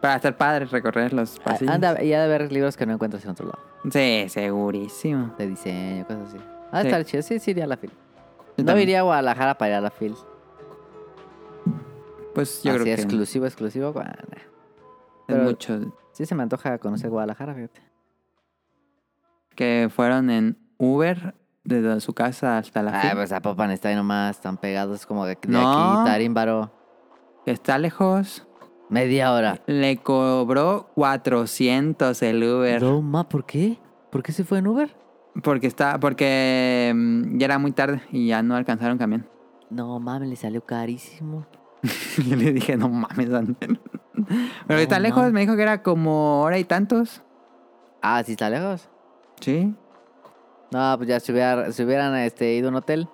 S3: Para estar padre recorrer los
S2: Ah,
S3: pasillos.
S2: Anda, y ha de haber libros que no encuentras en otro lado.
S3: Sí, segurísimo.
S2: De diseño, cosas así. Ah,
S3: Sí.
S2: estar chido. Sí, sí iría a la fil.
S3: Yo
S2: No
S3: también.
S2: iría a Guadalajara para ir a la fil.
S3: Pues
S2: Yo
S3: yo
S2: así
S3: creo que
S2: exclusivo, exclusivo. bueno, nah.
S3: es
S2: pero-
S3: mucho
S2: Sí se me antoja conocer Guadalajara, fíjate.
S3: que fueron en Uber desde su casa hasta la
S2: Ah,
S3: fil-
S2: pues Zapopan está ahí nomás, tan pegados como de, de
S3: No.
S2: aquí, Tarímbaro.
S3: que está lejos.
S2: Media hora.
S3: Le cobró 400 el Uber.
S2: No, ma, ¿por qué? ¿Por qué se fue en Uber?
S3: Porque está, porque mm, ya era muy tarde y ya no alcanzaron camión.
S2: No, mames, le salió carísimo.
S3: y le dije, no mames, Daniel. Pero que está
S2: No
S3: lejos,
S2: mames.
S3: me dijo que era como hora y tantos.
S2: Ah, ¿sí está lejos?
S3: Sí.
S2: No, pues ya si, hubiera- si hubieran este, ido a un hotel.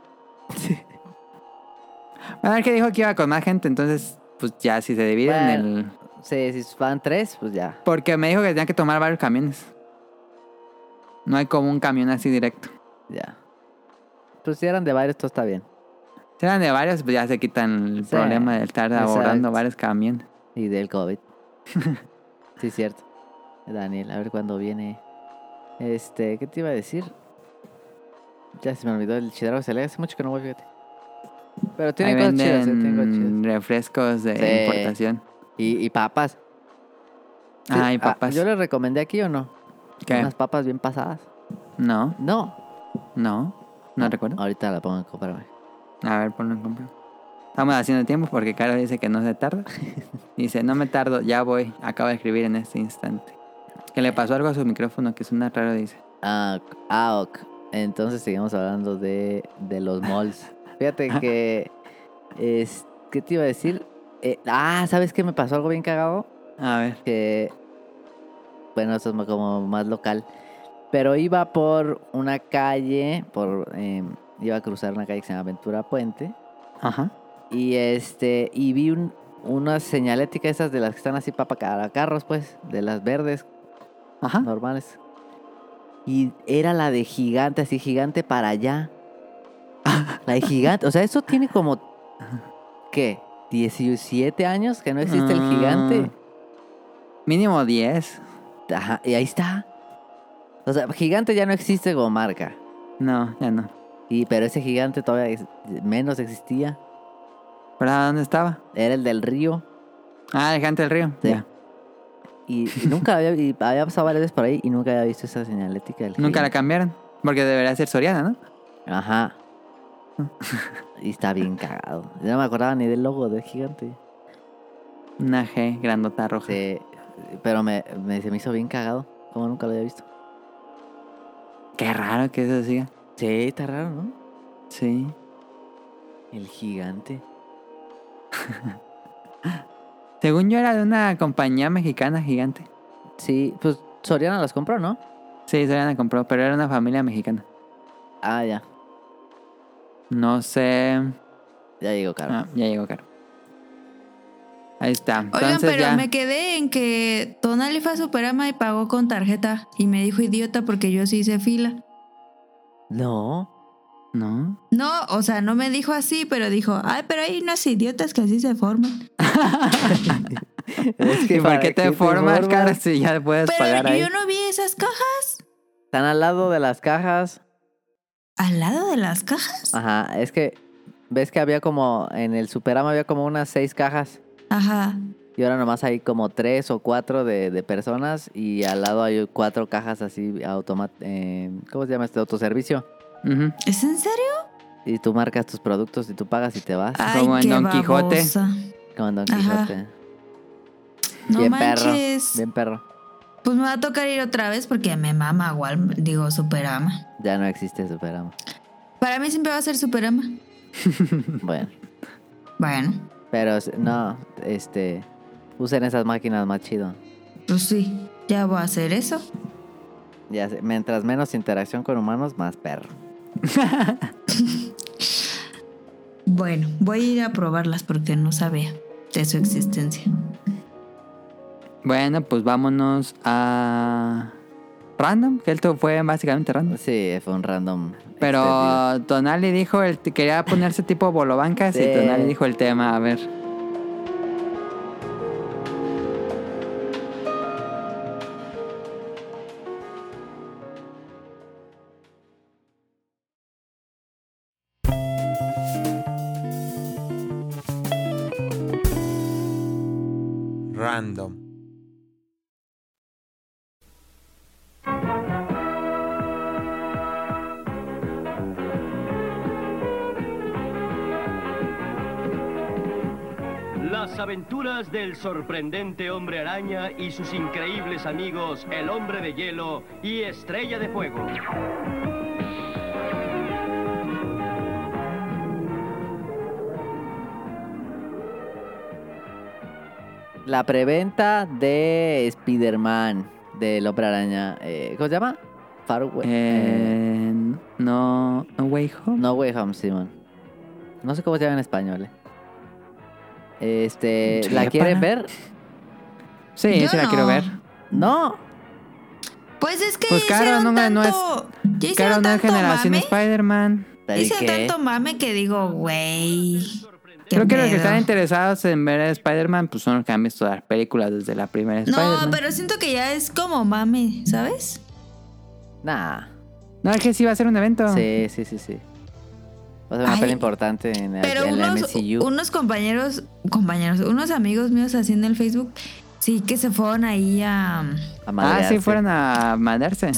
S3: Bueno, el que dijo que iba con más gente, entonces, pues ya si se dividen
S2: Bueno.
S3: el.
S2: Sí, si van tres, pues ya.
S3: Porque me dijo que tenía que tomar varios camiones. No hay como un camión así directo.
S2: Ya. Pues si eran de varios, todo está bien.
S3: Si eran de varios, pues ya se quitan el
S2: Sí.
S3: problema de estar
S2: Exacto.
S3: abordando varios camiones.
S2: Y del COVID. sí, es cierto. Daniel, a ver cuándo viene. Este, ¿qué te iba a decir? Ya se me olvidó el Chidaro se le hace mucho que no voy, fíjate. Pero tiene
S3: Ahí
S2: cosas chidas, eh, tiene cosas chidas.
S3: venden refrescos de
S2: Sí.
S3: importación.
S2: Y, y papas. Sí,
S3: Ay,
S2: ah,
S3: papas.
S2: ¿Yo Ah. les recomendé aquí o no?
S3: ¿Qué?
S2: Unas papas bien pasadas.
S3: No,
S2: No. Ah,
S3: no, no recuerdo.
S2: Ahorita la pongo en compra.
S3: A ver, ponlo en compra. Estamos haciendo tiempo porque Caro dice que no se tarda. dice, no me tardo, ya voy. Acabo de escribir en este instante. Que le pasó algo a su micrófono que suena raro, dice.
S2: Ah, ok. ah, ok. Entonces seguimos hablando de, de los malls. Fíjate que... Es, ¿Qué te iba a decir? Eh, ah, ¿sabes qué? Me pasó algo bien cagado.
S3: A ver.
S2: que bueno eso es mo- como más local pero iba por una calle por eh, iba a cruzar una calle que se llama Ventura Puente
S3: Ajá.
S2: y este y vi un, unas señaléticas esas de las que están así pa- pa- para carros pues de las verdes
S3: Ajá.
S2: normales y era la de gigante así gigante para allá la de gigante o sea eso tiene como qué 17 años que no existe
S3: Mm.
S2: el gigante
S3: Ah. Mínimo 10.
S2: Ajá, y ahí está. O sea, gigante ya no existe como marca.
S3: No, ya no.
S2: Y, pero ese gigante todavía ex- menos existía.
S3: ¿Pero a dónde estaba?
S2: Era el del río.
S3: Ah, el gigante del río.
S2: Sí.
S3: Ya.
S2: Y, y nunca había, y había pasado varias veces por ahí y nunca había visto esa señalética. Del
S3: Nunca la
S2: gigante.
S3: cambiaron. Porque debería ser Soriana, ¿no?
S2: Ajá.
S3: Mm.
S2: y está bien cagado. Yo no me acordaba ni del logo del gigante.
S3: Una G grandota roja.
S2: Sí, pero me, me- se me hizo bien cagado. Como nunca lo había visto.
S3: Qué raro que eso siga.
S2: Sí, está raro, ¿no?
S3: Sí.
S2: El gigante.
S3: Según yo era de una compañía mexicana gigante.
S2: Sí, pues Soriana las compró, ¿no?
S3: Sí, Soriana compró, pero era una familia mexicana.
S2: Ah, ya.
S3: No sé.
S2: Ya llegó, caro.
S3: Ah, ya llegó Caro. Ahí está.
S5: Oigan,
S3: Entonces
S5: pero
S3: ya.
S5: me quedé en que Tonali fue a Superama y pagó con tarjeta. Y me dijo idiota porque yo sí hice fila.
S2: No.
S3: No.
S5: No, o sea, no me dijo así, pero dijo, ay, pero hay unos idiotas que así se forman.
S2: Es
S3: ¿Y por
S2: para
S3: qué te formas, Caro, si ya puedes pagar
S5: Pero
S3: ahí?
S5: yo no vi esas cajas.
S2: Están al lado de las cajas.
S5: ¿Al lado de las cajas?
S2: Ajá, es que ves que había como en el Superama había como unas seis cajas
S5: Ajá.
S2: y ahora nomás hay como tres o cuatro de, de personas y al lado hay cuatro cajas así automat eh, ¿cómo se llama este autoservicio?
S3: Ujú.
S5: ¿Es en serio?
S2: Y tú marcas tus productos y tú pagas y te vas.
S1: Ah,
S5: Ay,
S3: Como en
S5: qué
S3: Don Quijote.
S5: babosa.
S2: Como en Don
S5: Ajá.
S2: Quijote.
S5: No
S2: Bien perro.
S5: manches.
S2: Bien perro.
S5: Pues me va a tocar ir otra vez porque me mama igual, digo, Superama.
S2: Ya no existe Superama.
S5: Para mí siempre va a ser Superama.
S2: Bueno,
S5: Bueno,
S2: pero s- no, este usen esas máquinas más chido.
S5: pues sí, ya voy a hacer eso.
S2: Ya sé, mientras menos interacción con humanos, más perro.
S5: Bueno, voy a ir a probarlas porque no sabía de su existencia.
S3: Bueno, pues vámonos a. Random, que esto fue básicamente random.
S2: Sí, fue un random. extendido.
S3: Pero Tonali dijo, el quería ponerse tipo bolobancas
S2: Sí.
S3: y Tonali dijo el tema, a ver.
S8: Fandom.
S9: Las aventuras del sorprendente hombre araña y sus increíbles amigos el hombre de hielo y estrella de fuego.
S2: La preventa de Spider-Man, del Hombre Araña. eh, ¿Cómo se llama? Far Away- eh,
S3: Eh, no, no Way Home.
S2: No Way Home, Simon. No sé cómo se llama en español. eh. Este, ¿La
S3: Chulépala.
S2: quieren ver?
S3: Sí,
S5: Yo
S3: sí la
S5: no.
S3: quiero ver.
S2: No.
S5: Pues es que
S3: Pues claro,
S5: hicieron
S3: no, no es-
S5: tanto... ya hicieron
S3: Claro, no es
S5: tanto
S3: generación
S5: mame,
S3: Spider-Man.
S2: ¿Pero y
S5: Hicieron
S2: qué?
S5: tanto mame que digo, güey... qué
S3: Creo que los que
S5: pedo.
S3: están interesados en ver a Spider-Man pues son los que han visto las películas desde la primera Spider-Man.
S5: No, pero siento que ya es como mame, ¿sabes?
S2: Nah.
S3: No, es que sí va a ser un evento. Ah,
S2: Sí, sí, sí, sí. Va a ser una
S5: Ay,
S2: peli importante en, el-
S5: Pero
S2: en Ah, la
S5: unos,
S2: MCU.
S5: unos compañeros, compañeros, unos amigos míos haciendo el Facebook, sí que se fueron ahí a...
S2: A
S3: Ah,
S2: madrearse.
S3: sí, fueron a mandarse.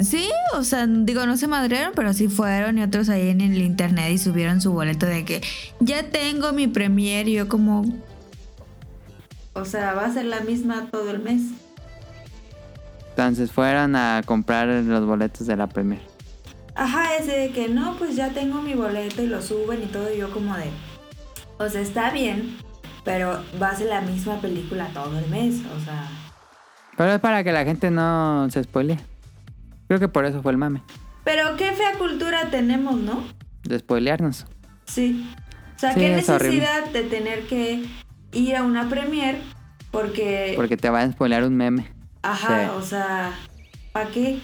S5: Sí, o sea, digo, no se madrearon, pero sí fueron y otros ahí en el internet y subieron su boleto de que ya tengo mi premier y yo como...
S1: O sea, va a ser la misma todo el mes.
S3: Entonces fueron a comprar los boletos de la primera.
S1: Ajá, ese de que no, pues ya tengo mi boleto y lo suben y todo. Y yo, como de. O sea, está bien, pero va a ser la misma película todo el mes. O sea,
S3: Pero es para que la gente no se spoile. Creo que por eso fue el mame.
S1: pero qué fea cultura tenemos, ¿no?
S3: De spoilearnos.
S1: Sí. O sea,
S3: Sí,
S1: qué
S3: es horrible.
S1: necesidad de tener que ir a una premier porque.
S3: Porque te van a spoilear un meme.
S1: ajá,
S2: sí.
S1: o sea, ¿para qué?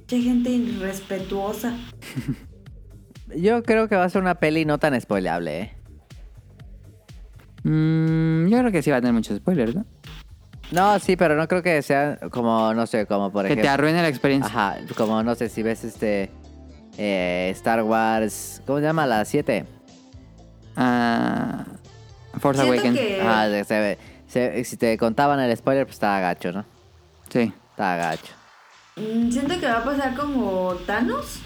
S1: Mucha gente irrespetuosa.
S2: Yo creo que va a ser una peli no tan spoileable, ¿eh?
S3: Mm, yo creo que sí va a tener muchos spoilers, ¿no?
S2: No, sí, pero no creo que sea como, no sé, como por
S3: Que te
S2: ejemplo.
S3: arruine la experiencia.
S2: Ajá, como no sé si ves este. eh, Star Wars. ¿Cómo se llama? La 7.
S3: Ah, Force
S1: Siento
S3: Awakens.
S1: que- Eh.
S2: Ajá, de- se ve- se- si te contaban el spoiler, pues estaba gacho, ¿no?
S3: Sí.
S2: Estaba gacho.
S1: Mm, Siento que va a pasar como Thanos.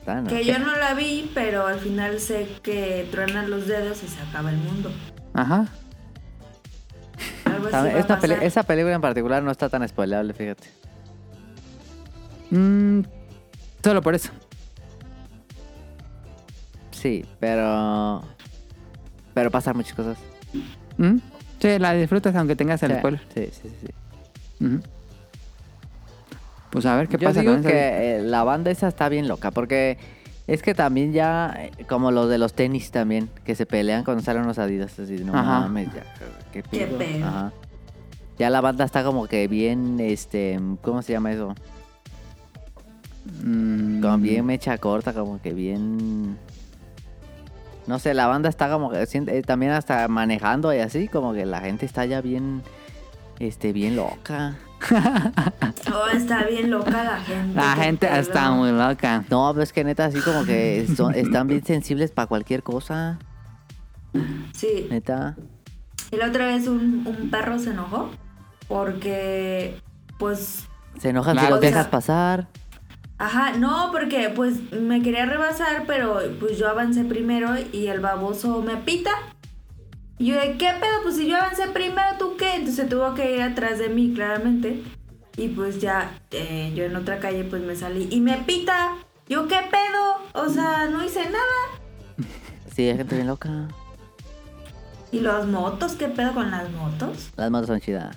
S2: Está, ¿no?
S1: Que yo no la vi, pero al final sé que truenan los dedos y se acaba el mundo.
S3: Ajá.
S1: Algo así
S2: Está-
S1: va a
S2: esta peli-
S1: pasar.
S2: esa película en particular no está tan spoileable, fíjate.
S3: Mm, solo por eso.
S2: Sí, pero. Pero pasan muchas cosas.
S3: Mm, Sí, la disfrutas aunque tengas el
S2: Sí,
S3: spoiler.
S2: Sí, sí, sí. sí.
S3: Ujú. Pues a ver qué
S2: Yo
S3: pasa
S2: digo
S3: con esa-
S2: que eh, la banda esa está bien loca, porque es que también ya, eh, como los de los tenis también, que se pelean cuando salen los adidas, así, no
S3: Ajá.
S2: mames, ya, qué
S1: Qué
S2: pedo.
S1: pedo.
S2: Ajá. Ya la banda está como que bien, este, ¿cómo se llama eso?
S3: Mm,
S2: Como bien mecha corta, como que bien... No sé, la banda está como que siente- eh, también hasta manejando y así, como que la gente está ya bien, este, bien loca.
S1: Oh, está bien loca la gente.
S3: La
S1: qué
S3: gente
S1: pedo.
S3: está muy loca.
S2: No, pero es que neta, así como que son- están bien sensibles para cualquier cosa,
S1: Sí.
S2: neta.
S1: Y la otra vez un, un perro se enojó porque, pues,
S2: Se enojan si
S3: Claro,
S2: los
S1: o sea-
S2: dejas pasar.
S1: ajá, no, porque, pues, me quería rebasar, pero, pues, yo avancé primero y el baboso me pita. Y yo de, ¿qué pedo? Pues, si yo avancé primero, ¿tú qué? Entonces tuvo que ir atrás de mí, claramente. Y, pues, ya, eh, yo en otra calle, pues, me salí y me pita. Yo, ¿qué pedo? O sea, no hice nada.
S2: Sí, hay gente bien loca.
S1: ¿Y los motos? ¿Qué pedo con las motos?
S2: Las motos son chidas.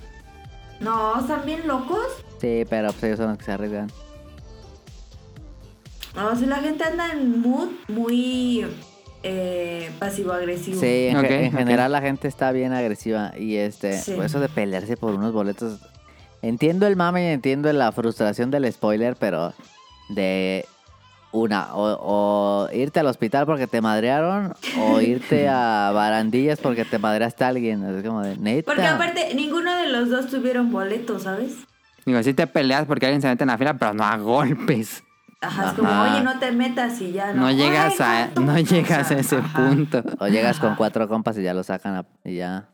S1: No, ¿están bien locos?
S2: Sí, pero pues ellos son los que se arriesgan.
S1: No, si la gente anda en mood muy eh, pasivo-agresivo.
S2: Sí, en, ge-
S3: Ok,
S2: en
S3: ok.
S2: general la gente está bien agresiva. Y este,
S1: Sí.
S2: por eso de pelearse por unos boletos. Entiendo el mame y entiendo la frustración del spoiler, pero de una, o, o irte al hospital porque te madrearon, o irte a barandillas porque te madreaste a alguien. Es como de neta.
S1: Porque aparte, ninguno de los dos tuvieron boleto, ¿sabes?
S3: Digo, si te peleas porque alguien se mete en la fila, pero no a golpes.
S1: Ajá, es como,
S2: Ajá.
S1: oye, no te metas y ya.
S3: No, llegas
S1: Ay,
S3: a,
S1: ¿cuánto?
S3: no
S1: O
S3: llegas a
S1: sea,
S3: ese
S1: ajá.
S3: punto.
S2: O llegas con cuatro compas y ya lo sacan a- y ya.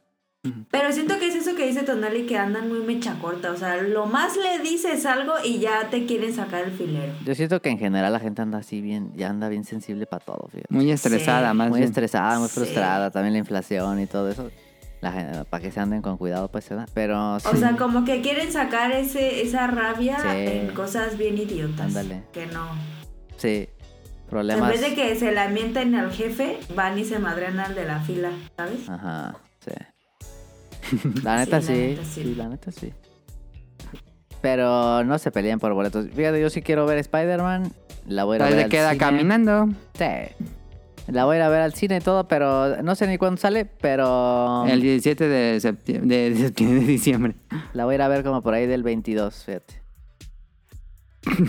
S1: Pero siento que es eso que dice Tonali, que andan muy mecha corta. O sea, lo más le dices algo y ya te quieren sacar el filero.
S2: Yo siento que en general la gente anda así bien, ya anda bien sensible para todo, fíjate.
S3: Muy estresada,
S1: Sí.
S3: más
S2: Muy
S3: bien.
S2: estresada, muy
S1: Sí.
S2: frustrada, también la inflación y todo eso. La gente, para que se anden con cuidado, pues se da. Pero sí,
S1: O sea, como que quieren sacar ese, esa rabia
S2: Sí.
S1: en cosas bien idiotas.
S2: Ándale.
S1: Que no.
S2: sí,
S1: En
S2: problemas.
S1: vez de que se lamenten al jefe, van y se madrean al de la fila, ¿sabes?
S2: Ajá, sí. La neta
S1: Sí, la
S2: sí,
S1: neta, sí.
S2: sí, la neta sí. Pero no se peleen por boletos. Fíjate, yo sí quiero ver Spider-Man. La voy a ir a
S3: Todavía
S2: ver.
S3: te
S2: al
S3: queda
S2: cine.
S3: caminando.
S2: Sí. La voy a ir a ver al cine y todo, pero no sé ni cuándo sale, pero
S3: El 17 de, septiembre, de, septiembre- de diciembre.
S2: la voy a ir a ver como por ahí del 22, fíjate.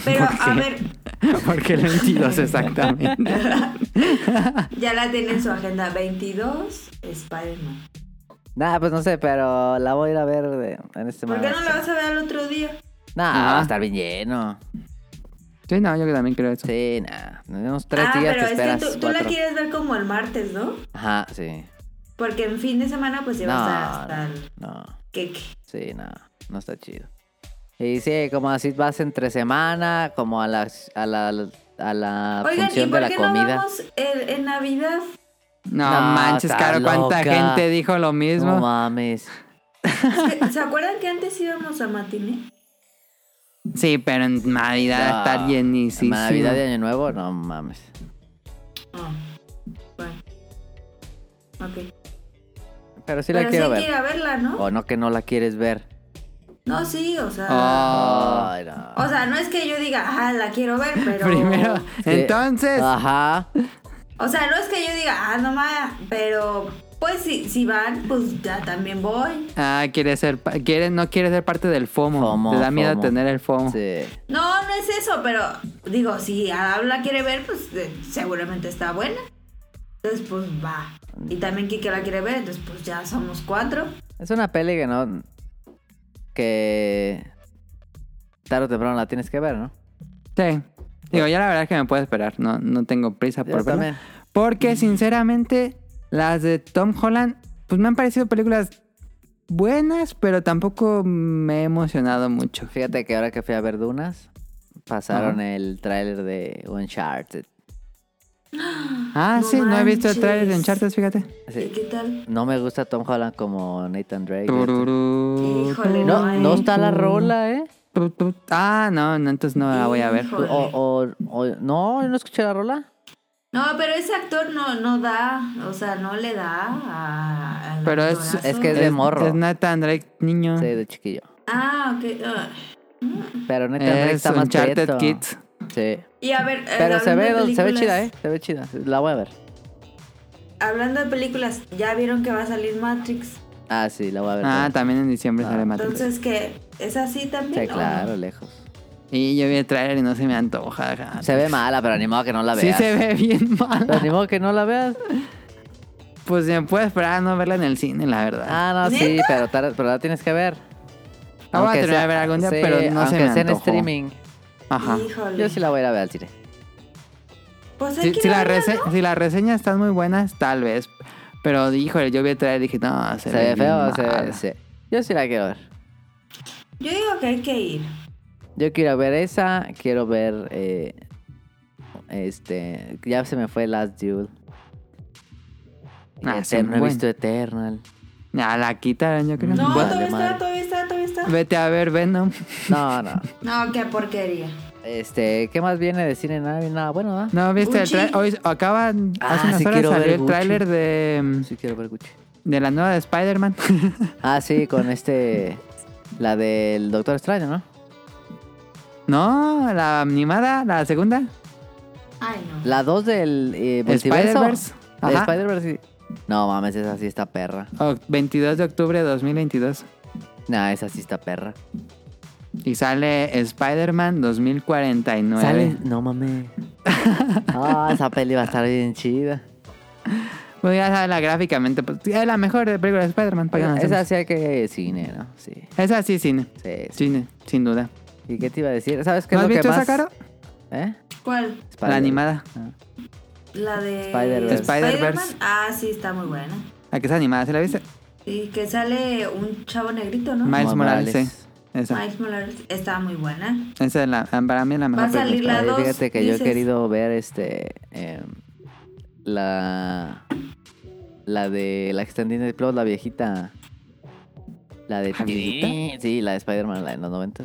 S1: Pero,
S3: ¿Por
S1: a
S3: qué?
S1: ver,
S3: Porque el 22 exactamente.
S1: ya la tienen en su agenda. 22, Spider-Man.
S2: Nah, pues no sé, pero la voy a ir a ver de- en este
S1: ¿Por
S2: momento.
S1: qué no la vas a ver al otro día?
S2: Nah,
S3: Ah.
S2: va a estar bien lleno.
S3: Sí, no, yo también creo eso.
S2: Sí, nah. En unos tres
S1: ah,
S2: días
S1: pero
S2: te
S1: es
S2: esperas.
S1: que tú, tú la
S2: cuatro.
S1: quieres ver como el martes, ¿no?
S2: Ajá, sí.
S1: Porque en fin de semana pues
S2: No,
S1: llevas hasta
S2: no,
S1: el
S2: no.
S1: queque.
S2: Sí, no, no está chido. Y sí, como así vas entre semana, como a las a la, a la
S1: Oigan, ¿y
S2: función de
S1: por
S2: la
S1: qué no
S2: comida.
S1: vamos el- en Navidad?
S3: No,
S2: No,
S3: manches,
S2: está
S3: Caro, cuánta
S2: loca.
S3: gente dijo lo
S2: No
S3: mismo.
S2: mames.
S1: Es que, ¿Se acuerdan que antes íbamos a matiné?
S3: sí, pero en Navidad
S2: No.
S3: está llenísimo.
S2: Navidad de Año Nuevo, no mames.
S1: Ah, bueno. Ok.
S2: Pero sí
S1: pero
S2: la quiero
S1: sí hay que
S2: ver. Oh.
S1: ir a verla, ¿no?
S2: O no que no la quieres ver.
S1: No, sí, o sea...
S3: Oh.
S2: Ay, no.
S1: O sea, no es que yo diga, ah, la quiero ver, pero...
S3: Primero,
S2: Sí. Ah.
S3: entonces.
S2: Ajá.
S1: O sea, no es que yo diga, ah, no más, pero... Pues si, si van, pues ya también voy.
S3: Ah, quiere ser, pa- quiere, no quiere ser parte del FOMO.
S2: FOMO,
S3: Te da miedo
S2: FOMO.
S3: tener el FOMO.
S2: Sí.
S1: No, no es eso, pero digo, si Adam la quiere ver, pues eh, seguramente está buena. Entonces, pues va. Y también Kike la quiere ver, entonces pues ya somos cuatro.
S2: Es una peli que no. Que. Tarde o temprano la tienes que ver, ¿no?
S3: Sí. Digo, ya la verdad es que me puedo esperar. No, no tengo prisa
S2: Yo
S3: por verla.
S2: también. Mm.
S3: Porque sinceramente, las de Tom Holland, pues me han parecido películas buenas, pero tampoco me he emocionado mucho.
S2: Fíjate que ahora que fui a ver Dunas, pasaron
S3: Ajá.
S2: el tráiler de Uncharted.
S3: Ah,
S1: No
S3: sí, no he visto el
S1: manches.
S3: trailer de Uncharted, fíjate.
S2: Sí.
S1: ¿Y qué tal?
S2: No me gusta Tom Holland como Nathan Drake. este.
S3: Tururú,
S1: Híjole,
S2: Mm, No,
S1: Ay.
S2: no está la rola, ¿eh?
S3: tu, tu, tu. Ah, no, no, entonces no la voy a ver.
S2: O,
S1: Híjole.
S2: o- o- no, yo no escuché la rola.
S1: No, pero ese actor no, no da, o sea, no le da a... al
S3: Pero es,
S1: actorazo.
S2: Es que es de morro.
S3: Es Nathan Drake, niño.
S2: Sí, de chiquillo.
S1: Ah, ok. ah.
S2: Pero Nathan Drake
S3: es
S2: está más
S3: Uncharted
S2: prieto.
S3: Kids.
S2: Sí.
S1: Y a ver... eh,
S2: Pero se ve,
S1: hablando de
S2: se ve
S1: películas-
S2: chida, ¿eh? Se ve chida. La voy a ver.
S1: Hablando de películas, ya vieron que va a salir Matrix.
S2: Ah, sí, la voy a ver.
S3: Ah, también en diciembre
S2: Ah.
S3: sale Matrix.
S1: Entonces, que ¿Es así también?
S2: sí,
S1: o no?
S2: claro, lejos.
S3: Y yo vi el trailer y no se me antoja.
S2: Se ve mala, pero ni modo que no la
S3: Sí
S2: veas.
S3: se ve bien mal.
S2: Pero ni modo que no la veas.
S3: Pues me puedo esperar a no verla en el cine, la verdad.
S2: Ah, no, sí, pero, tarde- pero la tienes que ver.
S3: La voy a terminar de ver algún día, pero no se
S2: aunque sea
S3: me
S2: en
S3: antojó.
S2: streaming.
S3: Ajá.
S1: Híjole.
S2: Yo sí la voy a ir a ver al cine.
S1: Pues hay
S3: Si,
S1: que
S3: si
S1: ir a
S3: la
S1: verla,
S3: rese- si las reseñas están muy buenas, tal vez. Pero, híjole, yo vi el trailer y dije, no, se,
S2: Se ve
S3: bien
S2: feo, se
S3: mal.
S2: ve. sí. Yo sí la quiero ver.
S1: Yo digo que hay que ir.
S2: Yo quiero ver esa, quiero ver. eh, este. Ya se me fue Last Duel. Y
S3: Ah,
S2: Etern-
S3: sí,
S2: no he
S3: bueno.
S2: visto Eternal.
S3: Nah, la quitaron, yo creo.
S1: No,
S2: Vale,
S1: todavía
S2: madre.
S1: está, todavía está, todavía está.
S3: Vete a ver Venom.
S2: No, no.
S1: No, qué porquería.
S2: Este, ¿qué más viene de cine? Nada, nada bueno, ¿ah?
S3: ¿No viste el
S1: Gucci.
S3: trailer? Hoy acaban,
S2: Ah,
S3: hace unas
S2: sí
S3: horas
S2: quiero ver
S3: salió el
S2: Gucci.
S3: trailer de, mm,
S2: Sí, quiero ver Gucci.
S3: de la nueva de Spider-Man.
S2: Ah, sí, con este. La del Doctor Extraño, ¿no?
S3: no, la animada, la segunda.
S1: Ay, no.
S2: La 2 del. Eh, multiverso.
S3: Spider-Verse.
S2: De
S3: Ajá.
S2: Spider-Verse. sí. No mames, esa sí está perra.
S3: O- 22 Oh, de octubre de 2022.
S2: Nah, esa sí está perra.
S3: Y sale Spider-Man 2049.
S2: ¿Sale? No mames. Ah, esa peli va a estar bien chida.
S3: Pues ya sabes, la gráficamente, pues, es la mejor película de Spider-Man. ¿para qué nos
S2: Esa
S3: hacemos?
S2: sí hay que ir cine, ¿no? Sí.
S3: Esa sí, cine.
S2: Sí, sí.
S3: Cine, sin duda.
S2: ¿Y qué te iba a decir? ¿Sabes qué
S3: ¿No
S2: es lo
S3: has
S2: que
S3: visto
S2: más?
S3: esa, Caro?
S2: ¿Eh?
S1: ¿Cuál?
S2: Spider-
S3: La animada.
S1: La de
S2: Spider-Verse.
S1: Spider-Man.
S3: Spider-Verse.
S1: ah, sí, está muy buena.
S3: ¿A qué es animada? ¿Se la viste?
S1: Y que sale un chavo negrito, ¿no?
S3: Miles
S2: Miles
S3: Morales,
S2: Morales.
S3: sí. Esa,
S1: Miles Morales está muy buena.
S3: esa es la, para mí es la mejor
S1: Va a salir
S3: película.
S1: la
S2: Oye,
S1: dos,
S2: Pues, fíjate que yo
S1: dices.
S2: he querido ver este em, la la de la Extended Plus, la viejita. La de
S3: ¿La viejita?
S2: Sí, la de Spider-Man, la de los 90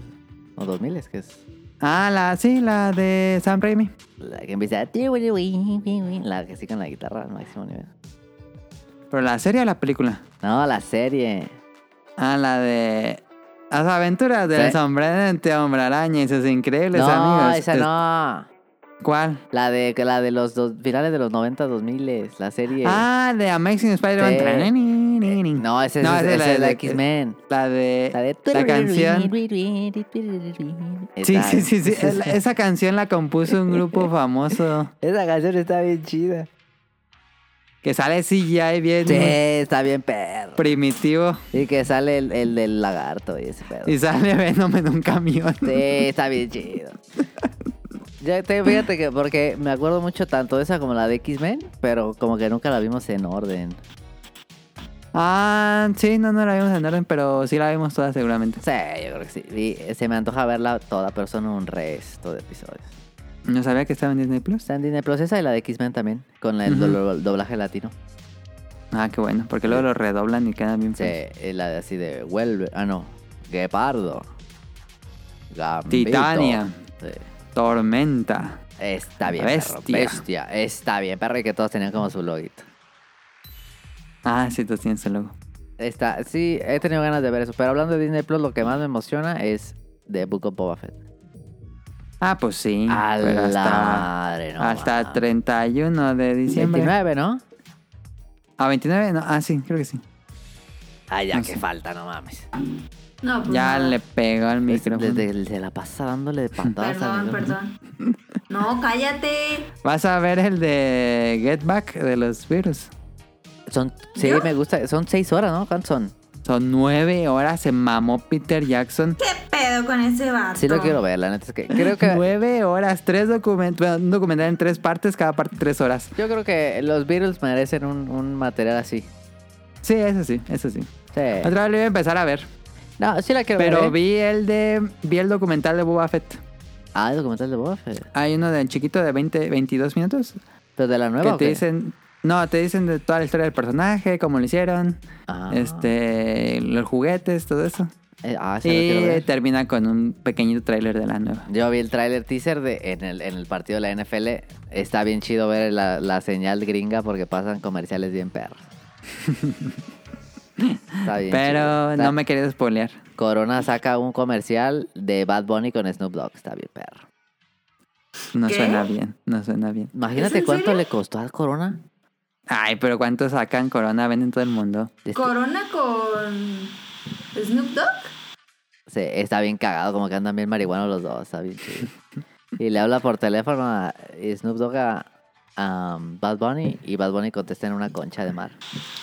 S2: o 2000 que es
S3: Ah, la, sí, la de Sam Raimi.
S2: la que empieza la que sí con la guitarra al máximo nivel.
S3: ¿Pero la serie o la película?
S2: No, la serie.
S3: Ah, la de Las aventuras del
S2: Sí.
S3: sombrerente hombre araña y sus increíbles
S2: No,
S3: amigos.
S2: esa
S3: Es-
S2: no.
S3: ¿Cuál?
S2: La de que la de los dos, finales de los 90 2000 la serie.
S3: Ah, de Amazing Spider-Man.
S2: Sí.
S3: Tranini.
S2: no, esa es-
S3: No, esa
S2: esa
S3: es
S2: es
S3: la
S2: la de
S3: de-
S2: X-Men.
S3: La de
S2: La de
S3: la canción. Sí,
S2: Está-
S3: sí, sí, sí. El- Esa canción la compuso un grupo famoso
S2: Esa canción está bien chida.
S3: que sale CGI bien
S2: Sí, está bien perro.
S3: primitivo
S2: Y que sale el, el del lagarto y ese pedo.
S3: y
S2: Sí,
S3: sale Venom en un camión.
S2: está bien chido. Ya te, fíjate que porque me acuerdo mucho tanto de esa como la de X-Men, pero como que nunca la vimos en orden.
S3: Ah, sí, no, no la vimos en orden, pero sí la vimos toda seguramente.
S2: Sí, yo creo que sí. Y eh, se me antoja verla toda, pero son un resto de episodios.
S3: No sabía que estaba en Disney Plus.
S2: Está en Disney Plus esa y la de X-Men también, con el
S3: Ujú.
S2: dobl- doblaje latino.
S3: Ah, qué bueno, porque luego lo redoblan y quedan bien
S2: Sí,
S3: feos.
S2: y la de así de vuelve. Ah, no. Guepardo. Gambito.
S3: Titania.
S2: Sí.
S3: Tormenta.
S2: Está bien,
S3: Bestia.
S2: bestia. Bestia. Está bien, perro. Y que todos tenían como su loguito.
S3: Ah, sí, tú tienes el logo.
S2: Está, sí, he tenido ganas de ver eso. Pero hablando de Disney Plus, lo que más me emociona es The Book of Boba Fett.
S3: Ah, pues sí.
S2: A la
S3: pero hasta,
S2: madre, no.
S3: hasta
S2: mames.
S3: 31 de diciembre.
S2: 29, ¿no?
S3: ¿A 29? No, ah, sí, creo que sí.
S2: Ah, ya
S3: No
S2: que
S3: sé.
S2: falta, no mames.
S1: No, pues
S3: Ya
S1: no.
S3: le pegó al micrófono.
S2: Ah. Desde se la pasa dándole de patadas
S1: Perdón,
S2: al micrófono.
S1: perdón. No, cállate.
S3: Vas a ver el de Get Back de los virus.
S2: Son, sí,
S1: ¿Yo?
S2: me gusta. Son 6 horas, ¿no? ¿Cuántas son?
S3: Son nueve horas, se mamó Peter Jackson.
S1: ¿Qué pedo con ese vato?
S2: Sí lo quiero ver, la neta es que creo que...
S3: Nueve horas, tres documentos, un documental en tres partes, cada parte tres horas.
S2: Yo creo que los Beatles merecen un, un material así.
S3: Sí, eso sí, eso sí.
S2: Sí.
S3: Otra vez lo iba a empezar a ver.
S2: No, sí la quiero ver.
S3: Pero
S2: ¿eh?
S3: vi el de, vi el documental de Boba Fett.
S2: Ah, el documental de Boba Fett.
S3: Hay uno de chiquito de 20, 22 minutos
S2: ¿Pero de la nueva
S3: que
S2: o
S3: te
S2: qué?
S3: dicen, no, te dicen de toda la historia del personaje, cómo lo hicieron,
S2: Ah.
S3: este, los juguetes, todo eso.
S2: Eh, ah, sí la
S3: Y
S2: quiero ver.
S3: termina con un pequeñito tráiler de la nueva.
S2: Yo vi el tráiler teaser de en el, en el partido de la NFL. Está bien chido ver la, la señal gringa porque pasan comerciales bien perros. Está bien chido.
S3: Pero
S2: Está-
S3: no me quería spoilear.
S2: Corona saca un comercial de Bad Bunny con Snoop Dogg. Está bien perro.
S3: No
S1: ¿Qué?
S3: suena bien, no suena bien.
S2: Imagínate
S1: en
S2: cuánto
S1: serio?
S2: le costó a Corona.
S3: Ay, pero ¿cuánto sacan Corona? Venden todo el mundo.
S1: ¿Corona con Snoop Dogg?
S2: Se- está bien cagado, como que andan bien marihuanos los dos. Está bien chido. Y le habla por teléfono a Snoop Dogg a, a um, Bad Bunny y Bad Bunny contesta en una concha de mar.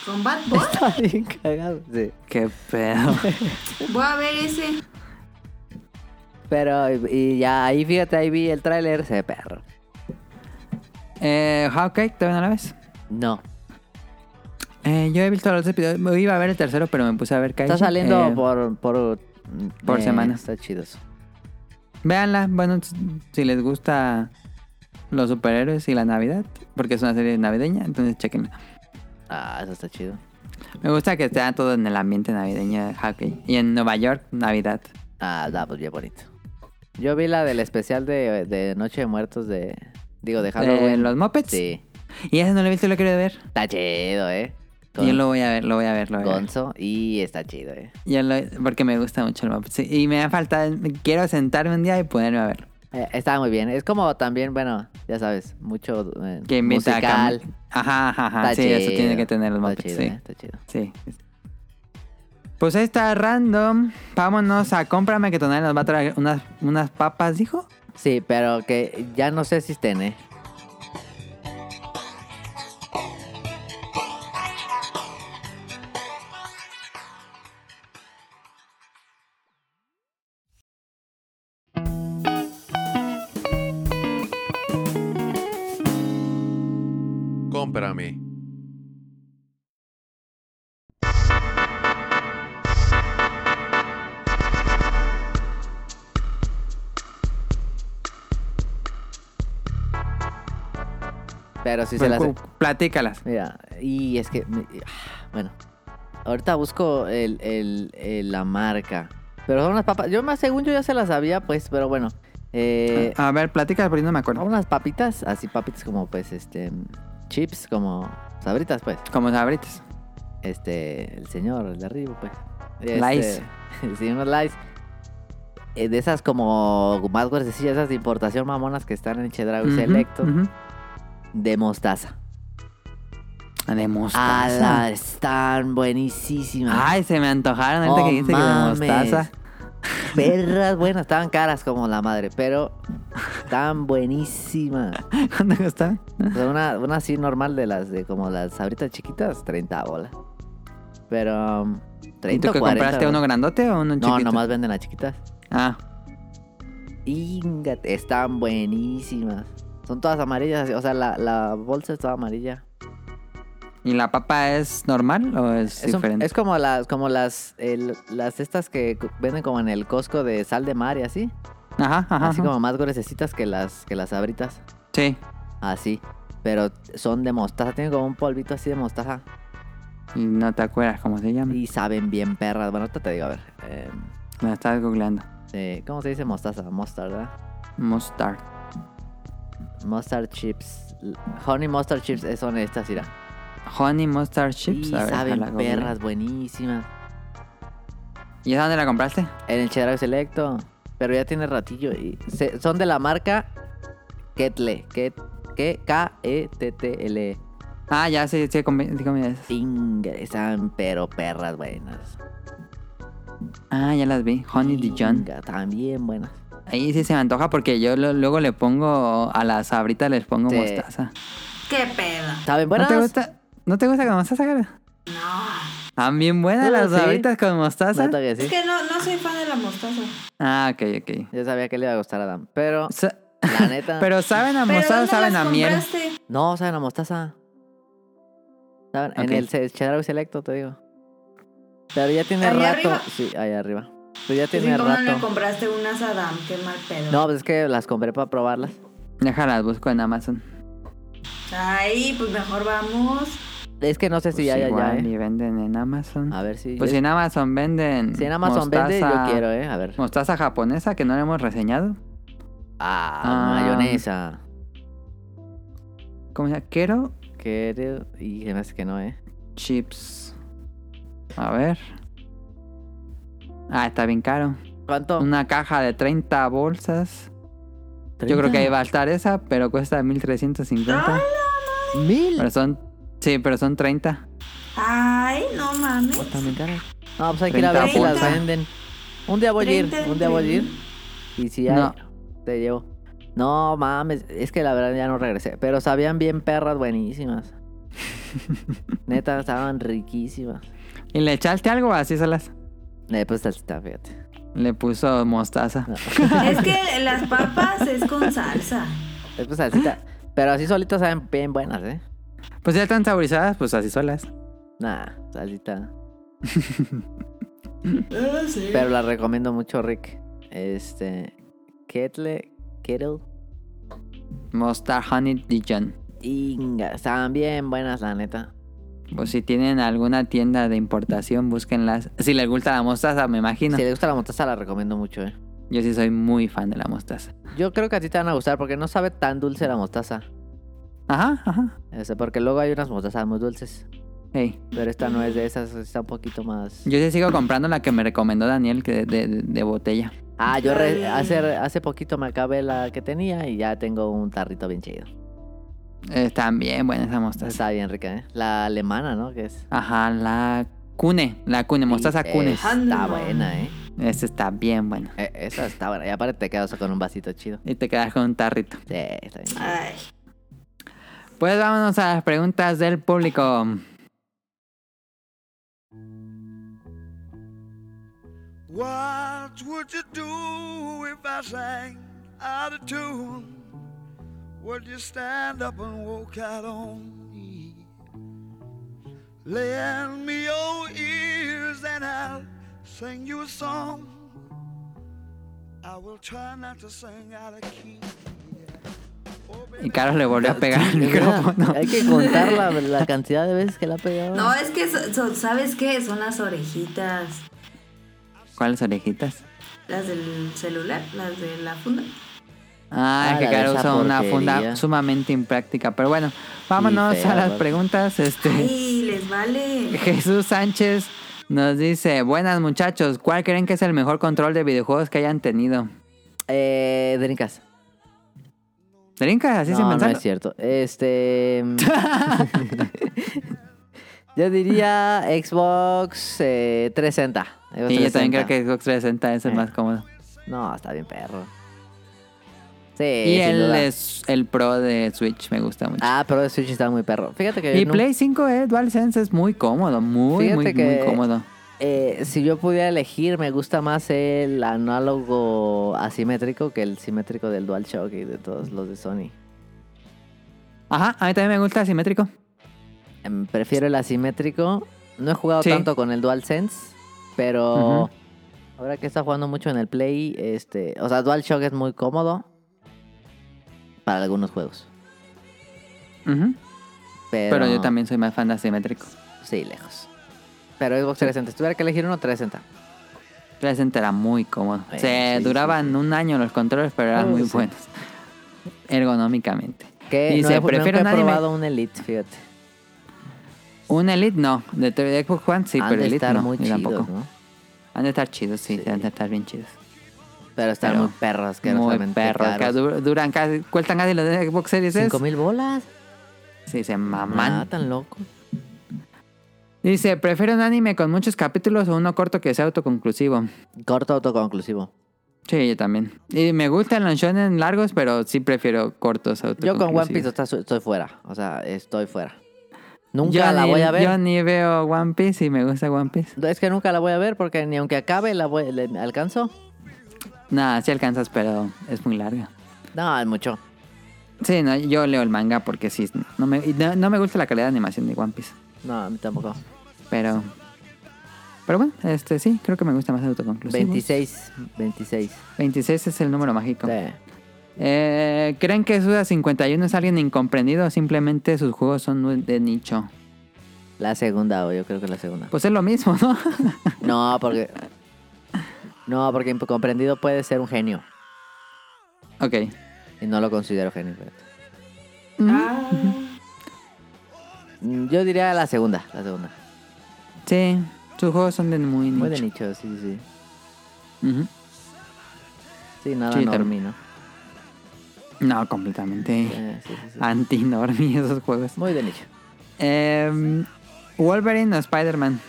S1: ¿Con Bad Boy?
S2: Está bien cagado. Sí.
S3: Qué pedo.
S1: Voy a ver ese.
S2: Pero, y- y ya ahí, fíjate, ahí vi el tráiler, se ve perro.
S3: eh, Hawkeye, ¿todavía no la ves?
S2: No.
S3: Eh, yo he visto los episodios. Me Iba a ver el tercero, pero me puse a ver Kaiju.
S2: Está saliendo
S3: Eh,
S2: por... Por, eh,
S3: por semana.
S2: Está chido eso.
S3: Véanla. Bueno, s- si les gusta los superhéroes y la Navidad, porque es una serie navideña, entonces chequenla.
S2: Ah, eso está chido.
S3: Me gusta que esté todo en el ambiente navideño de Hawkeye. Y en Nueva York, Navidad.
S2: Ah, da, pues bien bonito. Yo vi la del especial de, de Noche de Muertos de... Digo, de Halloween.
S3: Eh, los Muppets.
S2: Sí.
S3: Y ese no lo he visto y lo quiero ver.
S2: Está chido, ¿eh?
S3: Yo lo voy a ver, lo voy a ver, lo voy a ver.
S2: Gonzo y está chido, ¿eh?
S3: Yo lo- porque me gusta mucho el mapa. sí, y me ha faltado. Quiero sentarme un día y ponerme a verlo.
S2: Eh, Está muy bien. Es como también, bueno, ya sabes, mucho eh,
S3: Que invita a Cam-
S2: musical.
S3: Ajá, ajá, ajá.
S2: Está
S3: sí, eso
S2: chido.
S3: tiene que tener los
S2: Está
S3: mapas.
S2: chido,
S3: sí,
S2: ¿eh? Está chido.
S3: sí. Pues ahí está random. Vámonos a cómprame que Tonal nos va a traer unas, unas papas, dijo.
S2: Sí, pero que ya no sé si estén, ¿eh?
S6: Cómprame.
S2: Pero sí se las...
S3: Platícalas.
S2: Mira, y es que... me- ah, Bueno, ahorita busco el, el- el- la marca. Pero son unas papas... Yo más según yo ya se las sabía, pues, pero bueno. Eh,
S3: A ver, platícalas, pero yo no me acuerdo.
S2: unas papitas, así papitas como, pues, este... Chips, como sabritas, pues.
S3: Como sabritas.
S2: este, el señor, el de arriba, pues.
S3: Lice.
S2: Este, sí, unos lice. Eh, de esas como más gruesas, esas de importación mamonas que están en Chedraui
S3: Ujú,
S2: Selecto,
S3: ujú.
S2: de mostaza.
S3: De
S2: Ah,
S3: mostaza. Ah.
S2: están buenísimas.
S3: Ay, se me antojaron ahorita
S2: Oh,
S3: que dice que de
S2: mames.
S3: mostaza.
S2: Perras buenas, estaban caras como la madre, pero tan buenísimas.
S3: ¿Cuánto costaba?
S2: O sea, una, una así normal de las de como las ahorita chiquitas, 30 bolas. Pero um,
S3: ¿Y
S2: 30
S3: tú
S2: o
S3: que
S2: 40
S3: compraste uno
S2: bolas.
S3: grandote o uno
S2: No,
S3: chiquito?
S2: nomás venden las chiquitas.
S3: Ah,
S2: Ingate, están buenísimas. Son todas amarillas, o sea, la, la bolsa es toda amarilla.
S3: ¿y la papa es normal o es,
S2: Es, un-
S3: diferente?
S2: es como las, como las, el- las estas que cu- venden como en el Costco de sal de mar y así.
S3: Ajá, ajá.
S2: Así
S3: ajá.
S2: como más gruesecitas que las, que las abritas.
S3: Sí.
S2: Así. Pero son de mostaza, tienen como un polvito así de mostaza.
S3: Y no te acuerdas cómo se llama.
S2: Y saben bien perras. Bueno, ahorita te digo, a ver. eh,
S3: Me la estabas googleando.
S2: eh, ¿Cómo se dice mostaza? Mustard, ¿verdad?
S3: Mustard.
S2: Mustard chips. Honey mustard chips eh, son estas, mira.
S3: Honey mustard chips.
S2: y
S3: a ver,
S2: saben
S3: déjala googleo.
S2: perras buenísimas.
S3: ¿Y esa dónde la compraste?
S2: En el Chedraui Selecto. Pero ya tiene ratillo. Y se- son de la marca Ketle. Que, que- E K-E-T-T-L.
S3: Ah, ya, sí, sí, comí, sí comí esas.
S2: Ingresan, pero perras buenas.
S3: Ah, ya las vi. Honey Dijon.
S2: Inga, También buenas.
S3: Ahí sí se me antoja porque yo lo- luego le pongo a las sabritas les pongo
S2: Sí.
S3: mostaza.
S1: ¿Qué pedo?
S2: ¿Saben
S3: ¿No
S2: buenas?
S3: te gusta? ¿No te gusta con mostaza, cara?
S1: No.
S3: Están bien buenas
S2: Ah,
S3: las
S2: sí.
S3: sabritas con mostaza.
S2: Neta que sí.
S1: Es que no, no soy fan de la mostaza.
S3: Ah, ok, ok.
S2: Yo sabía que le iba a gustar a Adam. Pero,
S3: Sa-
S2: la neta.
S3: Pero saben a
S1: ¿Pero
S3: mostaza,
S1: dónde
S3: saben a
S1: las
S3: miel.
S1: compraste?
S2: No, saben a mostaza. ¿Saben? En
S3: Ok.
S2: el se- Chedraui Selecto, te digo. Pero ya tiene
S1: ¿Allá
S2: rato.
S1: arriba?
S2: Sí, allá arriba. Pero ya
S1: Sí,
S2: tiene
S1: ¿Cómo no le
S2: rato.
S1: compraste unas a Adam? Qué mal pedo.
S2: No, pues es que las compré para probarlas.
S3: Déjalas, busco en Amazon.
S1: Ay, pues mejor vamos.
S2: Es que no sé si
S3: Pues
S2: ya, ya, ya.
S3: igual
S2: ¿eh?
S3: Y venden en Amazon.
S2: A ver si.
S3: Pues si
S2: es-
S3: en Amazon venden.
S2: si en Amazon vende, yo
S3: mostaza-
S2: quiero, ¿eh? A ver.
S3: Mostaza japonesa que no la hemos reseñado.
S2: Ah,
S3: Ah.
S2: mayonesa.
S3: ¿Cómo se llama? Quiero
S2: Quiero. Y se me hace que no, ¿eh?
S3: chips. A ver. Ah, está bien caro.
S2: ¿Cuánto?
S3: Una caja de 30 bolsas. Yo creo que ahí va a estar esa, pero cuesta 1350.
S2: ¿Mil?
S3: Pero son. Sí, pero son 30.
S1: Ay, no mames.
S2: También caras. No, pues hay que ir a ver
S3: 30
S2: si las
S1: bolsas.
S2: venden. Un día voy a ir,
S1: 30,
S2: un día voy a ir. Y si hay,
S3: No.
S2: te llevo. No mames, es que la verdad ya no regresé. Pero sabían bien perras buenísimas. Neta, estaban riquísimas.
S3: ¿Y le echaste algo o así solas?
S2: Eh, pues salsita, fíjate.
S3: Le puso mostaza.
S2: No.
S1: Es que las papas es con salsa.
S2: Eh, pues salsita. Pero así solitos saben bien buenas, ¿eh?
S3: Pues ya están saborizadas, pues así solas.
S2: Nah, salsita.
S1: Ah, sí.
S2: Pero la recomiendo mucho, Rick. Este. Kettle, Kettle.
S3: Mustard Honey Dijon.
S2: Inga, estaban bien buenas, la neta.
S3: Pues si tienen alguna tienda de importación, búsquenlas. Si les gusta la mostaza, me imagino.
S2: Si les gusta la mostaza, la recomiendo mucho, ¿eh?
S3: Yo sí soy muy fan de la mostaza.
S2: Yo creo que a ti te van a gustar porque no sabe tan dulce la mostaza.
S3: Ajá, ajá.
S2: Este, porque luego hay unas mostazas muy dulces.
S3: Ey.
S2: Pero esta no es de esas, está un poquito más.
S3: Yo sí sigo comprando la que me recomendó Daniel que de, de- de botella.
S2: Ah, yo re- hace, hace poquito me acabé la que tenía y ya tengo un tarrito bien chido.
S3: Están bien buena esa mostaza.
S2: Está bien rica, ¿eh? La alemana, ¿no? Que es.
S3: Ajá, la cune. La cune, mostaza
S2: Sí,
S3: cune.
S2: Está buena, ¿eh?
S3: Esta está bien buena.
S2: Eh, Esa está buena. Y aparte te quedas con un vasito chido.
S3: Y te quedas con un tarrito.
S2: Sí, está bien. chido.
S1: Ay.
S3: Pues vámonos a las preguntas del público.
S7: What would you do if I sang out of tune? Would you stand up and walk out on me? Lend me your ears and I'll sing you a song. I will try not to sing out of key.
S3: Y Carlos le volvió a pegar el micrófono.
S2: Hay que contar la, la cantidad de veces que la ha pegado.
S1: No, es que, so- so- ¿sabes qué? Son las orejitas.
S3: ¿Cuáles orejitas?
S1: Las del celular, las de la funda.
S3: Ah,
S2: Ah,
S3: es que
S2: la de
S3: Caro
S2: esa
S3: usa una
S2: porquería.
S3: funda sumamente impráctica. Pero bueno, vámonos
S2: Sí, fea,
S3: a las
S2: ¿verdad?
S3: preguntas. Este.
S1: Ay, les vale.
S3: Jesús Sánchez nos dice, buenas muchachos, ¿cuál creen que es el mejor control de videojuegos que hayan tenido?
S2: Eh, Drinkas.
S3: Drinkas, así
S2: no,
S3: sin
S2: no
S3: pensarlo.
S2: es cierto. Este. yo diría Xbox eh, 360. Xbox
S3: Sí, yo
S2: 360.
S3: también creo que Xbox 360 es el
S2: Eh.
S3: más cómodo.
S2: No, está bien, perro. Sí. Eh,
S3: y
S2: sin
S3: el,
S2: duda.
S3: es, el Pro de Switch me gusta mucho.
S2: Ah, pero el Switch está muy perro. Fíjate que.
S3: y
S2: yo nu-
S3: Play 5 eh, DualSense es muy cómodo, muy,
S2: Fíjate
S3: muy,
S2: que-
S3: muy cómodo.
S2: eh, si yo pudiera elegir, me gusta más el análogo asimétrico que el simétrico del DualShock y de todos los de Sony.
S3: Ajá, a mí también me gusta asimétrico.
S2: Em, Prefiero el asimétrico. No he jugado
S3: Sí.
S2: tanto con el DualSense, pero
S3: Ujú.
S2: ahora que está jugando mucho en el Play, este, o sea, DualShock es muy cómodo para algunos juegos.
S3: Ujú,
S2: Pero,
S3: Pero yo también soy más fan de asimétrico.
S2: Sí, lejos. Pero Xbox 360, si tuviera que elegir uno, 360.
S3: 360 era muy cómodo.
S2: Eh,
S3: Se
S2: sí,
S3: duraban un año los controles, pero eran
S2: Oh,
S3: muy
S2: sí.
S3: buenos. Ergonómicamente.
S2: Que
S3: Dice,
S2: no he,
S3: prefiero un
S2: nunca he
S3: anime.
S2: probado un Elite, fíjate.
S3: Un Elite no, de, de Xbox One sí,
S2: Han
S3: pero
S2: de
S3: Elite
S2: estar
S3: no,
S2: muy
S3: yo
S2: chidos,
S3: tampoco.
S2: ¿no?
S3: Han de estar chidos, sí,
S2: Sí.
S3: han de estar bien chidos.
S2: Pero están
S3: Pero
S2: muy perros, que
S3: Muy perros, que dur- duran casi, cuestan casi los de Xbox Series S.
S2: ¿Cinco mil bolas?
S3: Sí, se
S2: Mamá,
S3: maman.
S2: tan loco.
S3: Dice, prefiero un anime con muchos capítulos o uno corto que sea autoconclusivo.
S2: Corto autoconclusivo.
S3: Sí, yo también. Y me gustan los shonen largos, pero sí prefiero cortos
S2: Yo
S3: autoconclusivos.
S2: con One Piece está- estoy fuera. O sea, estoy fuera. Nunca
S3: Yo
S2: la
S3: ni-
S2: voy a ver.
S3: Yo ni veo One Piece y me gusta One Piece.
S2: Es que nunca la voy a ver porque ni aunque acabe la voy, le- me alcanzo.
S3: Nada, sí alcanzas, pero es muy larga.
S2: No, es mucho.
S3: Sí, no, yo leo el manga porque sí, no me, y no- no me gusta la calidad de animación de One Piece.
S2: No, a mí tampoco.
S3: Pero. Pero bueno, este sí, creo que me gusta más el autoconclusivo.
S2: 26, 26.
S3: 26 es el número mágico.
S2: Sí.
S3: Eh, ¿Creen que Suda 51 es alguien incomprendido o simplemente sus juegos son de nicho?
S2: La segunda, o yo creo que la segunda.
S3: Pues es lo mismo, ¿no?
S2: No, porque. No, porque incomprendido puede ser un genio.
S3: ok.
S2: Y no lo considero genio. fíjate.
S1: Ah,
S2: Mm, Yo diría la segunda, la segunda.
S3: Sí, sus juegos son de muy nicho.
S2: Muy de nicho, sí, sí, sí.
S3: Ujú.
S2: Sí, nada
S3: Sí,
S2: normie, ¿no?
S3: No, completamente
S2: Eh, sí, sí, sí.
S3: Ah. anti-normie esos juegos.
S2: Muy de nicho.
S3: Eh, ¿Wolverine o Spider-Man?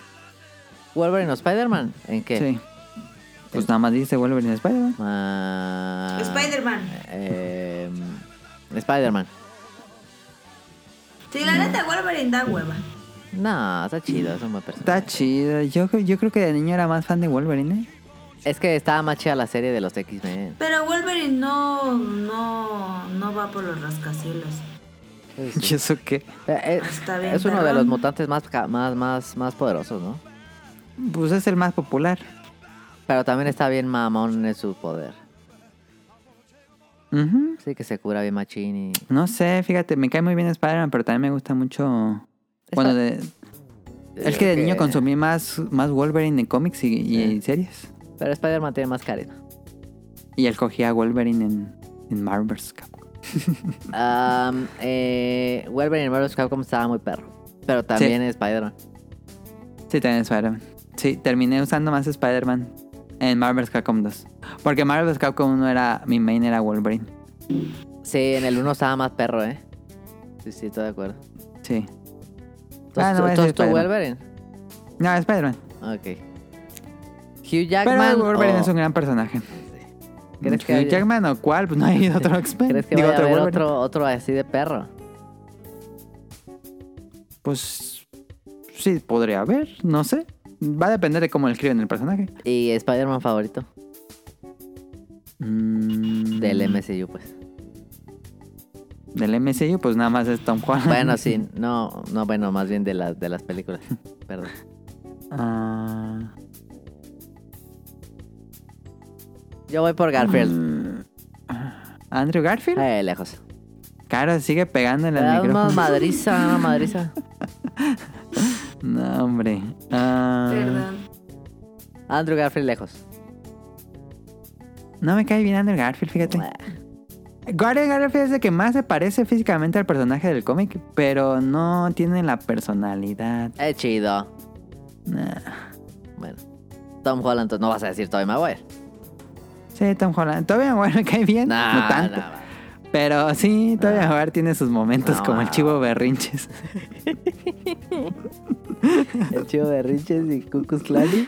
S2: Wolverine o Spider-Man, ¿en qué?
S3: Sí. Pues nada más dice Wolverine o Spider-Man.
S2: Ah,
S1: Spider-Man.
S2: eh, Spider-Man.
S1: Sí, la neta, Wolverine da hueva.
S2: No, está chido, es un buen personaje.
S3: Está chido. Yo, yo creo que de niño era más fan de Wolverine, ¿eh?
S2: Es que estaba más chida la serie de los X-Men.
S1: Pero Wolverine no, no, no va por los rascacielos.
S3: ¿Y eso qué?
S2: Eh, Es,
S1: Está bien,
S2: es uno de
S1: perrón.
S2: los mutantes más, ca- más, más, más poderosos, ¿no?
S3: Pues es el más popular.
S2: Pero también está bien mamón en su poder.
S3: Ujú.
S2: Sí, que se cura bien machín y...
S3: No sé, fíjate, me cae muy bien Spider-Man, pero también me gusta mucho. Bueno, de- es que de niño consumí más, más Wolverine en cómics y, y en series.
S2: Pero Spider-Man tiene más carisma.
S3: Y él cogía a Wolverine en, en Marvel's Capcom.
S2: Am, eh, Wolverine en Marvel's Capcom estaba muy perro. Pero también Spider-Man.
S3: Sí, también Spider-Man. Sí, terminé usando más Spider-Man en Marvel's Capcom 2. Porque Marvel's Capcom 1 era. Mi main era Wolverine.
S2: Sí, en el 1 estaba más perro, ¿eh? Sí, sí, estoy de acuerdo.
S3: Sí.
S2: Entonces,
S3: Ah, no,
S2: tú,
S3: es
S2: entonces tú
S3: Spider-Man.
S2: Wolverine.
S3: No, Spider-Man.
S2: Ok. Hugh
S3: Pero
S2: Jackman.
S3: Wolverine
S2: o-
S3: es un gran personaje.
S2: ¿Crees que
S3: Hugh
S2: haya-
S3: Jackman o cuál? Pues no hay otro X-Men.
S2: ¿Crees que
S3: Digo,
S2: vaya a haber
S3: Wolverine.
S2: otro, otro así de perro?
S3: Pues sí, podría haber, no sé. Va a depender de cómo escriben el personaje.
S2: Y Spider-Man favorito
S3: Mm,
S2: del MCU, pues.
S3: Del MCU, pues nada más es Tom Holland.
S2: Bueno, sí, no, no, bueno, más bien de, las de las películas. Perdón.
S3: Ah,
S2: Yo voy por Garfield.
S3: Andrew Garfield.
S2: Eh, lejos.
S3: Caro sigue pegándole
S2: Le
S3: al
S2: da una
S3: micrófono.
S2: madriza, una madriza.
S3: No, hombre. Ah,
S1: Perdón.
S2: Andrew Garfield lejos.
S3: no me cae bien Andrew Garfield, fíjate. Andrew Garfield es el que más se parece físicamente al personaje del cómic, pero no tiene la personalidad.
S2: Es chido.
S3: Nah.
S2: Bueno. Tom Holland, entonces no vas a decir Tobey Maguire.
S3: Sí, Tom Holland. Todavía bueno, me cae bien.
S2: Nah,
S3: no tanto.
S2: nah, nah.
S3: Pero sí, todavía Maguire tiene sus momentos
S2: No,
S3: como el
S2: no.
S3: chivo berrinches.
S2: El chivo de Riches y Cucus Clary.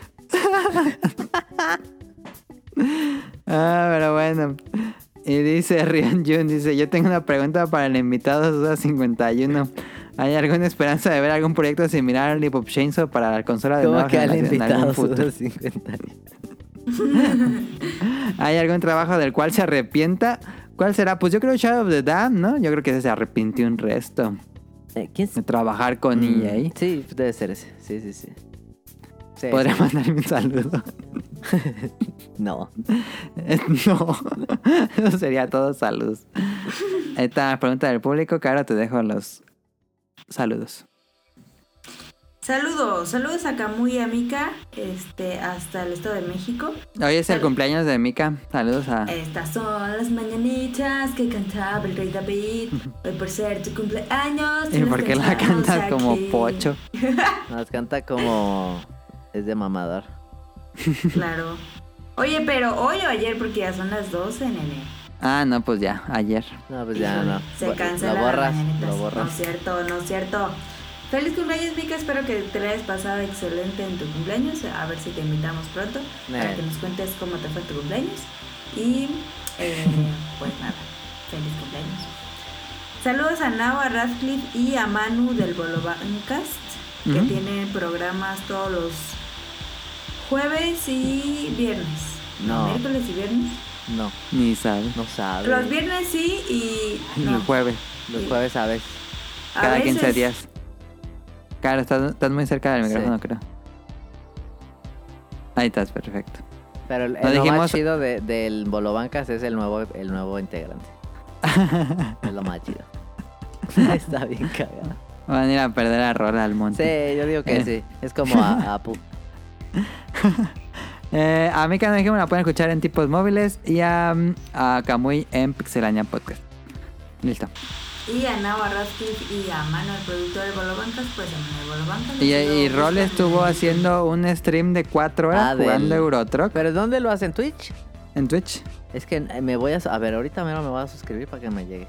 S3: Ah, pero bueno. Y dice Rian Jun, dice, yo tengo una pregunta para el invitado Suda 51. ¿Hay alguna esperanza de ver algún proyecto similar al Hip Hop Chainsaw para la consola de
S2: ¿Cómo
S3: nueva
S2: que al
S3: generación en algún
S2: invitado
S3: futuro?
S2: Suda 50?
S3: ¿Hay algún trabajo del cual se arrepienta? ¿Cuál será? Pues yo creo Shadow of the Dam, ¿no? Yo creo que ese se arrepintió un resto
S2: Eh, ¿Quién es?
S3: de trabajar con E EA.
S2: Mm, Sí, debe ser ese. Sí, sí, sí. Sí,
S3: Podría
S2: sí.
S3: mandarme un saludo.
S2: No.
S3: Eh, No, eso sería todo saludos. Esta pregunta del público, Caro, te dejo los saludos.
S1: Saludos, saludos a Camuy y a Mika, este, hasta el Estado de México.
S3: Hoy es el
S1: Salud.
S3: cumpleaños de Mika. Saludos a...
S1: Estas son las mañanitas que cantaba el rey David. Hoy por ser tu cumpleaños.
S3: ¿Y
S1: te
S3: por
S1: las
S3: qué la
S1: cantamos
S3: cantas como
S1: aquí.
S3: pocho?
S2: Nos canta como. Es de mamador.
S1: Claro. Oye, pero hoy o ayer, porque ya son las 12 en enero.
S3: Ah, no, pues ya, ayer.
S2: No, pues ya no.
S1: Se
S2: Bu-
S1: cancela
S2: Lo
S1: la
S2: borras,
S1: mañanita.
S2: lo
S1: No es
S2: borras.
S1: cierto, no es cierto. Feliz cumpleaños, Mika. Espero que te la hayas pasado excelente en tu cumpleaños. A ver si te invitamos pronto para
S2: Eh.
S1: que nos cuentes cómo te fue tu cumpleaños. Y eh, pues nada, feliz cumpleaños. Saludos a Nava Radcliffe y a Manu del Bolobancast, que
S3: Ujú.
S1: tiene programas todos los jueves y viernes.
S2: No.
S1: Miércoles y viernes.
S2: No,
S3: Ni sabe.
S2: no sabe.
S1: Los viernes sí y. no.
S3: El jueves,
S2: Los jueves sabes.
S1: A
S3: cada
S1: veces-
S3: 15 días. Caro, estás, estás muy cerca del
S2: Sí.
S3: micrófono, creo. Ahí estás, perfecto.
S2: Pero el,
S3: No
S2: el lo
S3: dijimos-
S2: más chido de- del Bolobancas es el nuevo, el nuevo integrante. es lo más chido. Está bien cagado.
S3: Van a ir a perder a Rola al monte.
S2: Sí, yo digo que sí. Es como a, a Pu.
S3: Eh, a Mika no dijimos, la pueden escuchar en tipos móviles y a, mm, a Kamui en Pixelania Podcast. Listo.
S1: Y a Nava Radcliffe y a Mano, el productor de Bolobancas, pues a Mano de Bolobancas.
S3: Y,
S1: Luego
S3: y Rol
S1: buscan-
S3: estuvo haciendo un stream de 4 horas
S2: Ah, del-
S3: jugando Eurotruck
S2: ¿Pero dónde lo hacen? ¿Twitch?
S3: en Twitch,
S2: Es que eh, me voy a... A ver, ahorita mero me voy a suscribir para que me llegue.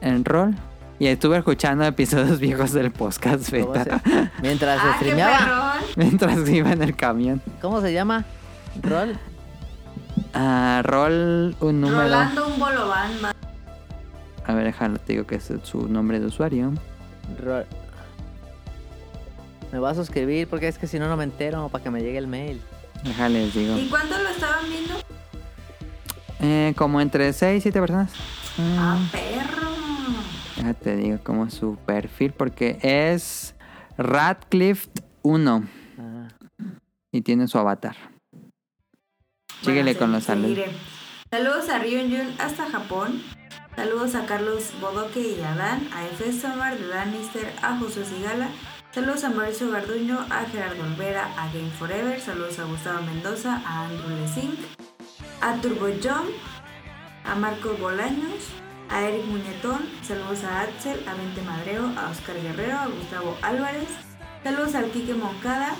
S3: en Rol. Y estuve escuchando episodios viejos del podcast
S2: ¿Cómo se-
S3: beta
S2: Mientras
S1: ¡Ah, qué
S2: streameaba.
S1: perrón!
S3: mientras iba en el camión.
S2: ¿Cómo se llama? ¿Rol?
S3: Ah, Rol, un número.
S1: Rolando un bolobán más.
S3: A ver, déjalo, te digo que es su nombre de usuario.
S2: Ro- Me voy a suscribir porque es que si no, no me entero para que me llegue el mail.
S3: Déjale, les digo.
S1: ¿Y cuánto lo estaban viendo?
S3: Mm. Eh, como entre 6 y 7 personas.
S1: ¡Ah,
S3: Mm,
S1: perro!
S3: déjate, te digo como su perfil, porque es Radcliffe 1
S2: Ah,
S3: y tiene su avatar. Síguele
S1: Bueno,
S3: con
S1: se-
S3: los saludos.
S1: seguiré. Saludos a Ryun Yun hasta Japón. Saludos a Carlos Bodoque y a Dan, a Efes Samar de Danister, a José Sigala. Saludos a Mauricio Garduño, a Gerardo Olvera, a Game Forever. Saludos a Gustavo Mendoza, a Andrew Lezink, a Turbo Jump, a Marcos Bolaños, a Eric Muñetón. Saludos a Axel, a Vente Madreo, a Oscar Guerrero, a Gustavo Álvarez. Saludos al Quique Moncada,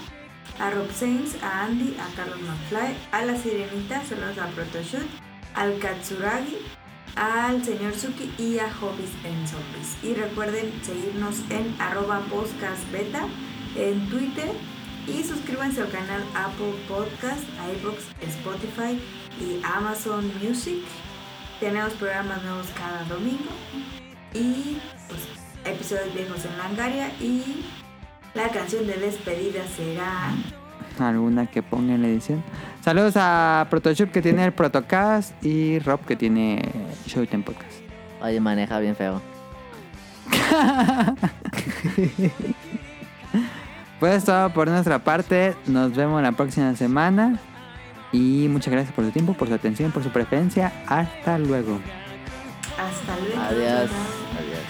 S1: a Rob Sainz, a Andy, a Carlos McFly, a La Sirenita, saludos a Protoshoot, al Katsuragi, al señor Suki y a Hobbies en Zombies. Y recuerden seguirnos en arroba podcastbeta en Twitter y suscríbanse al canal Apple Podcast, iBox, Spotify y Amazon Music. Tenemos programas nuevos cada domingo y pues, episodios viejos en Langaria y la canción de despedida será
S3: alguna que ponga en la edición. Saludos a Protoshop que tiene el Protocast y Rob que tiene Showtime Podcast.
S2: Oye, maneja bien feo.
S3: Pues todo por nuestra parte. Nos vemos la próxima semana. Y muchas gracias por su tiempo, por su atención, por su preferencia. Hasta luego.
S1: Hasta luego.
S2: Adiós.
S1: Bye.
S2: Adiós.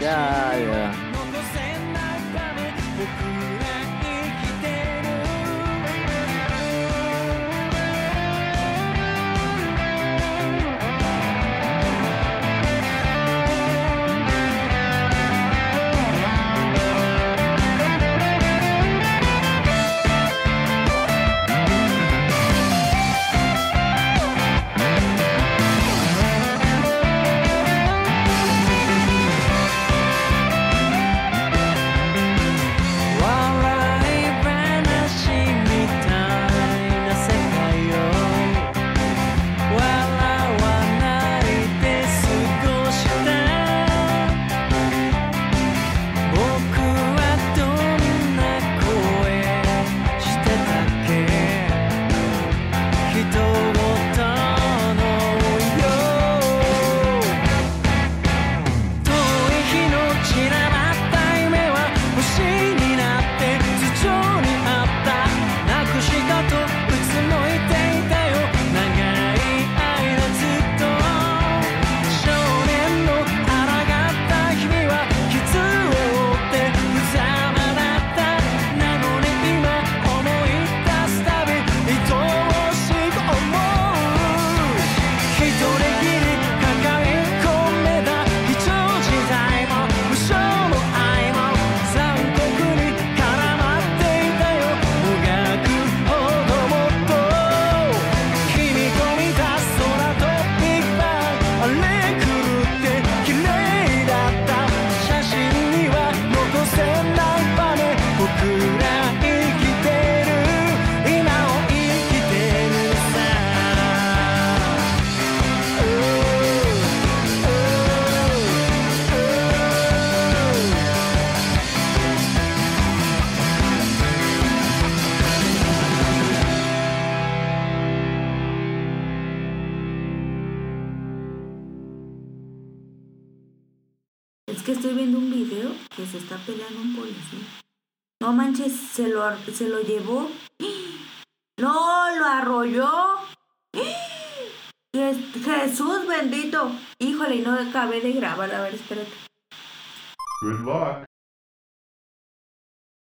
S2: Ya, ya.
S10: 残せないため僕は生きてる笑い話みたいな世界を笑わないで過ごした僕はどんな声してたっけ人ごとのよう遠い日の散らばった夢は星になって頭頂にあったなくしたとうつむいていたよ長い間ずっと少年の抗った日々は傷を負って無様だったなのに今思い出すたび愛おしく思う一人きり抱え込めた非常事態も無償の愛も残酷に絡まっていたよもがくほどもっと君と見た空とビッグバンあれ狂って綺麗だった写真には残せない場面僕ら生きてる今を生きてるさ
S1: Es que estoy viendo un video que se está peleando un policía. No manches, se lo, ar- se lo llevó. No, lo arrolló. Jes- Jesús bendito. Híjole, y no acabé de grabar. A ver, espérate.
S11: Good luck.